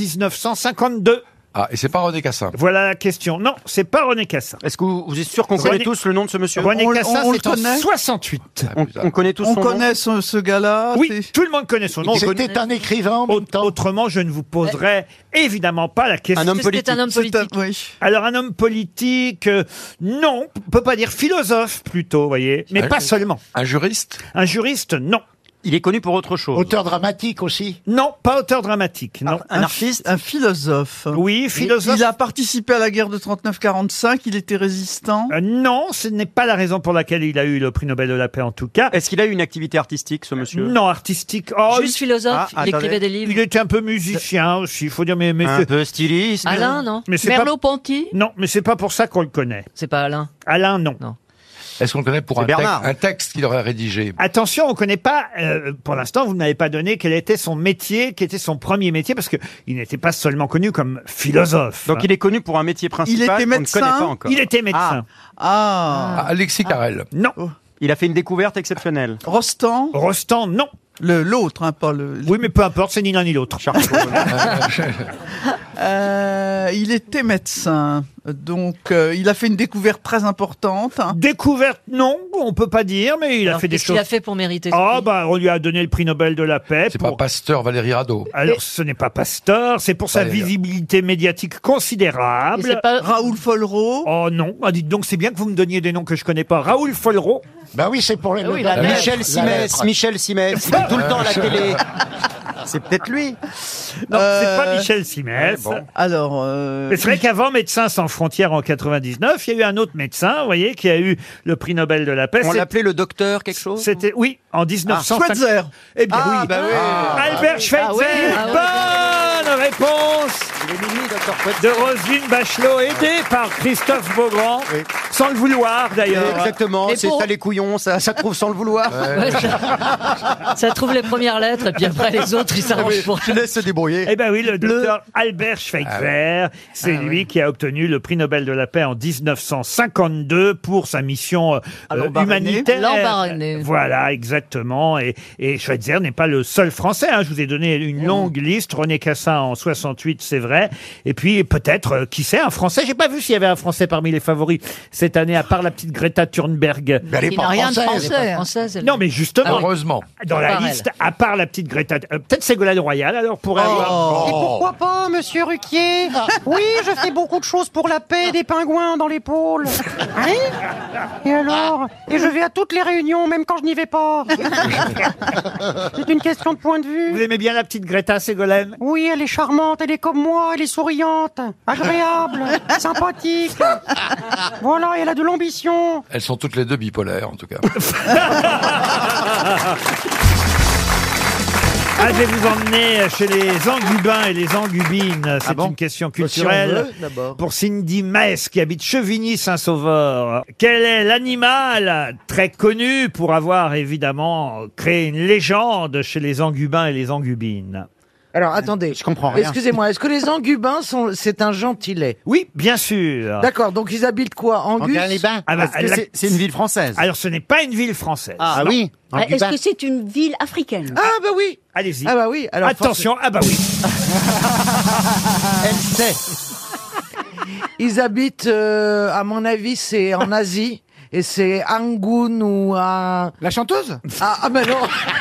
1952
Ah, et c'est pas René Cassin.
voilà la question. Non, c'est pas René Cassin.
Est-ce que vous, vous êtes sûr qu'on
René-
connaît tous le nom de ce monsieur
René Cassin,
on le
c'est en
connaît
68.
On, on connaît tous
On
son
connaît
ce, gars-là
Oui, tout le monde connaît son nom.
C'était
un écrivain Autrement, je ne vous poserais évidemment pas la question.
Un homme Est-ce que c'est un
politique. homme
Alors, un homme politique, euh, non, on peut pas dire philosophe plutôt, voyez, mais
Un-
pas seulement.
Un juriste
Un juriste, non.
Il est connu pour autre chose.
Auteur dramatique aussi Non, pas auteur dramatique, non.
Un artiste Un philosophe.
Oui, philosophe.
Il, il a participé à la guerre de 39-45, il était résistant.
Euh, non, ce n'est pas la raison pour laquelle il a eu le prix Nobel de la paix en tout cas.
Est-ce qu'il a eu une activité artistique, ce monsieur
Non, artistique. Oh,
Juste philosophe,
Ah,
il
attendez.
écrivait des livres.
Il était un peu musicien aussi, il faut dire, mais... mais
Un
c'est-
peu styliste.
Alain, non
Mais c'est pas-
Merleau-Ponty
Non, mais c'est pas pour ça qu'on le connaît.
C'est pas Alain.
Alain, non.
Est-ce qu'on le connaît pour
C'est
un texte,
Bernard.
un texte qu'il aurait rédigé
Attention, on ne connaît pas, euh, pour l'instant, vous ne m'avez pas donné quel était son métier, quel était son premier métier, parce que il n'était pas seulement connu comme philosophe.
Donc il est connu pour un métier principal
Il était
qu'on ne
médecin
connaît pas encore.
Il était médecin.
Ah.
Alexis Carrel.
Non.
Il a fait une découverte exceptionnelle.
Rostand
Rostand, non.
L'autre, hein, pas le...
Oui, mais peu importe, c'est ni l'un ni l'autre.
Euh, il était médecin, donc euh, il a fait une découverte très importante.
Découverte, non, on peut pas dire, mais il a
Alors,
fait des
qu'est-ce qu'il
choses.
a fait pour mériter ce
Ah
prix
bah on lui a donné le prix Nobel de la paix.
C'est pas Pasteur, Valérie Rado.
Alors ce n'est pas Pasteur, c'est pour sa
Allez, gars.
visibilité médiatique considérable.
Et c'est pas-
Raoul Follereau.
Oh non, ah, dites donc c'est bien que vous me donniez des noms que je connais pas. Raoul Follereau.
Bah
Ben oui, c'est pour les.
Ah oui, la lettre.
Michel Simès, Michel Simès, il est
Euh,
tout le temps à la télé. C'est peut-être lui.
Non, c'est pas
Euh,
Michel Simès.
ouais, bon. Alors, euh,
Mais c'est vrai qu'avant Médecins sans frontières en 99, il y a eu un autre médecin, vous voyez, qui a eu le prix Nobel de la paix.
On
C'est-
l'appelait le docteur quelque chose
C'était oui, en
Ah,
1900.
Schweitzer.
Eh bien
Ah,
oui.
bah oui. Ah,
Albert
bah oui.
Schweitzer.
Ah oui,
Bonne réponse de Roselyne Bachelot, aidée par Christophe Beaugrand, sans le vouloir d'ailleurs.
Exactement,
Et
c'est
pour-
ça les couillons, ça, ça trouve sans le vouloir.
Ouais, ça... ça trouve les premières lettres et puis après les autres, ils s'arrangent pour.
Je laisse se débrouiller.
Eh ben oui, le docteur Albert
Ah
Schweitzer, c'est lui qui a obtenu le prix Nobel de la paix en 1952 pour sa mission euh, humanitaire. Euh,
Lambaréné.
Voilà, exactement. Et,
Mm.
et Schweitzer n'est pas le seul Français. hein. Je vous ai donné une longue liste. René Cassin en 68, c'est vrai. vrai. Et puis peut-être, euh, qui sait, un Français. J'ai pas vu s'il y avait un Français parmi les favoris cette année, à part la petite Greta Thunberg.
elle est Qui pas n'a rien de française. français, hein. elle est pas française, elle.
Non, mais justement.
Ah oui. Heureusement.
Dans la
Pas mal.
liste, à part la petite Greta, euh, peut-être Ségolène Royal, alors pour
Oh.
Et
Oh.
pourquoi pas, monsieur Ruquier Oui, je fais beaucoup de choses pour la paix des pingouins dans l'épaule. Hein Et alors Et je vais à toutes les réunions, même quand je n'y vais pas. C'est une question de point de vue.
Vous aimez bien la petite Greta Ségolène
Oui, elle est charmante, elle est comme moi, elle est souriante, agréable, sympathique. Voilà, et elle a de l'ambition.
Elles sont toutes les deux bipolaires, en tout cas.
Ah, je vais vous emmener chez les Angubins et les Angubines. C'est une question
Bah,
culturelle
si on veut, d'abord.
pour Cindy Maes qui habite Chevigny-Saint-Sauveur. Quel est l'animal très connu pour avoir évidemment créé une légende chez les Angubins et les Angubines
Alors attendez. Je
comprends
Excusez-moi, est-ce que les Angubins sont c'est un gentilet
Oui, bien sûr.
D'accord, donc ils habitent quoi Angus
Ah bah, la-
française.
Alors ce n'est pas une ville française.
Ah,
Non.
oui.
Ah, Est-ce que c'est une ville africaine
Ah bah oui
Allez-y.
Ah bah oui, alors
Attention, ah bah oui.
Elle sait. Ils habitent, euh, à mon avis, c'est en Asie. Et c'est Angoun ou à... La chanteuse ah, ah bah non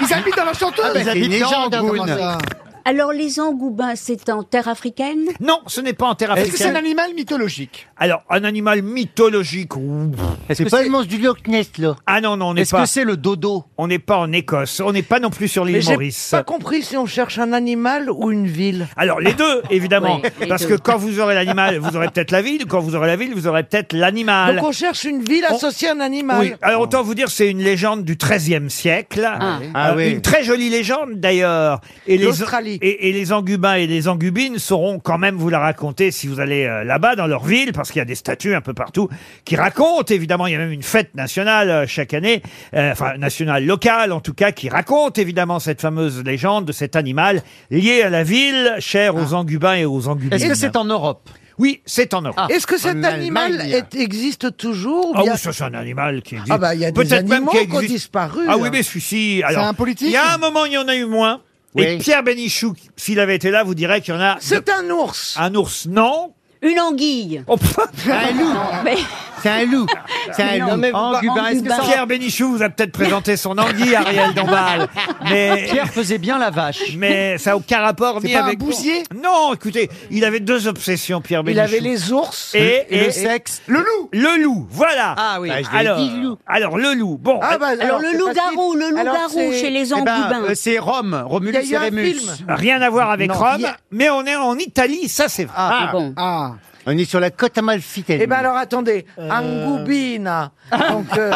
Ils habitent dans la chanteuse
Ah bah, Ils c'est habitent une dans légende, Angoun. comment ça Alors, les Angoubins, c'est en terre africaine
Non, ce n'est pas en terre africaine.
animal mythologique
Alors, un animal mythologique. ou-
C'est pas le monstre du Loch Ness, là.
Ah non, non, on n'est
Est-ce
pas.
que c'est
le dodo On n'est pas en Écosse. On n'est pas non plus sur
Mais
l'île
j'ai
Maurice.
pas compris si on cherche un animal ou une ville.
Alors les deux, évidemment,
Oui, les
parce
deux.
que quand vous aurez l'animal, vous aurez peut-être la ville. Quand vous aurez la ville, vous aurez peut-être l'animal.
Donc on cherche une ville
Ah, On-
associée à un animal.
Oui. Alors autant vous dire, c'est une légende du XIIIe siècle. Euh,
Ah. Ah oui.
Une très jolie légende d'ailleurs. Et les et, et les Angubins et les Angubines sauront quand même vous la raconter si vous allez euh, là-bas dans leur ville, parce qu'il y a des statues un peu partout qui racontent. Évidemment, il y a même une fête nationale euh, chaque année, euh, enfin nationale locale en tout cas, qui raconte évidemment cette fameuse légende de cet animal lié à la ville, cher aux Angubins et aux Angubines.
Est-ce que c'est
en Europe Oui, c'est Ah, en Europe.
Est-ce que cet animal est- existe toujours ou
Ah
bien-
oui, ça c'est un animal qui existe.
Ah bah, il y a des
Peut-être même
animaux
qu'il
qui ont
existe.
disparu,
Ah
hein.
oui, mais celui-ci.
C'est
alors,
un politique
Il y a un moment, il y en a eu moins. Et
Oui.
Pierre Bénichou, s'il avait été là, vous dirait qu'il y en a. C'est
un ours.
Un ours, non. Oh,
Une anguille.
un loup. C'est un loup.
C'est un loup. Angubin, est-ce que ça-
Pierre Bénichou vous a peut-être présenté son anguille, Ariel Dombal. Mais...
Pierre
faisait bien la vache. Mais ça n'a aucun rapport
C'est
ni
pas un
avec.
bousier
Non, écoutez, il avait deux obsessions, Pierre
Il
Bénichou.
avait les ours
et,
et le sexe.
Le loup. Le loup, voilà.
Ah oui. Bah, je l'ai
alors,
dit, le loup.
alors, le loup. Bon.
Ah bah,
Alors, le
c'est
loup-garou,
facile.
le
Alors,
loup-garou
c'est-
chez les
eh ben,
Angubins.
euh, c'est Rome, Romulus et Rémus.
Rien à voir avec
Non,
Rome,
y a-
mais on est en Italie, ça c'est vrai.
Ah, Ah, bon.
On est sur la côte amalfitaine.
Eh ben alors attendez,
Euh. Ah.
Angoubina. Donc, euh,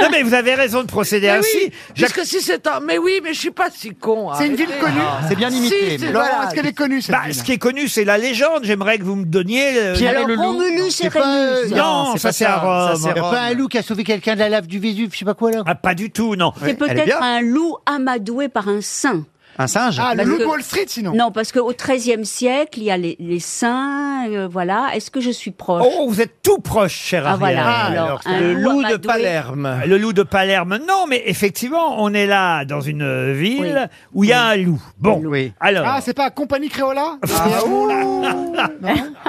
Non mais vous avez raison de procéder
mais
ainsi.
oui, puisque si c'est un... Mais oui, mais je suis pas si con.
C'est une
arrêtez.
ville connue
Ah.
C'est bien
Si,
imité,
c'est-
mais-
voilà.
Laurent, est-ce qu'elle est connue, cette ville Ce qui est connu, c'est la légende. J'aimerais que vous me donniez. euh,
Pierre
le-
le loup.
Romulus et
C'est pas, euh,
Rémus.
Non, ça c'est à Rome.
Il n'y a pas un loup qui a sauvé quelqu'un de la lave du Vésuve, je sais pas quoi là.
Ah, pas du tout, non.
C'est peut-être un loup amadoué par un saint.
Un singe
Ah,
Parce que- Non, parce qu'au XIIIe siècle, il y a les, les saints, euh, voilà. Est-ce que je suis proche
Oh, vous êtes tout proche, cher
Ah,
Ariel.
voilà, Ah, alors, alors, un le loup loup amadoué. de
Palerme. Le loup de Palerme. Non, mais effectivement, on est là dans une euh, ville où il y a un loup. Bon, alors. Ah, bah,
Ah, c'est pas Compagnie Créola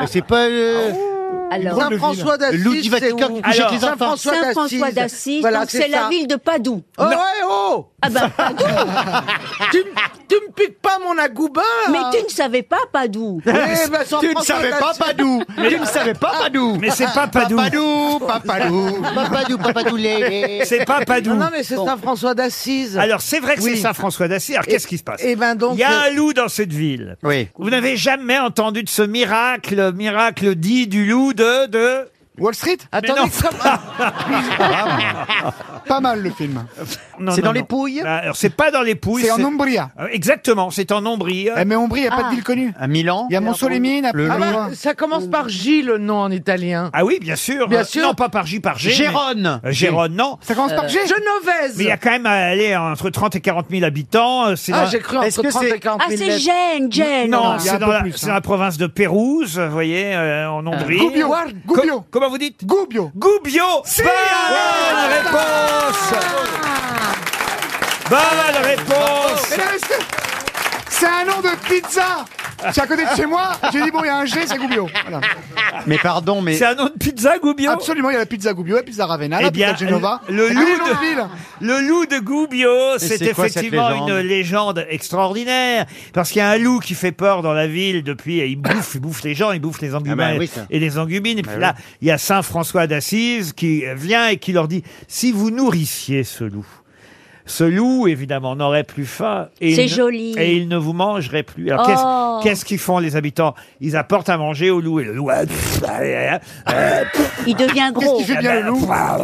C'est pas euh,
Alors,
Saint-François d'Assise.
Le loup du Vatican
c'est où
qui couche avec les enfants.
Saint-François d'Assise,
Voilà,
donc
c'est
c'est la
ça.
ville de Padoue.
Oh, ouais, oh
Ah ben, Padoue
tu, m- tu me piques pas mon agoubin Eh, bah,
Mais tu ne savais pas Padoue
Tu ne savais pas Padoue. Tu ne savais pas
Ah.
Padoue.
Mais c'est pas Padoue.
Papadou, Papadou.
Papadou, Papadou, les- les-
C'est pas Padoue.
Non, non, mais c'est
Bon.
Saint-François d'Assise.
Ah.
Alors, c'est vrai que
Oui.
c'est Saint-François d'Assise. Alors,
Et-
qu'est-ce qui se passe
eh
et ben donc,
Il y a
euh,
un loup dans cette ville. Vous n'avez jamais entendu de ce miracle, miracle dit du loup de... de... Wall Street
Attendez, Pas mal le film. C'est dans les
Pouilles Bah, Alors, c'est pas dans les Pouilles.
C'est en Umbria.
Euh, Exactement, c'est en Ah. Umbria.
Eh, mais Umbria, il n'y a pas de ville connue.
À Milan.
Il y a Monsolémine, après-
Ah bah, ça commence par J, le nom en italien.
Ah oui, bien sûr.
Bien
Euh,
sûr.
Non, pas par J, par G. mais-
Gérone.
Euh, Gérone,
G.
non.
Ça commence par Euh, G Genovaise.
Mais il y a quand même euh, allez, entre 30 et 40 000 habitants. euh, c'est
Ah,
dans-
j'ai cru entre Est-ce que 30 et c'est- 40 000 Ah, c'est lettres. Gênes, Gênes.
Non,
Il y a un
c'est dans,
peu
la-
plus,
c'est
hein.
dans la province de Pérouse, vous voyez, euh, en Ombrie.
Gubbio.
Co- comment vous dites Goubio. Goubio.
ah.
Bonne réponse Bonne réponse
Mais
Eh ben,
là, est-ce que C'est un nom de pizza C'est à côté de chez moi. J'ai dit, bon, il y a un G, c'est Goubio. Voilà.
Mais pardon, mais.
C'est un autre pizza Goubio
Absolument, il y a la pizza Goubio, la pizza Ravenna, la pizza Genova.
le
Et
loup,
quel est l'autre ville
de, Ah le loup de Gubbio, c'est
c'est quoi cette
effectivement
légende
une légende extraordinaire. Parce qu'il y a un loup qui fait peur dans la ville depuis, et il bouffe, il bouffe les gens, il bouffe les angubins
Ah bah oui, ça.
et les angubines. Et puis
Bah
là,
oui.
il y a Saint François d'Assise qui vient et qui leur dit, si vous nourrissiez ce loup, ce loup, évidemment, n'aurait plus faim. et
C'est
il ne-
joli.
Et il ne vous mangerait plus. Alors, qu'est-ce-
Oh.
qu'est-ce qu'ils font, les habitants Ils apportent à manger au loup. Et le loup, ah, pff, ah, ah, ah, pff,
Il devient gros.
qu'il fait bien, le
Eh
loup
ben,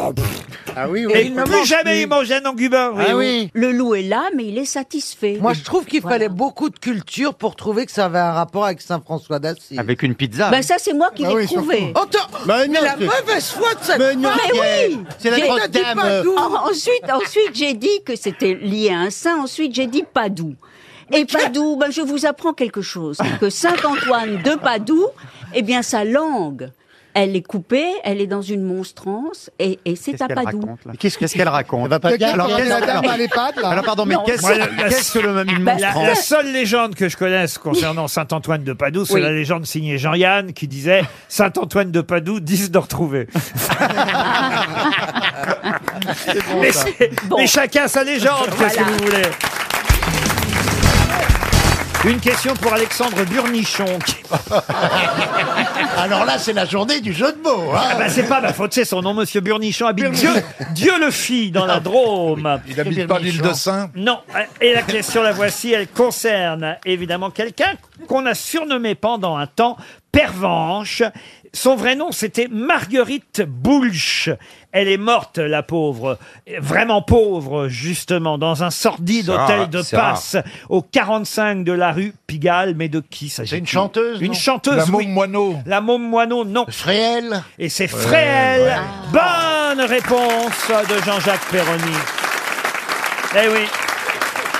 Ah oui,
Et Ah plus jamais il mange un angubin. voyez-vous.
Ah Le loup est là, mais il est satisfait.
Moi, je trouve qu'il
Voilà.
fallait beaucoup de culture pour trouver que ça avait un rapport avec Saint-François d'Assise.
Avec une pizza.
Ben ça, c'est moi qui
Bah
l'ai
oui,
trouvé.
surtout. Attends, mais,
non,
la
c'est-
mauvaise foi de cette
Mais
femme.
oui
C'est la
J'ai-
grosse
dit
dame.
pas d'où. En- Ensuite, ensuite j'ai dit que c'était lié à un saint. Ensuite, j'ai dit Padoue. Et Padoue, ben, je vous apprends quelque chose. Que Saint-Antoine de Padoue, eh bien, sa langue, elle est coupée, elle est dans une monstrance, et, et c'est à Padoue.
Qu'est-ce qu'est-ce qu'elle raconte Ça va
pas bien.
Alors,
Il y a
qu'est-ce-
la dame
alors-
à l'EHPAD, là.
Alors, pardon, mais
Non.
qu'est-ce
Moi, la- la-
qu'est-ce que le mamie
Bah,
La, la seule légende que je connaisse concernant Saint-Antoine de Padoue, c'est
Oui.
la légende signée Jean-Yann qui disait Saint-Antoine de Padoue, 10 de retrouver. mais, c'est- mais chacun sa légende, qu'est-ce que vous voulez Une question pour Alexandre Burnichon. qui-
Alors là, c'est la journée du jeu de mots.
Ah bah, c'est pas ma faute, c'est son nom, Monsieur Burnichon habite Dieu, Dieu le fit dans la Drôme.
Ah. Il habite pas l'île de Saint
Non. Et la question, la voici, elle concerne évidemment quelqu'un qu'on a surnommé pendant un temps Pervenche. Son vrai nom, c'était Marguerite Boulch. Elle est morte, la pauvre, vraiment pauvre, justement, dans un sordide
C'est rare,
hôtel de
c'est rare.
passe au 45 de la rue Pigalle. Mais de qui s'agit-il C'est une
chanteuse,
Une
non
chanteuse,
La Môme
oui. Moineau. La Môme Moineau, non.
Fréhel
Et c'est Fréhel. Bonne réponse de Jean-Jacques Perroni. Eh oui.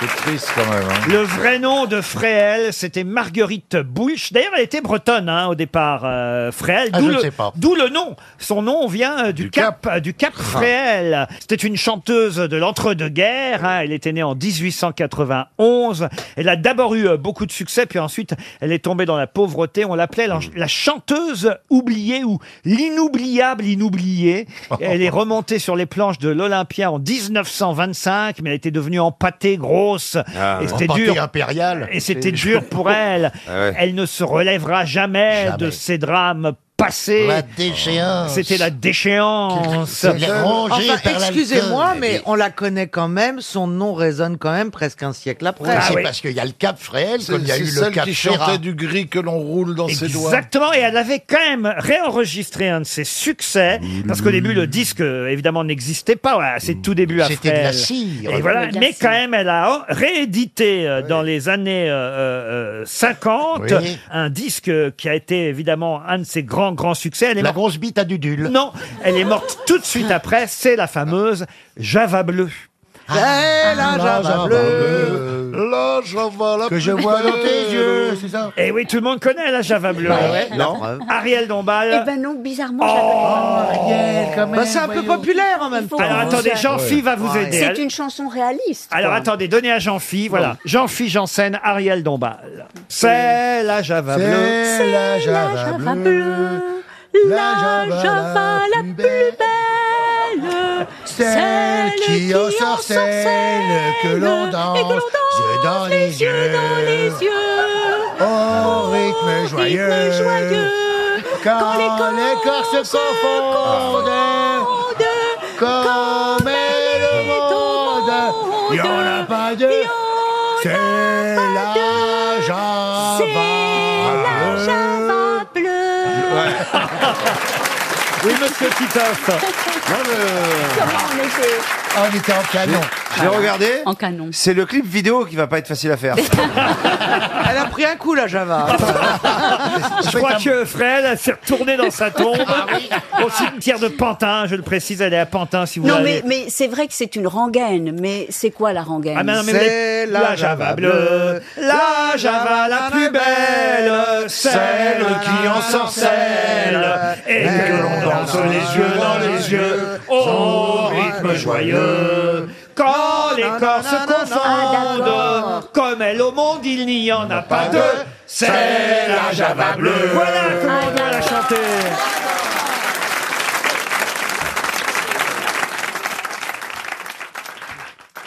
C'est triste quand même. hein.
Le vrai nom de Fréhel, c'était Marguerite Bouche. D'ailleurs, elle était bretonne hein, au départ, euh, Fréhel.
Ah,
D'où
je
le,
sais pas. Ah.
d'où le nom. Son nom vient euh, du, Cap, euh, du Cap Fréhel. C'était une chanteuse de l'entre-deux-guerres. hein. Elle était née en 1891. Elle a d'abord eu euh, beaucoup de succès, puis ensuite, elle est tombée dans la pauvreté. On l'appelait la,
Mm.
la chanteuse oubliée ou l'inoubliable inoubliée. Elle est remontée sur les planches de l'Olympia en 1925, mais elle était devenue empâtée, grosse.
Ah,
et
ouais.
c'était
Empâtée
dur.
impériale.
Et c'était dur pour elle.
Ah ouais.
Elle ne se relèvera jamais, de ces drames passés.
La déchéance.
C'était la déchéance.
Enfin, excusez-moi, mais on la connaît quand même. Son nom résonne quand même presque un siècle après.
Ah
c'est parce qu'il y a le Cap Fréhel,
C'est-
comme il y a
c'est
eu le
celle
Cap
qui
Ferrat.
chantait
du gris que l'on roule dans
Exactement, et elle avait quand même réenregistré un de ses succès, parce qu'au début, le disque, euh, évidemment, n'existait pas, voilà, c'est tout début après. euh,
C'était de la cire.
Et voilà,
De la
mais
cire.
quand même, elle a réédité euh, dans les années euh, euh, 50
Oui.
un disque euh, qui a été évidemment un de ses grands, grands succès. Elle est
La
morte-
grosse bite à Dudule.
Non, elle est morte tout de suite après, c'est la fameuse Java Bleue.
Ah.
Eh, la Java bleue.
Là, j'en vois la
Que je
plus
vois dans
belle.
tes yeux, c'est ça
Et Eh oui, tout le monde connaît la Java Bleue.
Bah ouais, la
Non.
preuve.
Ariel Dombal. Oh.
Eh ben non, bizarrement, je la connais pas.
Bah, c'est un peu populaire en même temps.
Alors attendez, Jean-Phi va vous aider.
C'est une chanson réaliste.
Alors
quoi.
attendez, donnez à Jean-Phi, voilà. Jean-Phi Janssen, Ariel Dombal. C'est la Java bleue.
C'est la Java
Java
bleue.
La Java la plus belle,
Celle qui en sorcelle, que l'on danse, yeux dans les yeux,
dans les yeux,
au rythme joyeux, quand les corps se confondent, comme est le monde, il n'y en a pas deux, c'est la Java bleue.
Java bleue.
Oui, monsieur Titoff.
Comment on était
Ah, on était en canon.
J'ai regardé.
En canon.
C'est le clip vidéo qui va pas être facile à faire.
Elle a pris un coup, la Java.
Je crois que Fred elle s'est retournée dans sa tombe
Ah
au cimetière de Pantin. Je le précise, elle est à Pantin si vous
Non,
voulez.
mais, mais c'est vrai que c'est une rengaine, mais c'est quoi la rengaine
Ah, mais non, mais vous
C'est
l'avez-
la
la Java
Java
bleue, la Java la plus belle, celle qui en sorcelle, et que l'on danse les yeux dans les yeux, au rythme joyeux. Ah, Quand les corps se confondent, comme elle au monde, il n'y en a pas deux, c'est la Java bleue. Voilà comment on dit à la